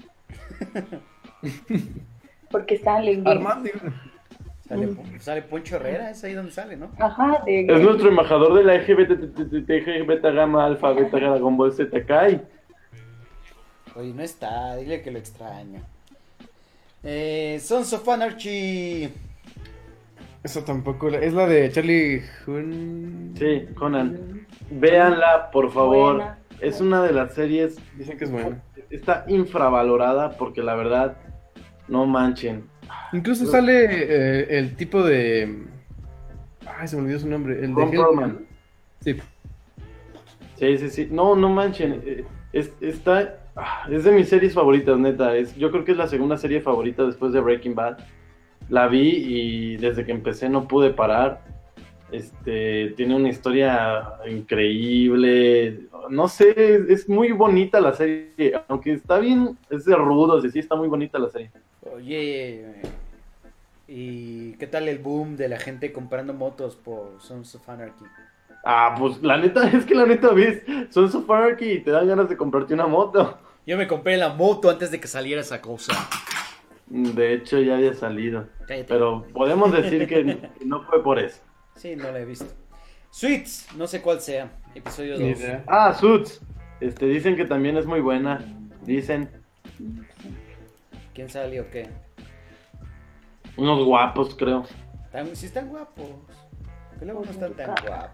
Speaker 1: porque sale gay.
Speaker 3: Armando.
Speaker 2: ¿Sale, Pon- sale Poncho Herrera? Es ahí donde sale, ¿no?
Speaker 1: Ajá, de
Speaker 7: es
Speaker 1: gay.
Speaker 7: nuestro embajador de la LGBT, beta gamma, alfa, beta dragon ball, zeta, kai.
Speaker 2: Oye, no está. Dile que lo extraño. Eh, Sons of Anarchy.
Speaker 3: Esa tampoco. la- Es la de Charlie Hun.
Speaker 7: Sí, Conan. Véanla, por favor.
Speaker 1: Buena.
Speaker 7: Es una de las series
Speaker 3: Dicen que es buena.
Speaker 7: está infravalorada porque la verdad no manchen.
Speaker 3: Incluso sale eh, el tipo de. Ay, se me olvidó su nombre. El de
Speaker 7: Ron
Speaker 3: Hellboy.
Speaker 7: Perlman.
Speaker 3: Sí.
Speaker 7: Sí, sí, sí. No, no manchen. Eh, Es, está, ah, es de mis series favoritas, neta. Es, yo creo que es la segunda serie favorita después de Breaking Bad. La vi y desde que empecé no pude parar. Este, tiene una historia increíble. No sé, es, es muy bonita la serie. Aunque está bien, es de rudos y sí está muy bonita la serie.
Speaker 2: Oye, eh, ¿y qué tal el boom de la gente comprando motos por Sons of Anarchy?
Speaker 7: Ah, pues la neta, [laughs] es que la neta ves, son of Anarchy y te dan ganas de comprarte una moto.
Speaker 2: Yo me compré la moto antes de que saliera esa cosa.
Speaker 7: De hecho, ya había salido.
Speaker 2: Cállate.
Speaker 7: Pero podemos decir que no fue por eso.
Speaker 2: Sí, no la he visto. Sweets, no sé cuál sea. Episodio
Speaker 3: Ni
Speaker 2: 2.
Speaker 3: idea.
Speaker 7: Ah, Suits. Este, dicen que también es muy buena. Dicen
Speaker 2: ¿Quién salió o qué?
Speaker 7: unos guapos, creo.
Speaker 2: Tan- sí están guapos. Que luego no están tan guapos.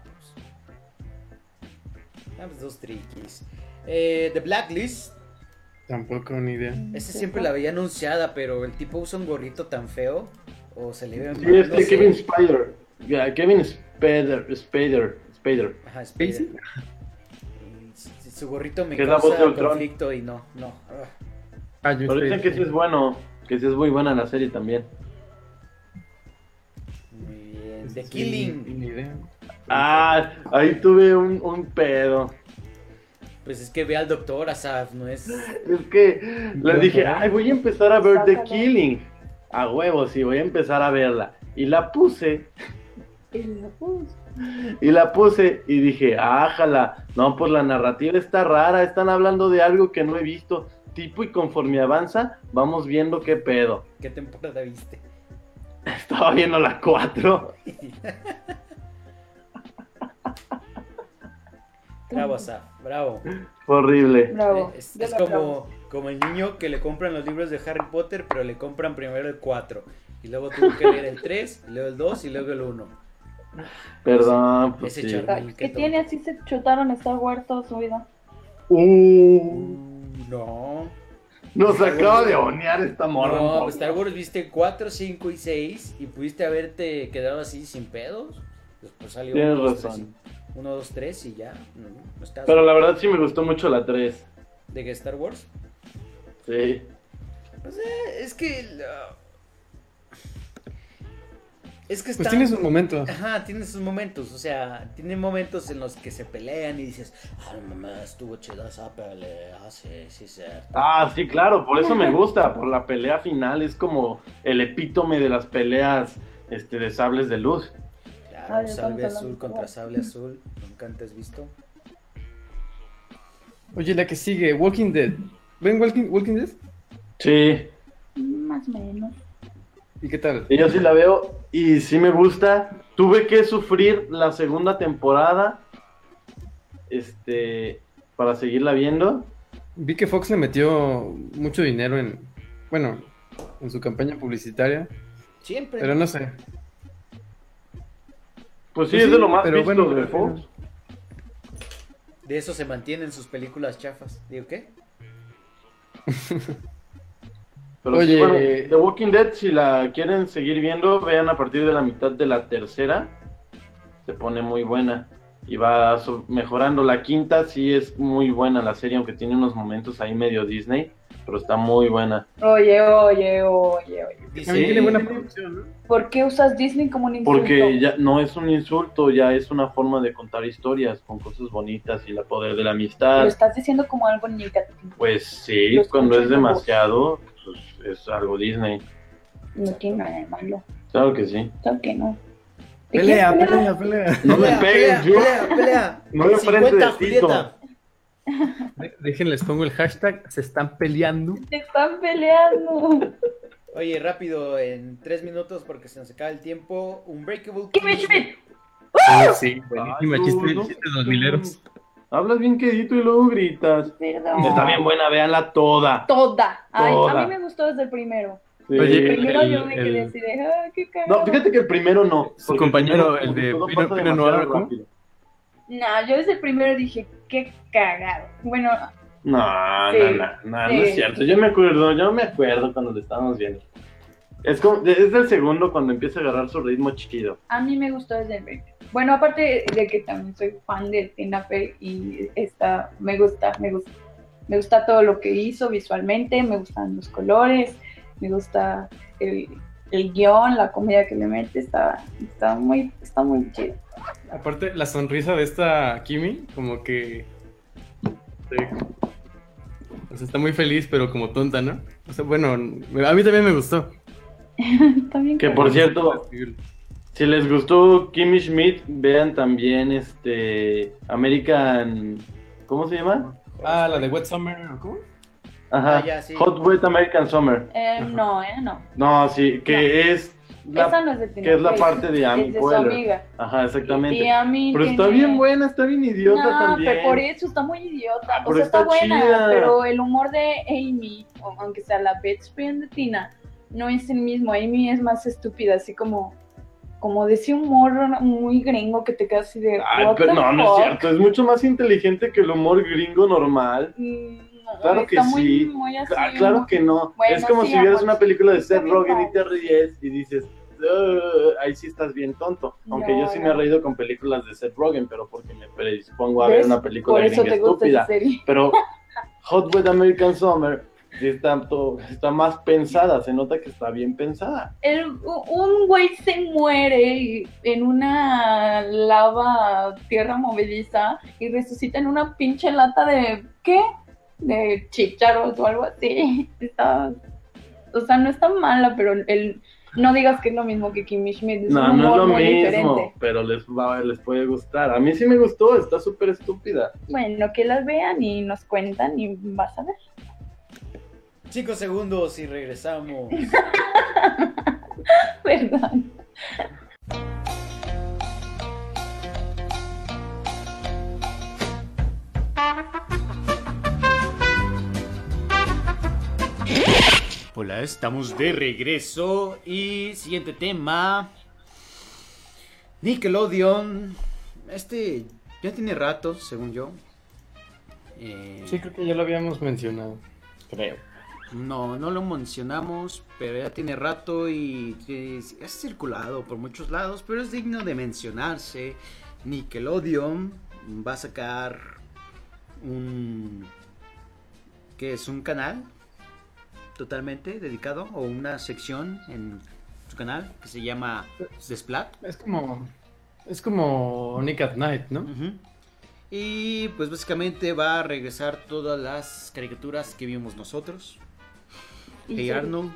Speaker 2: Vamos, dos triquis. Eh, The Blacklist.
Speaker 3: Tampoco, ni idea.
Speaker 2: Esa siempre la veía anunciada, pero el tipo usa un gorrito tan feo. O se le ve
Speaker 7: Sí, este
Speaker 2: no sé.
Speaker 7: Kevin Spider. Ya, ah, Kevin Spader, Spader, Spader.
Speaker 2: Ajá, Spider. Y su- Su gorrito me
Speaker 7: Que es la voz de
Speaker 2: causa
Speaker 7: Ultron.
Speaker 2: conflicto y no, no. ah.
Speaker 3: Ah, yo
Speaker 7: Pero dicen que sí es bueno, que sí es muy buena la serie también.
Speaker 2: Muy bien. The
Speaker 3: Sí,
Speaker 2: Killing.
Speaker 3: Ni idea.
Speaker 7: Ah, ahí tuve un, un pedo.
Speaker 2: Pues es que ve al doctor Asaf, no es.
Speaker 7: Es que le dije, ay, voy a empezar a ver The
Speaker 1: Sácala.
Speaker 7: Killing. A huevo, sí, voy a empezar a verla. Y la puse Y la puse y dije, ájala, no, pues la narrativa está rara, están hablando de algo que no he visto, tipo, y conforme avanza, vamos viendo qué pedo. [laughs]
Speaker 2: ¿Qué temporada viste?
Speaker 7: Estaba viendo la 4.
Speaker 2: Bravo, Asaf, bravo.
Speaker 7: Horrible.
Speaker 1: Bravo.
Speaker 2: Es,
Speaker 1: Yo
Speaker 2: es
Speaker 1: lo aplaudo.
Speaker 2: como, como el niño que le compran los libros de Harry Potter, pero le compran primero el 4. Y luego tuvo que leer el 3, luego el 2 y luego el 1.
Speaker 7: Perdón. Pues,
Speaker 2: Ese
Speaker 7: sí.
Speaker 2: charro. Ay,
Speaker 1: ¿Qué
Speaker 2: qué
Speaker 1: tiene? Así se chutaron Star Wars toda su vida.
Speaker 7: Uh,
Speaker 2: No.
Speaker 7: nos acaba de onear esta morra. un
Speaker 2: No,
Speaker 7: poco.
Speaker 2: pues Star Wars viste 4, 5 y 6 y pudiste haberte quedado así sin pedos. Después salió
Speaker 7: Tienes
Speaker 2: 1, 2, 3
Speaker 7: razón.
Speaker 2: y ya. No, no estás-
Speaker 7: Pero la verdad sí me gustó mucho la 3.
Speaker 2: ¿De que Star Wars?
Speaker 7: Sí.
Speaker 2: Pues eh, es que... la- Es que
Speaker 3: Pues
Speaker 2: está...
Speaker 3: tiene sus momentos.
Speaker 2: Ajá, tiene sus momentos, o sea, tiene momentos en los que se pelean y dices, ah, mamá, estuvo chida esa pelea, sí, sí, sí.
Speaker 7: Ah, sí, claro, por eso me gusta, por la pelea final es como el epítome de las peleas este, de sables de luz.
Speaker 2: Claro,
Speaker 1: Ay, yo
Speaker 2: sable
Speaker 1: tanto la
Speaker 2: azul
Speaker 1: vi.
Speaker 2: contra sable azul, nunca antes visto.
Speaker 3: Oye, la que sigue, Walking Dead. ¿Ven Walking, Walking Dead?
Speaker 7: Sí,
Speaker 1: Más o menos.
Speaker 3: ¿Y qué tal?
Speaker 7: y yo sí la veo y sí me gusta. Tuve que sufrir la segunda temporada este, para seguirla viendo.
Speaker 3: Vi que Fox le metió mucho dinero en, bueno, en su campaña publicitaria,
Speaker 2: Siempre.
Speaker 3: pero no sé.
Speaker 7: Pues
Speaker 3: Pues
Speaker 7: sí, es
Speaker 3: sí,
Speaker 7: de lo más
Speaker 3: pero
Speaker 7: visto
Speaker 3: bueno, eh,
Speaker 7: de
Speaker 3: pero-
Speaker 7: Fox.
Speaker 2: De eso se mantienen sus películas chafas. Digo, ¿qué?
Speaker 7: Pero
Speaker 3: Oye. eh,
Speaker 7: sí, bueno, The Walking Dead, si la quieren seguir viendo, vean a partir de la mitad de la tercera. Se pone muy buena. Y va so- mejorando. La quinta sí es muy buena la serie, aunque tiene unos momentos ahí medio Disney. Pero está muy buena.
Speaker 1: Oye, oye, oye, oye.
Speaker 3: También
Speaker 2: Dice,
Speaker 3: tiene buena producción, ¿no?
Speaker 1: ¿Por qué usas Disney como un instrumento?
Speaker 7: Porque ya no es un insulto, ya es una forma de contar historias con cosas bonitas y la poder de la
Speaker 1: Lo
Speaker 7: amistad.
Speaker 1: estás diciendo como algo negativo.
Speaker 7: Pues sí,
Speaker 1: Lo
Speaker 7: cuando
Speaker 1: escucho
Speaker 7: es
Speaker 1: en tu voz.
Speaker 7: demasiado, pues, es algo Disney.
Speaker 1: No tiene nada de malo.
Speaker 7: Claro que
Speaker 1: [laughs]
Speaker 7: sí.
Speaker 1: Claro que no. ¿Te
Speaker 3: Pelea,
Speaker 1: quieres
Speaker 3: pelea,
Speaker 1: pelear?
Speaker 3: pelea.
Speaker 7: No me
Speaker 2: pelea,
Speaker 7: pegues, yo.
Speaker 2: pelea, pelea,
Speaker 7: [laughs] No me
Speaker 2: 50,
Speaker 7: prende de Tito.
Speaker 2: Julieta.
Speaker 3: De- Déjenles pongo el hashtag, se están peleando.
Speaker 1: Te están peleando.
Speaker 2: Oye, rápido, en tres minutos porque se nos acaba el tiempo. Unbreakable.
Speaker 1: Kimmy
Speaker 2: Kimmy
Speaker 1: Schmidt.
Speaker 3: Ah, sí, buenísima,
Speaker 7: Ay, no,
Speaker 3: chiste,
Speaker 7: no.
Speaker 3: chiste dos mileros.
Speaker 7: Hablas bien quedito y luego gritas.
Speaker 1: Perdón.
Speaker 7: Está bien buena, véanla toda.
Speaker 1: Toda. Ay,
Speaker 7: Toda.
Speaker 1: a mí me gustó desde el primero.
Speaker 7: Sí.
Speaker 3: Oye,
Speaker 1: El primero yo
Speaker 3: El-
Speaker 1: me quedé
Speaker 3: el-
Speaker 1: así de, ah, qué cagado.
Speaker 7: No, fíjate que el primero no.
Speaker 3: Su
Speaker 7: porque
Speaker 3: compañero, el
Speaker 7: como
Speaker 3: de
Speaker 7: que todo
Speaker 3: Pino-
Speaker 7: pasa
Speaker 3: Pino
Speaker 7: demasiado
Speaker 3: Noir, ¿cómo?
Speaker 7: rápido.
Speaker 1: No, yo desde el primero dije, qué cagado. Bueno,
Speaker 7: No,
Speaker 1: Sí.
Speaker 7: no, no, no, no es
Speaker 1: Sí.
Speaker 7: cierto. Yo me acuerdo, yo me acuerdo cuando lo estábamos viendo. Es como, es del segundo cuando empieza a agarrar su ritmo chido.
Speaker 1: a mí me gustó desde el primero. Bueno, aparte de que también soy fan de Tina Fey y esta, me gusta, me gusta. Me gusta todo lo que hizo visualmente, me gustan los colores, me gusta el, el guión, la comida que le mete, está, está muy, está muy chido. [laughs]
Speaker 3: Aparte, la sonrisa de esta Kimi, como que. sí. O sea, está muy feliz, pero como tonta, ¿no? O sea, bueno, a mí también me gustó.
Speaker 1: También
Speaker 7: Que por cierto, si les gustó Kimmy Schmidt, vean también este American. ¿Cómo se llama?
Speaker 3: Ah, la de Wet Summer, ¿cómo?
Speaker 7: Ajá.
Speaker 2: Ah, ya, sí.
Speaker 7: Hot Wet American Summer.
Speaker 1: Eh, no, eh, no.
Speaker 7: No, sí, que es. la-
Speaker 1: Esa no es de Tina
Speaker 7: que es la
Speaker 1: Fey,
Speaker 7: parte de Amy
Speaker 1: es de su
Speaker 7: Poehler.
Speaker 1: amiga.
Speaker 7: Ajá,
Speaker 1: Y
Speaker 7: exactamente.
Speaker 1: a mí
Speaker 7: Pero
Speaker 1: que
Speaker 7: está
Speaker 1: me-
Speaker 7: bien buena, está bien idiota
Speaker 1: no,
Speaker 7: también.
Speaker 1: pero por eso está muy idiota.
Speaker 7: Ah,
Speaker 1: o
Speaker 7: pero
Speaker 1: sea, está,
Speaker 7: está
Speaker 1: buena,
Speaker 7: chida.
Speaker 1: pero el humor de Amy, o- aunque sea la Beth Spin de Tina, no es el mismo. Amy es más estúpida, así como, como de ese humor muy gringo que te quedas así de.
Speaker 7: Ay,
Speaker 1: "What
Speaker 7: Ah, pero
Speaker 1: the
Speaker 7: no, no es
Speaker 1: fuck?".
Speaker 7: cierto. Es mucho más inteligente que el humor gringo normal.
Speaker 1: Mm, no,
Speaker 7: Claro que
Speaker 1: está muy-
Speaker 7: sí.
Speaker 1: muy así,
Speaker 7: Ah, claro
Speaker 1: ¿no?
Speaker 7: que no.
Speaker 1: Bueno,
Speaker 7: es como
Speaker 1: sí,
Speaker 7: si vieras
Speaker 1: amor,
Speaker 7: una película de
Speaker 1: está
Speaker 7: Seth
Speaker 1: bien
Speaker 7: Rogen
Speaker 1: padre.
Speaker 7: y te ríes y dices, "Ugh", ahí sí estás bien tonto. Aunque
Speaker 1: No,
Speaker 7: yo sí
Speaker 1: no.
Speaker 7: me he reído con películas de Seth Rogen, pero porque me predispongo a ver
Speaker 1: ¿Ves?
Speaker 7: una película
Speaker 1: Por eso
Speaker 7: gringa
Speaker 1: te gusta
Speaker 7: estúpida.
Speaker 1: esa serie. [laughs]
Speaker 7: Pero Hot Wet American Summer sí está, to- está más pensada. Se nota que está bien pensada.
Speaker 1: El- u- un güey se muere y- en una lava tierra movediza y resucita en una pinche lata de ¿qué? De chicharros o algo así. [laughs] Está, o sea, no está mala, pero el no digas que es lo mismo que Kimmy Schmidt. Es
Speaker 7: No,
Speaker 1: un
Speaker 7: no es
Speaker 1: humor
Speaker 7: lo
Speaker 1: muy
Speaker 7: mismo,
Speaker 1: diferente.
Speaker 7: pero les, va, les puede gustar. A mí sí me gustó, está súper estúpida.
Speaker 1: Bueno, que las vean y nos cuentan y vas a ver.
Speaker 2: Cinco segundos y regresamos.
Speaker 1: [laughs] Perdón.
Speaker 2: estamos de regreso. Y siguiente tema. Nickelodeon. Este ya tiene rato, según yo. Eh,
Speaker 3: Sí, creo que ya lo habíamos mencionado. Creo.
Speaker 2: No, no lo mencionamos, pero ya tiene rato y es- ha circulado por muchos lados, pero es digno de mencionarse. Nickelodeon va a sacar un... ¿Qué es? ¿Un canal? Totalmente dedicado o una sección en su canal que se llama Desplat.
Speaker 3: Es como. Es como Nick at Night, ¿no?
Speaker 2: Ujú. Y pues básicamente va a regresar todas las caricaturas que vimos nosotros.
Speaker 1: Y
Speaker 2: Hey
Speaker 1: sí.
Speaker 2: Arnold,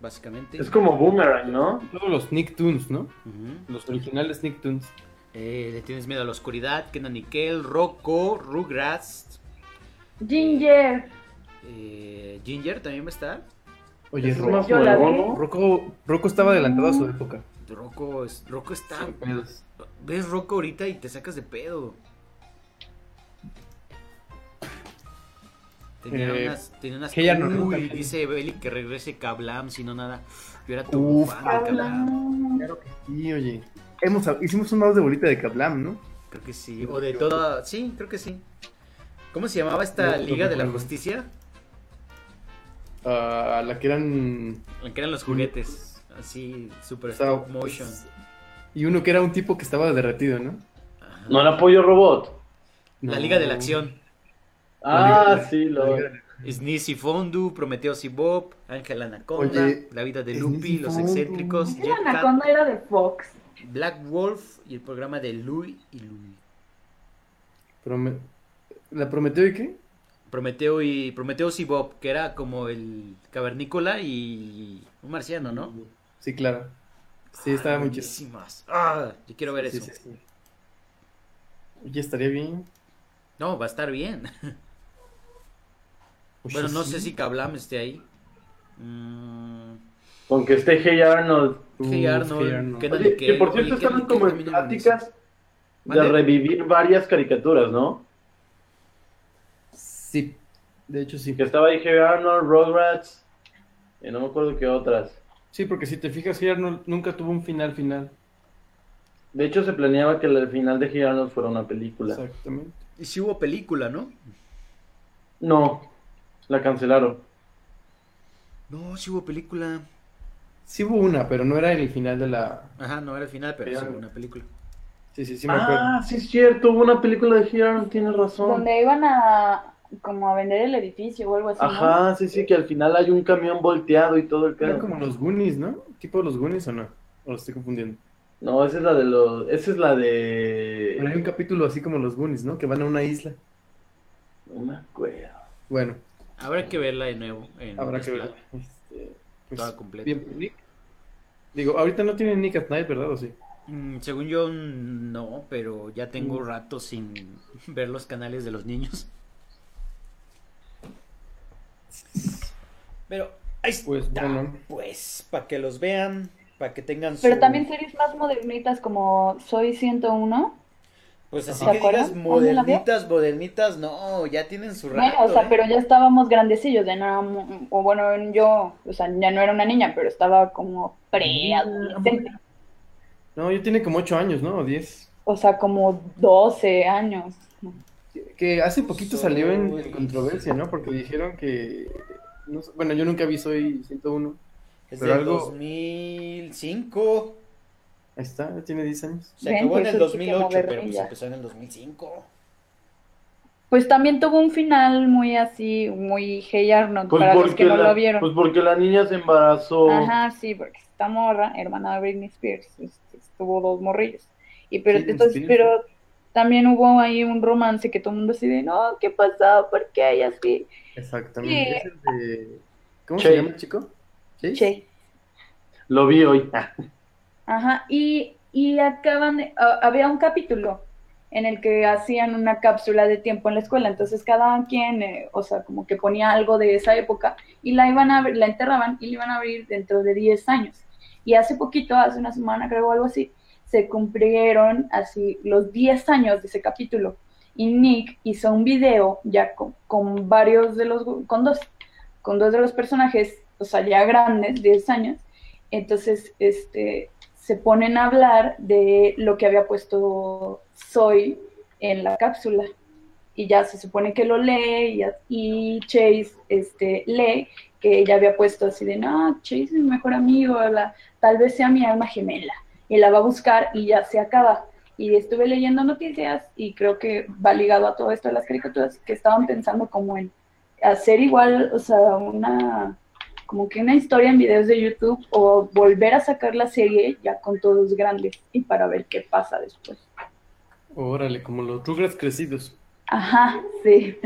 Speaker 2: básicamente.
Speaker 7: Es como Boomerang, ¿no?
Speaker 3: Todos los Nicktoons, ¿no?
Speaker 2: Ujú.
Speaker 3: Los originales Nicktoons.
Speaker 2: Eh, le tienes miedo a la oscuridad, Kenan Nickel, Rocco, Rugrats,
Speaker 1: Ginger.
Speaker 2: eh, Ginger también va a estar.
Speaker 3: Oye,
Speaker 7: Es
Speaker 3: Rocco.
Speaker 7: más como el
Speaker 1: vi.
Speaker 7: Bono.
Speaker 3: Rocco, Rocco estaba adelantado a su época.
Speaker 2: Rocco, es- Rocco está.
Speaker 3: Sin pedos.
Speaker 2: Ves Rocco ahorita y te sacas de pedo. Tenía
Speaker 3: Eh,
Speaker 2: unas, tenía unas
Speaker 3: que ya no
Speaker 2: Uy,
Speaker 3: nunca-
Speaker 2: dice Beli que regrese Kablam, si no nada. Yo era tu
Speaker 3: Uf,
Speaker 2: fan de Kablam.
Speaker 3: Claro que sí, oye. Hemos, hicimos un mouse de bolita de Kablam, ¿no?
Speaker 2: Creo que sí. O de toda. Sí, creo que sí. ¿Cómo se llamaba esta
Speaker 3: No, no
Speaker 2: Liga de la
Speaker 3: recuerdo.
Speaker 2: Justicia?
Speaker 3: Ah, la que eran.
Speaker 2: La que eran los juguetes. Así, super
Speaker 3: estaba-
Speaker 2: stop motion.
Speaker 3: Y uno que era un tipo que estaba derretido, ¿no?
Speaker 2: Ajá.
Speaker 7: No era Pollo Robot.
Speaker 2: La
Speaker 3: No.
Speaker 2: Liga de la Acción.
Speaker 7: Ah,
Speaker 3: Liga-
Speaker 7: sí, lo.
Speaker 2: Sneezy Fondu, Prometeo y Bob, Ángel Anaconda,
Speaker 3: Oye,
Speaker 2: La vida de
Speaker 3: Sneezy
Speaker 2: Lupi, Los
Speaker 3: Fondu.
Speaker 2: Excéntricos,
Speaker 1: Era
Speaker 2: Jetcat,
Speaker 1: Anaconda era de Fox.
Speaker 2: Black Wolf y el programa de Louie y Louie.
Speaker 3: Prome- ¿La prometió y qué?
Speaker 2: Prometeo y Prometeo y Bob, que era como el cavernícola y un marciano, ¿no?
Speaker 3: Sí, claro. Sí, estaba muy chido.
Speaker 2: Buenísimas. Ah, yo quiero ver
Speaker 3: Sí,
Speaker 2: eso.
Speaker 3: sí, sí. Oye, estaría bien.
Speaker 2: No, va a estar bien.
Speaker 3: Oye,
Speaker 2: Bueno, no
Speaker 3: Pues sí.
Speaker 2: sé si Kablam esté ahí. Mm,
Speaker 7: Con que esté Hey Arnold.
Speaker 3: Uf,
Speaker 2: Hey Arnold,
Speaker 3: Hey Arnold.
Speaker 2: ¿qué tal?
Speaker 7: Oye,
Speaker 2: que-
Speaker 7: que por cierto
Speaker 2: oye, que-
Speaker 7: estaban
Speaker 2: que
Speaker 7: como en
Speaker 2: también eran
Speaker 7: pláticas de
Speaker 2: ¿Mande?
Speaker 7: revivir varias caricaturas, ¿no?
Speaker 3: Sí, de hecho sí.
Speaker 7: Que estaba ahí Hey Arnold, Rugrats, y no me acuerdo qué otras.
Speaker 3: Sí, porque si te fijas, Hey Arnold nunca tuvo un final final.
Speaker 7: De hecho, se planeaba que el final de Hey Arnold fuera una película.
Speaker 3: Exactamente.
Speaker 2: Y si hubo película, ¿no?
Speaker 7: No, la cancelaron.
Speaker 2: No, si hubo película.
Speaker 3: Sí hubo una, pero no era en el final de la...
Speaker 2: Ajá, no era el final, pero
Speaker 3: Pero-
Speaker 2: sí hubo una película.
Speaker 3: Sí, sí, sí me acuerdo.
Speaker 7: Ah, sí es cierto, hubo una película de Hey Arnold, tienes razón.
Speaker 1: Donde iban a como a vender el edificio o algo así. ¿no?
Speaker 7: Ajá, sí, sí, que al final hay un camión volteado y todo el
Speaker 3: Eran
Speaker 7: pedo.
Speaker 3: como los Goonies, ¿no? ¿Tipo los Goonies o no? O los estoy confundiendo.
Speaker 7: No, esa es la de los... Esa es la
Speaker 3: Pero hay
Speaker 7: de...
Speaker 3: un capítulo así como los Goonies, ¿no? Que van a una isla.
Speaker 7: No me acuerdo.
Speaker 3: Bueno,
Speaker 2: Habrá que verla de nuevo. en-
Speaker 3: habrá que ver. Este, pues,
Speaker 2: Toda completa.
Speaker 3: bien, por Nick. Digo, ahorita no tienen Nick at Night, ¿verdad? ¿O sí?
Speaker 2: Mm, según yo, mm, no, pero ya tengo
Speaker 3: Mm.
Speaker 9: [laughs]
Speaker 2: rato sin ver los canales de los niños.
Speaker 9: Pero ahí está.
Speaker 3: Pues bueno.
Speaker 9: Pues, para que los vean, para que tengan su...
Speaker 1: Pero también series más modernitas como Soy 101.
Speaker 9: Pues así
Speaker 1: ¿Se
Speaker 9: que digas
Speaker 1: acuerdan? ¿Alguien la vio?
Speaker 9: modernitas, modernitas, no, ya tienen su rato.
Speaker 1: Bueno, o sea,
Speaker 9: ¿eh?
Speaker 1: pero ya estábamos grandecillos, ya no éramos- o bueno, yo, o sea, ya no era una niña, pero estaba como preadolescente,
Speaker 3: No, yo tiene como 8 años, ¿no? O 10.
Speaker 1: o sea, como 12 años.
Speaker 3: Que hace poquito
Speaker 9: Soy-
Speaker 3: salió en, en controversia, ¿no? Porque dijeron que... no sé- bueno, yo nunca vi Soy 101.
Speaker 9: Es
Speaker 3: pero
Speaker 9: del
Speaker 3: algo-
Speaker 9: 2005.
Speaker 3: Ahí está, ya tiene 10 años.
Speaker 9: Se
Speaker 1: Ven,
Speaker 9: acabó en
Speaker 1: pues,
Speaker 9: el
Speaker 1: eso sí que
Speaker 9: 2008,
Speaker 1: moderno
Speaker 9: pero pues
Speaker 1: ya.
Speaker 9: empezó en el 2005.
Speaker 1: Pues también tuvo un final muy así, muy Hey Arnold,
Speaker 7: Pues
Speaker 1: para los
Speaker 7: porque
Speaker 1: que no
Speaker 7: la,
Speaker 1: lo vieron.
Speaker 7: Pues porque la niña se embarazó.
Speaker 1: Ajá, sí, porque esta morra, hermana de Britney Spears, este, tuvo dos morrillos. Y pero
Speaker 3: Britney
Speaker 1: entonces,
Speaker 3: Spears,
Speaker 1: pero también hubo ahí un romance que todo el mundo así de, no, ¿qué pasó? ¿Por qué? Y así,
Speaker 3: Exactamente.
Speaker 1: Sí.
Speaker 3: Es el de- ¿Cómo
Speaker 7: Che.
Speaker 3: se llama el chico? ¿Chase?
Speaker 1: che.
Speaker 7: Lo vi hoy.
Speaker 1: Ajá, y, y acaban, de- ah, había un capítulo en el que hacían una cápsula de tiempo en la escuela, entonces cada quien, eh, o sea, como que ponía algo de esa época y la iban a abrir- la enterraban y la iban a abrir dentro de 10 años. Y hace poquito, hace una semana creo o algo así, se cumplieron así los 10 años de ese capítulo y Nick hizo un video ya con, con varios de los, con dos, con dos de los personajes o sea, ya grandes, 10 años, entonces este, se ponen a hablar de lo que había puesto Soy en la cápsula. Y ya se supone que lo lee y, ya- y Chase este, lee que ella había puesto así de, no, Chase es mi mejor amigo, la- tal vez sea mi alma gemela. Y la va a buscar y ya se acaba. Y estuve leyendo noticias y creo que va ligado a todo esto de las caricaturas que estaban pensando como en hacer igual, o sea, una como que una historia en videos de YouTube o volver a sacar la serie ya con todos grandes y para ver qué pasa después.
Speaker 3: Órale, como los Rugrats crecidos.
Speaker 1: Ajá, sí.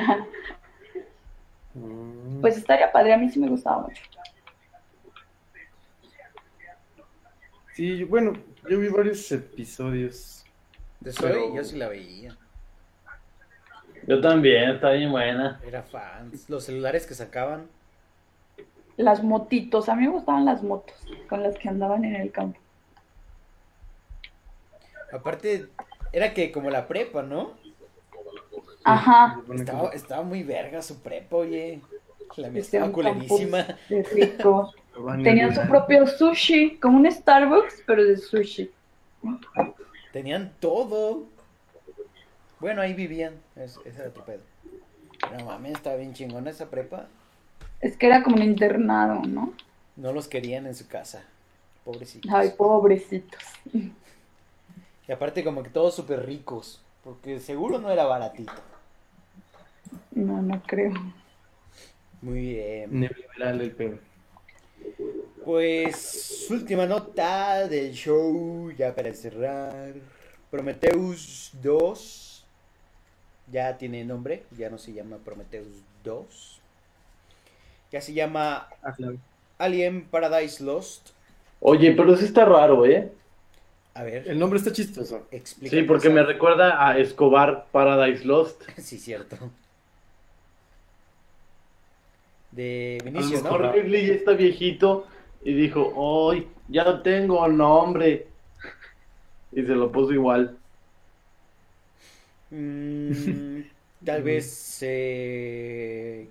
Speaker 3: Mm.
Speaker 1: Pues estaría padre, a mí sí me gustaba mucho.
Speaker 3: Sí, yo- bueno, yo vi varios episodios.
Speaker 2: De Soy,
Speaker 3: Pero-
Speaker 2: yo sí la veía.
Speaker 7: Yo también, está bien buena.
Speaker 2: Era fan. Los celulares que sacaban.
Speaker 1: Las motitos, a mí me gustaban las motos con las que andaban en el campo.
Speaker 2: Aparte, era que como la prepa, ¿no?
Speaker 1: Ajá,
Speaker 2: Estaba, estaba muy verga su prepa, oye. La mía
Speaker 1: Este,
Speaker 2: estaba
Speaker 1: un campus.
Speaker 2: culerísima.
Speaker 1: de
Speaker 2: [laughs]
Speaker 1: rico. Tenían su propio sushi, como un Starbucks, pero de sushi.
Speaker 2: Tenían todo. Bueno, ahí vivían. Es- ese era tu pedo. No mames, estaba bien chingona esa prepa.
Speaker 1: Es que era como un internado, ¿no?
Speaker 2: No los querían en su casa. Pobrecitos.
Speaker 1: Ay, pobrecitos.
Speaker 2: Y aparte, como que todos súper ricos. Porque seguro no era baratito.
Speaker 1: No, no creo.
Speaker 2: Muy bien.
Speaker 3: Neoliberal el peor.
Speaker 2: Pues, última nota del show. Ya para cerrar. Prometheus 2. Ya tiene nombre. Ya no se llama Prometheus 2. Ya se llama
Speaker 7: Ah,
Speaker 2: Alien Paradise Lost.
Speaker 7: Oye, pero sí está raro, ¿eh?
Speaker 2: A ver,
Speaker 3: El nombre está chistoso.
Speaker 2: explica.
Speaker 7: Sí, porque me recuerda a Escobar Paradise Lost.
Speaker 2: Sí, cierto. De
Speaker 7: A lo
Speaker 2: Vinicius, ¿no?
Speaker 7: mejor Ridley ya está viejito y dijo, ¡ay, ya no tengo nombre! Y se lo puso igual.
Speaker 2: Mm, tal vez. eh,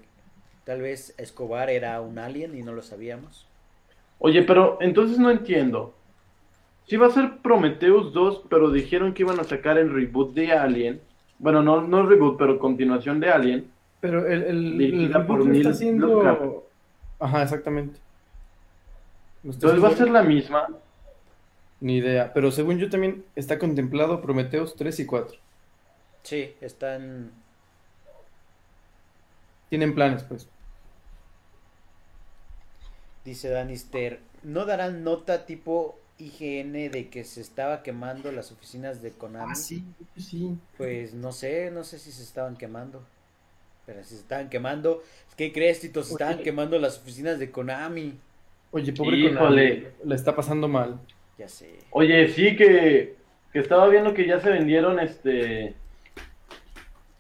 Speaker 2: tal vez Escobar era un alien y no lo sabíamos.
Speaker 7: Oye, pero entonces no entiendo. Sí va a ser Prometheus 2, pero dijeron que iban a sacar el reboot de Alien. Bueno, no, no reboot, pero continuación de Alien.
Speaker 3: Pero el, el, el
Speaker 7: Dirigida por
Speaker 3: reboot lo está
Speaker 7: Neil Blomkamp.
Speaker 3: haciendo. Ajá, exactamente. Lo está
Speaker 7: Entonces va a ser
Speaker 3: haciendo-
Speaker 7: la misma.
Speaker 3: Ni idea. Pero según yo también está contemplado Prometeos 3 y 4.
Speaker 2: Sí, están.
Speaker 3: Tienen planes, pues.
Speaker 2: Dice Danister. ¿No darán nota tipo IGN de que se estaba quemando las oficinas de Konami?
Speaker 3: sí.
Speaker 2: Pues no sé, no sé si se estaban quemando. Pero si se estaban quemando, ¿qué crees, Tito? Se estaban quemando las oficinas de Konami.
Speaker 3: Oye, pobre
Speaker 7: Híjole.
Speaker 3: Konami, La está pasando mal.
Speaker 2: Ya sé.
Speaker 7: Oye, sí que, que estaba viendo que ya se vendieron este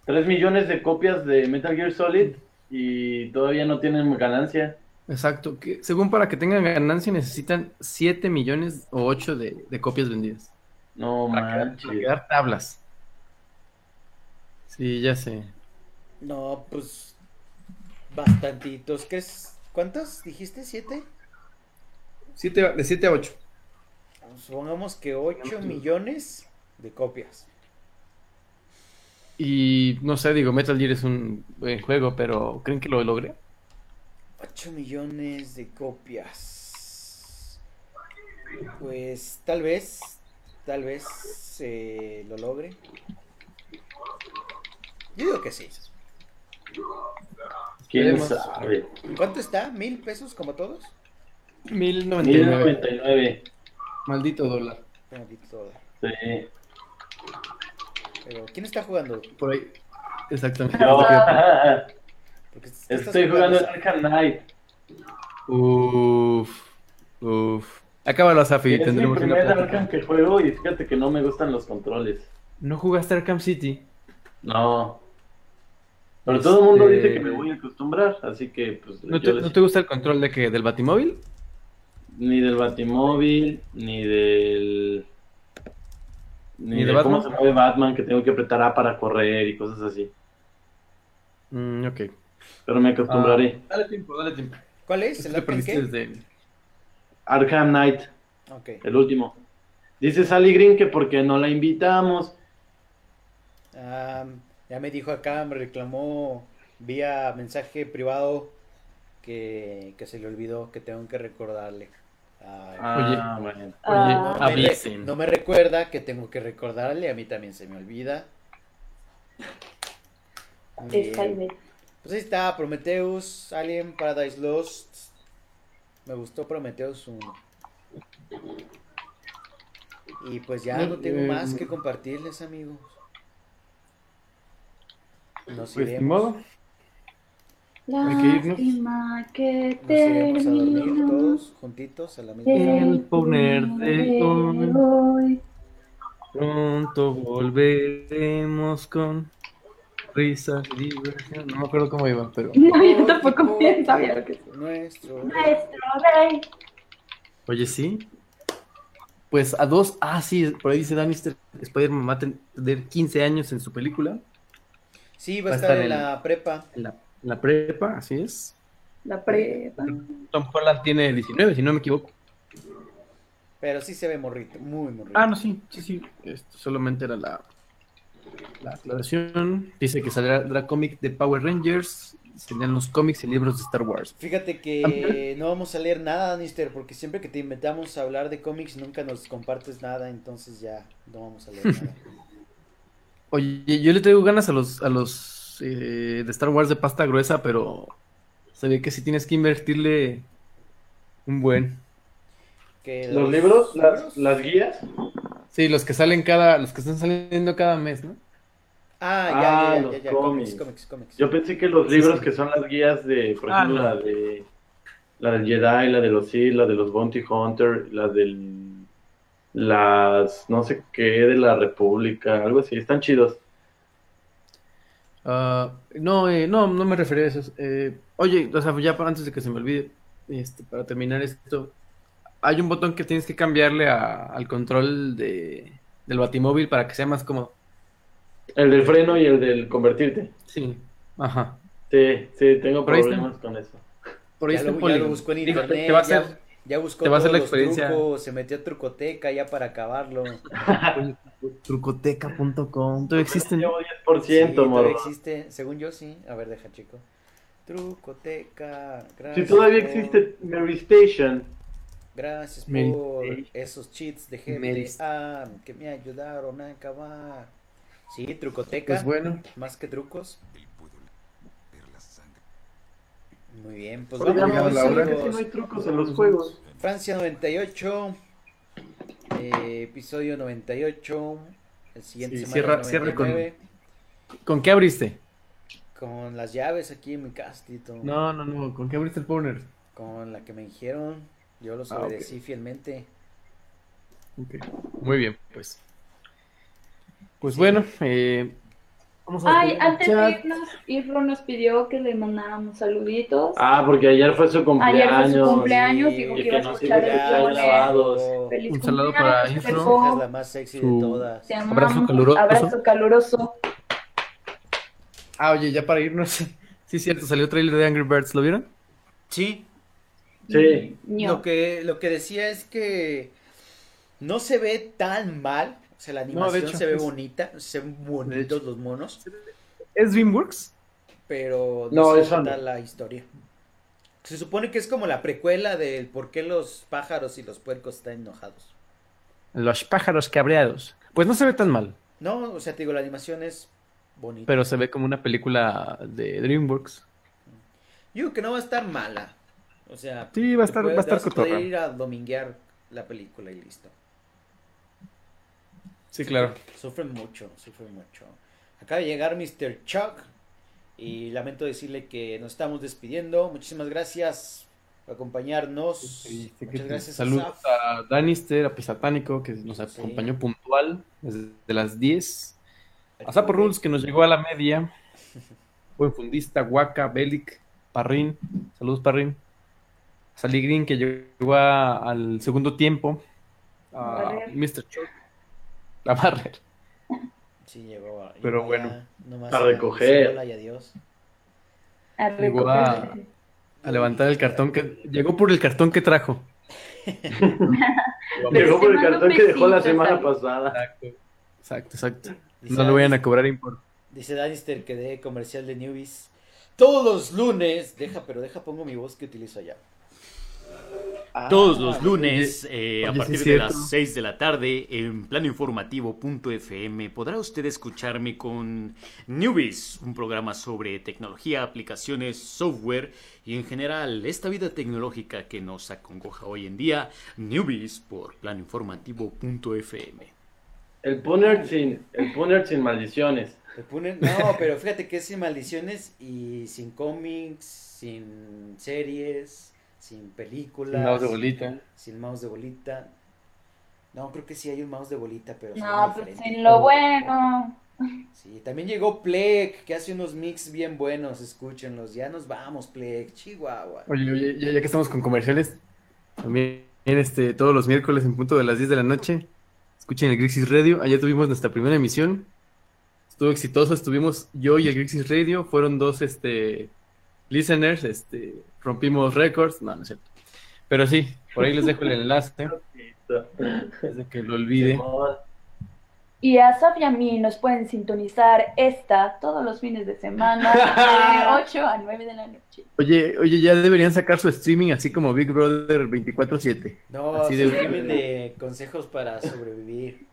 Speaker 7: 3 millones de copias de Metal Gear Solid y todavía no tienen ganancia.
Speaker 3: Exacto. Que, según para que tengan ganancia necesitan 7 millones o 8 de, de copias vendidas.
Speaker 7: No
Speaker 3: Para quedar,
Speaker 7: manches.
Speaker 3: para quedar tablas. Sí, ya sé.
Speaker 2: No, pues bastantitos. ¿Qué es? ¿Cuántos dijiste? ¿Siete?
Speaker 3: Siete- de 7 a 8.
Speaker 2: Supongamos que ocho millones de copias.
Speaker 3: Y no sé, digo, Metal Gear es un buen juego, pero ¿creen que lo logré?
Speaker 2: Ocho millones de copias. Pues tal vez, tal vez eh, lo logre. Yo digo que sí.
Speaker 7: ¿Quién
Speaker 3: Veremos.
Speaker 7: sabe?
Speaker 2: ¿Cuánto está? ¿Mil pesos como todos?
Speaker 3: 1099.
Speaker 7: 1099.
Speaker 3: Maldito dólar.
Speaker 2: Maldito dólar.
Speaker 7: Sí.
Speaker 2: Pero, ¿quién está jugando?
Speaker 3: Por ahí. Exactamente.
Speaker 7: Yo-
Speaker 2: Porque ¿qué estás
Speaker 7: Ah, Estoy jugando Arkham Knight.
Speaker 3: Uf. Uf. Acábalo, Safi.
Speaker 7: es mi
Speaker 3: tendremos una
Speaker 7: primer
Speaker 3: plática.
Speaker 7: Arkham que juego y fíjate que no me gustan los controles.
Speaker 3: ¿No jugaste Arkham City?
Speaker 7: No. Pero todo el mundo
Speaker 3: Este-
Speaker 7: dice que me voy a acostumbrar, así que pues
Speaker 3: ¿No te,
Speaker 7: yo les-
Speaker 3: no te gusta el control de que ¿Del Batimóvil?
Speaker 7: ni del Batimóvil, ni del ni,
Speaker 3: ¿Ni de
Speaker 7: de, cómo
Speaker 3: Batman?
Speaker 7: se mueve Batman que tengo que apretar A para correr y cosas así.
Speaker 3: Mm, ok.
Speaker 7: Pero me acostumbraré.
Speaker 3: Ah, dale tiempo, dale tiempo.
Speaker 2: ¿Cuál es?
Speaker 3: Esto
Speaker 2: ¿El
Speaker 3: te
Speaker 2: Arkham
Speaker 3: perdiste
Speaker 2: qué?
Speaker 3: desde- Ah.
Speaker 7: Arkham Knight,
Speaker 2: Ok.
Speaker 7: el último. Dice Sally Green que porque no la invitamos.
Speaker 2: Ah, ya me dijo acá, me reclamó vía mensaje privado que, que se le olvidó, que tengo que recordarle. Ay,
Speaker 7: Ah, bueno.
Speaker 3: Oye,
Speaker 1: Ah.
Speaker 2: no, me re-
Speaker 3: avisen.
Speaker 2: no me recuerda que tengo que recordarle, a mí también se me olvida. Muy bien.
Speaker 1: Esta idea.
Speaker 2: Pues ahí está, Prometheus, Alien, Paradise Lost. Me gustó Prometheus 1. Y pues ya no tengo
Speaker 3: Eh,
Speaker 2: más que compartirles, amigos. Nos
Speaker 3: Pues ni
Speaker 2: iremos.
Speaker 3: modo. Hay que irnos.
Speaker 1: Lástima que
Speaker 2: Nos iremos a dormir
Speaker 1: terminó
Speaker 2: todos juntitos a la misma hora.
Speaker 3: El ponerte
Speaker 1: ponerte
Speaker 3: con
Speaker 1: hoy.
Speaker 3: pronto volveremos con risas y diversión. No me acuerdo cómo iba, pero.
Speaker 1: No, [laughs] yo tampoco
Speaker 2: Porque
Speaker 1: sabía lo que
Speaker 2: Nuestro.
Speaker 1: Nuestro rey.
Speaker 3: Oye, sí. Pues a dos. Ah, sí, por ahí dice Danister. Spider-Man va a tener 15 años en su película.
Speaker 2: Sí, va a estar en la prepa.
Speaker 3: En la, en la prepa, así es.
Speaker 1: La prepa.
Speaker 3: Tom Holland tiene 19, si no me equivoco.
Speaker 2: Pero sí se ve morrito, muy morrito.
Speaker 3: Ah, no, sí, sí, sí. Esto solamente era la, la aclaración. Dice que saldrá la cómic de Power Rangers. Serían los cómics y libros de Star Wars.
Speaker 2: Fíjate que no vamos a leer nada, Danister, porque siempre que te invitamos a hablar de cómics nunca nos compartes nada, entonces ya no vamos a leer nada.
Speaker 3: Oye, yo le traigo ganas a los, a los eh, de Star Wars de pasta gruesa, pero se ve que sí tienes que invertirle un buen.
Speaker 2: Que
Speaker 7: Los libros, las,
Speaker 2: libros?
Speaker 7: las guías.
Speaker 3: Sí, los que salen cada, los que están saliendo cada mes, ¿no?
Speaker 2: Ah, ya,
Speaker 7: Ah,
Speaker 2: ya, ya,
Speaker 7: los
Speaker 2: ya, ya,
Speaker 7: cómics.
Speaker 2: cómics, cómics, cómics.
Speaker 7: Yo pensé que los libros que son las guías de, por
Speaker 3: Ah,
Speaker 7: ejemplo,
Speaker 3: no.
Speaker 7: la de la del Jedi, la de los Sith, la de los Bounty Hunter, la del las no sé qué de la República, algo así, están chidos.
Speaker 3: Ah, no, eh, no, no me refería a eso. Eh, oye, o sea, ya para- antes de que se me olvide, este, para terminar esto, hay un botón que tienes que cambiarle a- al control de, del batimóvil para que sea más cómodo.
Speaker 7: El del freno y el del convertirte.
Speaker 3: Sí, ajá.
Speaker 7: Sí, sí, tengo
Speaker 3: Por ahí está.
Speaker 7: problemas con eso.
Speaker 3: Por ahí
Speaker 2: ya,
Speaker 3: está
Speaker 2: lo, ya
Speaker 3: Polygon.
Speaker 2: lo buscó en
Speaker 3: Digo, te-
Speaker 2: internet,
Speaker 3: te va a
Speaker 2: ya,
Speaker 3: hacer-
Speaker 2: ya buscó
Speaker 3: te va a hacer
Speaker 2: todos
Speaker 3: la
Speaker 2: los
Speaker 3: experiencia.
Speaker 2: trucos, se metió a Trucoteca ya para acabarlo.
Speaker 3: Trucoteca.com. Todavía existen.
Speaker 7: Llevo 10%,
Speaker 2: Sí, todavía
Speaker 7: morro.
Speaker 2: existe, según yo sí. A ver, deja, chico. Trucoteca, gracias.
Speaker 7: Si todavía
Speaker 2: por-
Speaker 7: existe Mary Station,
Speaker 2: Gracias
Speaker 3: Me-
Speaker 2: por esos cheats de
Speaker 3: Me
Speaker 2: gente
Speaker 3: dis-
Speaker 2: ah, que me ayudaron a acabar. Sí, trucoteca,
Speaker 3: Pues bueno,
Speaker 2: más que trucos. Muy bien, pues
Speaker 7: Oigan,
Speaker 2: vámonos,
Speaker 3: la hora.
Speaker 7: es que
Speaker 2: amigos.
Speaker 7: no hay trucos en los juegos.
Speaker 2: Francia 98, eh, episodio 98. El siguiente
Speaker 3: Sí,
Speaker 2: semana
Speaker 3: cierra- cierra con-
Speaker 2: 99,
Speaker 3: ¿con qué abriste?
Speaker 2: con las llaves aquí en mi castito.
Speaker 3: No, no, no, ¿con qué abriste el Powner?
Speaker 2: Con la que me dijeron. Yo los
Speaker 3: Ah, ok.
Speaker 2: obedecí fielmente.
Speaker 3: Muy bien, pues. Pues bueno, eh, vamos a
Speaker 1: Ay,
Speaker 3: despedir el
Speaker 1: antes de
Speaker 3: chat.
Speaker 1: irnos, Irro nos pidió que le mandáramos saluditos.
Speaker 7: Ah, porque ayer fue su
Speaker 1: Ayer fue su
Speaker 7: cumpleaños.
Speaker 1: cumpleaños,
Speaker 2: sí,
Speaker 1: dijo
Speaker 7: y
Speaker 1: que
Speaker 7: que
Speaker 1: iba a
Speaker 7: no
Speaker 1: escuchar
Speaker 7: se
Speaker 1: el
Speaker 7: escucharan
Speaker 1: video de
Speaker 7: grabados.
Speaker 1: Feliz
Speaker 3: Un saludo
Speaker 1: cumpleaños,
Speaker 3: para
Speaker 1: te
Speaker 3: Irro.
Speaker 1: dejo,
Speaker 2: Es la más sexy de
Speaker 3: Su-
Speaker 2: todas.
Speaker 1: te
Speaker 3: Abrazo
Speaker 1: amamos,
Speaker 3: caluroso.
Speaker 1: Abrazo caluroso.
Speaker 3: Ah, oye, ya para irnos. [laughs] Sí, es cierto, salió trailer de Angry Birds, ¿lo vieron?
Speaker 2: Sí,
Speaker 7: Sí,
Speaker 2: Lo que, lo que decía es que no se ve tan mal. O sea, la
Speaker 3: de
Speaker 2: animación
Speaker 3: hecho,
Speaker 2: se ve
Speaker 3: es-
Speaker 2: bonita. Se ven bonitos los monos.
Speaker 3: ¿Es DreamWorks?
Speaker 2: Pero
Speaker 7: No,
Speaker 2: se
Speaker 7: eso
Speaker 2: nota
Speaker 7: no.
Speaker 2: la historia. Se supone que es como la precuela del por qué los pájaros y los puercos están enojados.
Speaker 3: Los pájaros cabreados. Pues no se ve tan mal,
Speaker 2: No, o sea, te digo, la animación es bonita.
Speaker 3: pero se ve como una película de DreamWorks.
Speaker 2: Yo creo que no va a estar mala. O sea,
Speaker 3: Sí, va a
Speaker 2: te
Speaker 3: estar, va
Speaker 2: puedes-
Speaker 3: a estar
Speaker 2: vas poder
Speaker 3: cotorra.
Speaker 2: ir a dominguear la película y listo.
Speaker 3: Sí, claro.
Speaker 2: Sufren mucho, sufren mucho. Acaba de llegar Mr. Chuck y lamento decirle que nos estamos despidiendo. Muchísimas gracias por acompañarnos.
Speaker 3: Sí, sí que
Speaker 2: Muchas
Speaker 3: sí.
Speaker 2: gracias.
Speaker 3: Saludos
Speaker 2: Asaf.
Speaker 3: a Danister, a Pisatánico, que nos acompañó puntual desde las 10. A Sapo Rules, que nos llegó a la
Speaker 2: [laughs]
Speaker 3: media. Buen fundista, Huaca, Belic, Parrín. Saludos, Parrín. A Sally Green, que llegó a- al segundo tiempo. A
Speaker 1: Barrer.
Speaker 3: Mr. Chuck. La Barrer.
Speaker 2: Sí, llegó. a-
Speaker 3: Pero
Speaker 2: llegó
Speaker 3: bueno,
Speaker 2: ya, nomás
Speaker 7: a
Speaker 2: una-
Speaker 7: recoger.
Speaker 2: hola y adiós.
Speaker 1: A
Speaker 3: Llegó a-
Speaker 1: recoger.
Speaker 3: A levantar el cartón que. Llegó por el cartón que trajo.
Speaker 7: Llegó por el
Speaker 1: Te mando
Speaker 7: cartón que dejó la
Speaker 1: besitos,
Speaker 7: semana
Speaker 1: David.
Speaker 7: pasada.
Speaker 3: Exacto. Exacto, exacto.
Speaker 2: Dice
Speaker 3: No le vayan a cobrar import.
Speaker 2: Dice Danister que de comercial de Newbies. Todos los lunes. Deja, pero deja, pongo mi voz que utilizo allá.
Speaker 10: Todos los lunes, eh, a
Speaker 3: Ah, oye, sí
Speaker 10: partir
Speaker 3: es
Speaker 10: de
Speaker 3: cierto.
Speaker 10: las 6 de la tarde, en planoinformativo.fm, podrá usted escucharme con Newbies, un programa sobre tecnología, aplicaciones, software y en general esta vida tecnológica que nos acongoja hoy en día. Newbies por planoinformativo.fm.
Speaker 7: El Puner sin, el Puner sin maldiciones.
Speaker 2: Te ponen-
Speaker 3: [laughs]
Speaker 2: No, pero fíjate que es sin maldiciones y sin cómics, sin series, sin películas,
Speaker 3: No, de bolita.
Speaker 2: sin mouse de bolita. No, creo que sí hay un mouse de bolita, pero se llama
Speaker 1: No, pues
Speaker 2: diferente.
Speaker 1: en lo bueno.
Speaker 2: Sí, también llegó Plek, que hace unos mix bien buenos, escúchenlos. Ya nos vamos, Plek, Chihuahua.
Speaker 3: Oye, oye, ya, ya que estamos con comerciales, también este, todos los miércoles en punto de las 10 de la noche, escuchen el Grixis Radio. Ayer tuvimos nuestra primera emisión. Estuvo exitoso, estuvimos yo y el Grixis Radio. Fueron dos este, listeners, este, rompimos récords. No, no es cierto. Pero sí, por ahí les dejo el enlace, antes de que lo olvide.
Speaker 7: Simón.
Speaker 1: Y a Saf y a mí nos pueden sintonizar esta todos los fines de semana
Speaker 3: [laughs]
Speaker 1: de 8 a 9 de la noche.
Speaker 3: Oye, oye, ya deberían sacar su streaming así como Big Brother 24-7.
Speaker 2: No,
Speaker 3: Así
Speaker 2: se
Speaker 3: de-
Speaker 2: escriben de consejos para sobrevivir.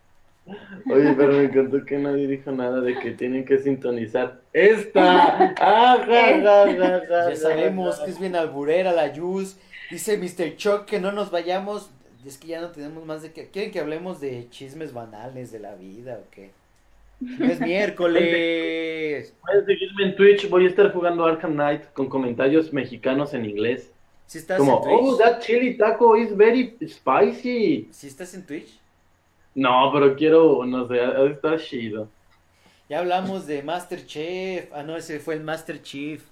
Speaker 7: Oye, pero me encantó que nadie dijo nada de que tienen que sintonizar [laughs] esta. Ah, ja, ja, ja, ja,
Speaker 2: Ya sabemos que es bien alburera la Yus. Dice Mr. Chuck que no nos vayamos. Es que ya no tenemos más de que. ¿Quieren que hablemos de chismes banales de la vida o qué? Es miércoles.
Speaker 7: Pueden seguirme en Twitch. Voy a estar jugando Arkham Knight con comentarios mexicanos en inglés.
Speaker 2: Si estás
Speaker 7: Como,
Speaker 2: en
Speaker 7: oh,
Speaker 2: Twitch.
Speaker 7: that chili taco is very spicy.
Speaker 2: Si estás en Twitch.
Speaker 7: No, pero quiero, no sé, ha de estar chido.
Speaker 2: Ya hablamos de Masterchef. Ah, no, ese fue el Master Chief.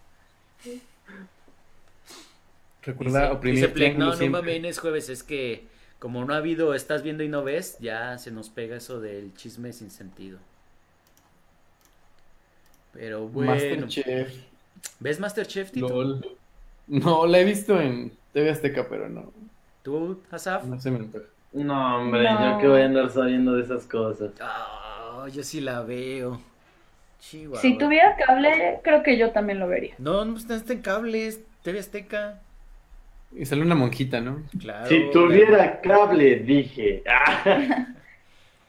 Speaker 3: Recuerda
Speaker 2: Dice-
Speaker 3: oprimir
Speaker 2: dice Plek,
Speaker 3: triángulo
Speaker 2: no, no
Speaker 3: siempre".
Speaker 2: mames, es jueves, es que como no ha habido, estás viendo y no ves, ya se nos pega eso del chisme sin sentido. Pero bueno,
Speaker 3: Masterchef.
Speaker 2: ¿ves Masterchef, Tito?
Speaker 3: LOL. No, la he visto en TV Azteca, pero no,
Speaker 2: ¿Tú, Asaf?
Speaker 3: no se me antoja.
Speaker 7: No, hombre,
Speaker 1: No.
Speaker 7: yo que voy a andar sabiendo de esas cosas.
Speaker 2: Ah, yo sí la veo. Chihuahua.
Speaker 1: Si tuviera cable, creo que yo también lo vería.
Speaker 2: No, no está en cables, TV Azteca.
Speaker 3: Y sale una monjita, ¿no?
Speaker 2: Claro.
Speaker 7: Si tuviera cable, dije. Ah,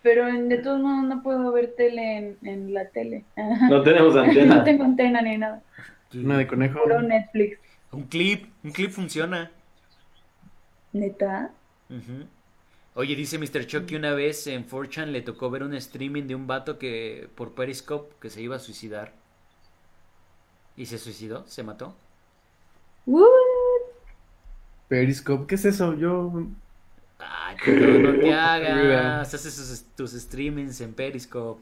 Speaker 1: Pero en- de todos modos no puedo ver tele en, en la tele. [laughs]
Speaker 7: [laughs] no tenemos
Speaker 1: No
Speaker 7: antena.
Speaker 1: tengo antena ni nada.
Speaker 3: Una de conejo.
Speaker 1: Puro Netflix.
Speaker 2: Un clip, un clip funciona.
Speaker 1: ¿Neta?
Speaker 2: Ujú. Oye, dice Mr. Chuck que una vez en 4chan le tocó ver un streaming de un vato que por Periscope que se iba a suicidar. ¿Y se suicidó? ¿Se mató?
Speaker 1: ¡Woo!
Speaker 3: Pues Periscope, ¿qué es eso? Yo.
Speaker 2: Ay, Tito, no te hagas.
Speaker 3: Mira.
Speaker 2: Haces sus- tus streamings en Periscope.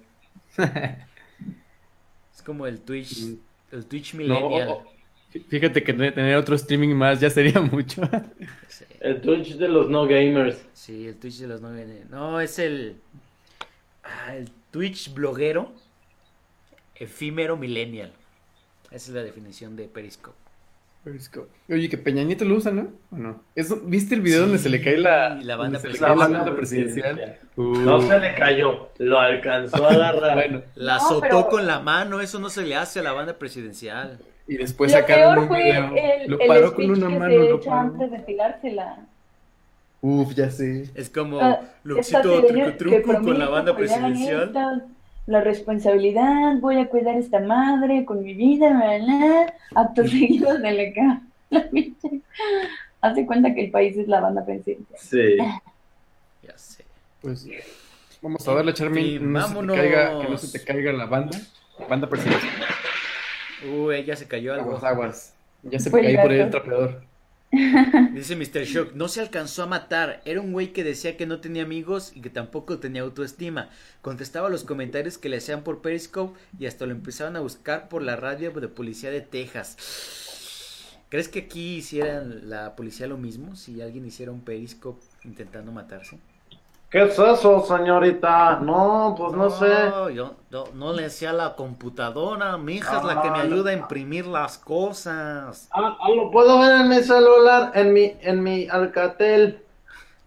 Speaker 2: Es como el Twitch, el Twitch
Speaker 3: No,
Speaker 2: Millennial.
Speaker 3: oh, oh. Fíjate que tener tener otro streaming más ya sería [laughs] mucho.
Speaker 2: Sí,
Speaker 7: El Twitch de los no gamers.
Speaker 2: sí, el Twitch de los no No, es el, ah, el Twitch bloguero efímero Millennial. Esa es la definición de Periscope.
Speaker 3: Periscope. Oye, que Peña Nieto lo usa, ¿no? ¿O no? Eso- ¿Viste el video donde se le cae la,
Speaker 2: Sí, la banda
Speaker 3: donde se le
Speaker 2: presidencial.
Speaker 3: cae la
Speaker 7: La
Speaker 3: banda
Speaker 7: banda
Speaker 3: presidencial?
Speaker 7: presidencial.
Speaker 3: Uh,
Speaker 7: No se le cayó, lo alcanzó
Speaker 3: [laughs]
Speaker 7: a agarrar.
Speaker 3: Bueno,
Speaker 2: La
Speaker 1: No,
Speaker 2: azotó
Speaker 1: pero-
Speaker 2: con la mano, eso no se le hace a la banda presidencial.
Speaker 3: y después
Speaker 1: lo peor
Speaker 3: sacaron un
Speaker 1: fue
Speaker 3: video.
Speaker 1: el,
Speaker 3: lo
Speaker 1: el
Speaker 3: paró
Speaker 1: speech
Speaker 3: con una
Speaker 1: que
Speaker 3: mano,
Speaker 1: se
Speaker 3: lo
Speaker 1: echa
Speaker 3: paró.
Speaker 1: antes de pegársela.
Speaker 3: Uf, ya sé.
Speaker 2: Es como
Speaker 1: Ah, Esta
Speaker 2: Luxito
Speaker 1: señora
Speaker 2: Truco
Speaker 1: que
Speaker 2: Truco con
Speaker 1: promete
Speaker 2: la banda
Speaker 1: cuidar
Speaker 2: presidencial.
Speaker 1: esta, La responsabilidad, voy a cuidar esta madre con mi vida, bla, bla, acto seguido se le cae la pinche- Hace cuenta que el país es la banda presidencial.
Speaker 7: Sí.
Speaker 2: Ya sé.
Speaker 3: Pues vamos a darle, Charmin.
Speaker 2: Sí,
Speaker 3: no se te
Speaker 2: vámonos.
Speaker 3: caiga- que no se te caiga la banda. Banda presidencial.
Speaker 2: Uy, ya se cayó algo.
Speaker 3: Aguas, aguas. Ya se
Speaker 1: Fue el
Speaker 3: caí por ahí el
Speaker 1: gato.
Speaker 3: trapeador.
Speaker 2: Dice Mr. Shock, no se alcanzó a matar. Era un güey que decía que no tenía amigos y que tampoco tenía autoestima. Contestaba los comentarios que le hacían por Periscope y hasta lo empezaban a buscar por la radio de policía de Texas. ¿Crees que aquí hicieran la policía lo mismo si alguien hiciera un Periscope intentando matarse?
Speaker 7: ¿Qué es eso, señorita? No, pues no, sé.
Speaker 2: Yo, yo no le decía a la computadora. Mi hija es la que me
Speaker 7: Ah,
Speaker 2: ayuda a imprimir las cosas.
Speaker 7: Ah, ah, lo puedo ver en mi celular, en mi, en mi Alcatel.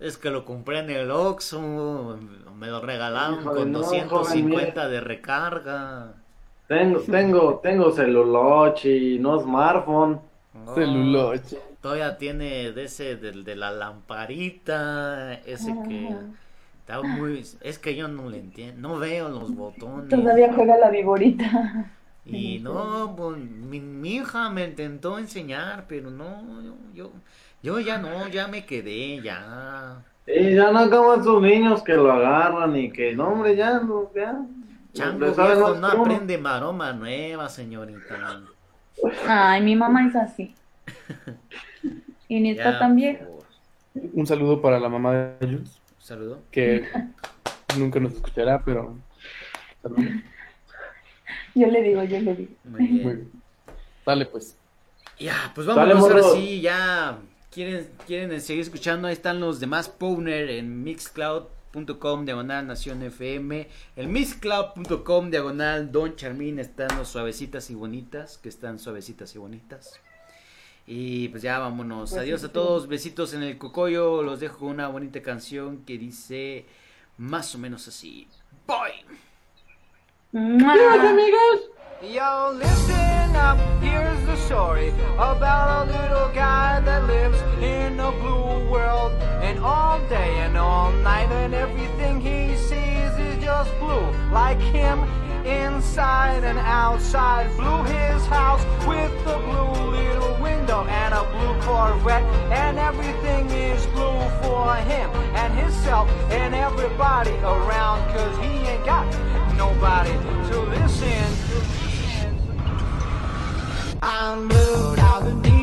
Speaker 2: Es que lo compré en el Oxxo. Me lo regalaron
Speaker 7: Híjole,
Speaker 2: con
Speaker 7: no, joven,
Speaker 2: 250 de recarga.
Speaker 7: Tengo, tengo, tengo celulochi, no smartphone.
Speaker 2: No,
Speaker 3: Celuloche.
Speaker 2: Todavía tiene de ese, del de la lamparita. Ese que. Está muy. Es que yo no le entiendo. No veo los botones.
Speaker 1: Todavía juega la viborita.
Speaker 2: Y no, pues, mi, mi hija me intentó enseñar, pero no, yo, yo, yo ya no, ya me quedé, ya.
Speaker 7: Y ya no como esos niños que lo agarran y que, no, hombre, ya, no, ya.
Speaker 2: Chango
Speaker 7: Le saben
Speaker 2: viejo
Speaker 7: más
Speaker 2: no
Speaker 7: que uno.
Speaker 2: aprende maroma nueva, señorita.
Speaker 1: Ay, mi mamá es así. Y ni
Speaker 2: Ya,
Speaker 1: está tan vieja.
Speaker 2: por favor.
Speaker 3: Un saludo para la mamá de Jules,
Speaker 2: Saludo.
Speaker 3: que nunca nos escuchará, pero. saludos.
Speaker 1: Yo le digo, yo le digo.
Speaker 2: Muy bien.
Speaker 3: Muy bien. Dale, pues.
Speaker 2: Ya, pues
Speaker 7: Dale,
Speaker 2: vámonos ahora
Speaker 7: morro.
Speaker 2: sí, ya. ¿Quieren, quieren eh, seguir escuchando? Ahí están los demás Powner en mixcloud.com diagonal Nación FM. En mixcloud.com diagonal Don Charmín están los suavecitas y bonitas, que están suavecitas y bonitas. Y pues ya vámonos.
Speaker 1: Pues
Speaker 2: Adiós
Speaker 1: sí,
Speaker 2: a
Speaker 1: sí.
Speaker 2: todos. Besitos en el cocoyo. Los dejo con una bonita canción que dice más o menos así. Voy.
Speaker 1: ¡Mua!
Speaker 11: Yo, listen up, here's the story about a little guy that lives in a blue world. And all day and all night, and everything he sees is just blue. Like him, inside and outside. Blue his house with a blue little window and a blue Corvette. And everything is blue for him and himself and everybody around, cause he ain't got nobody to listen. I'm blue out the deep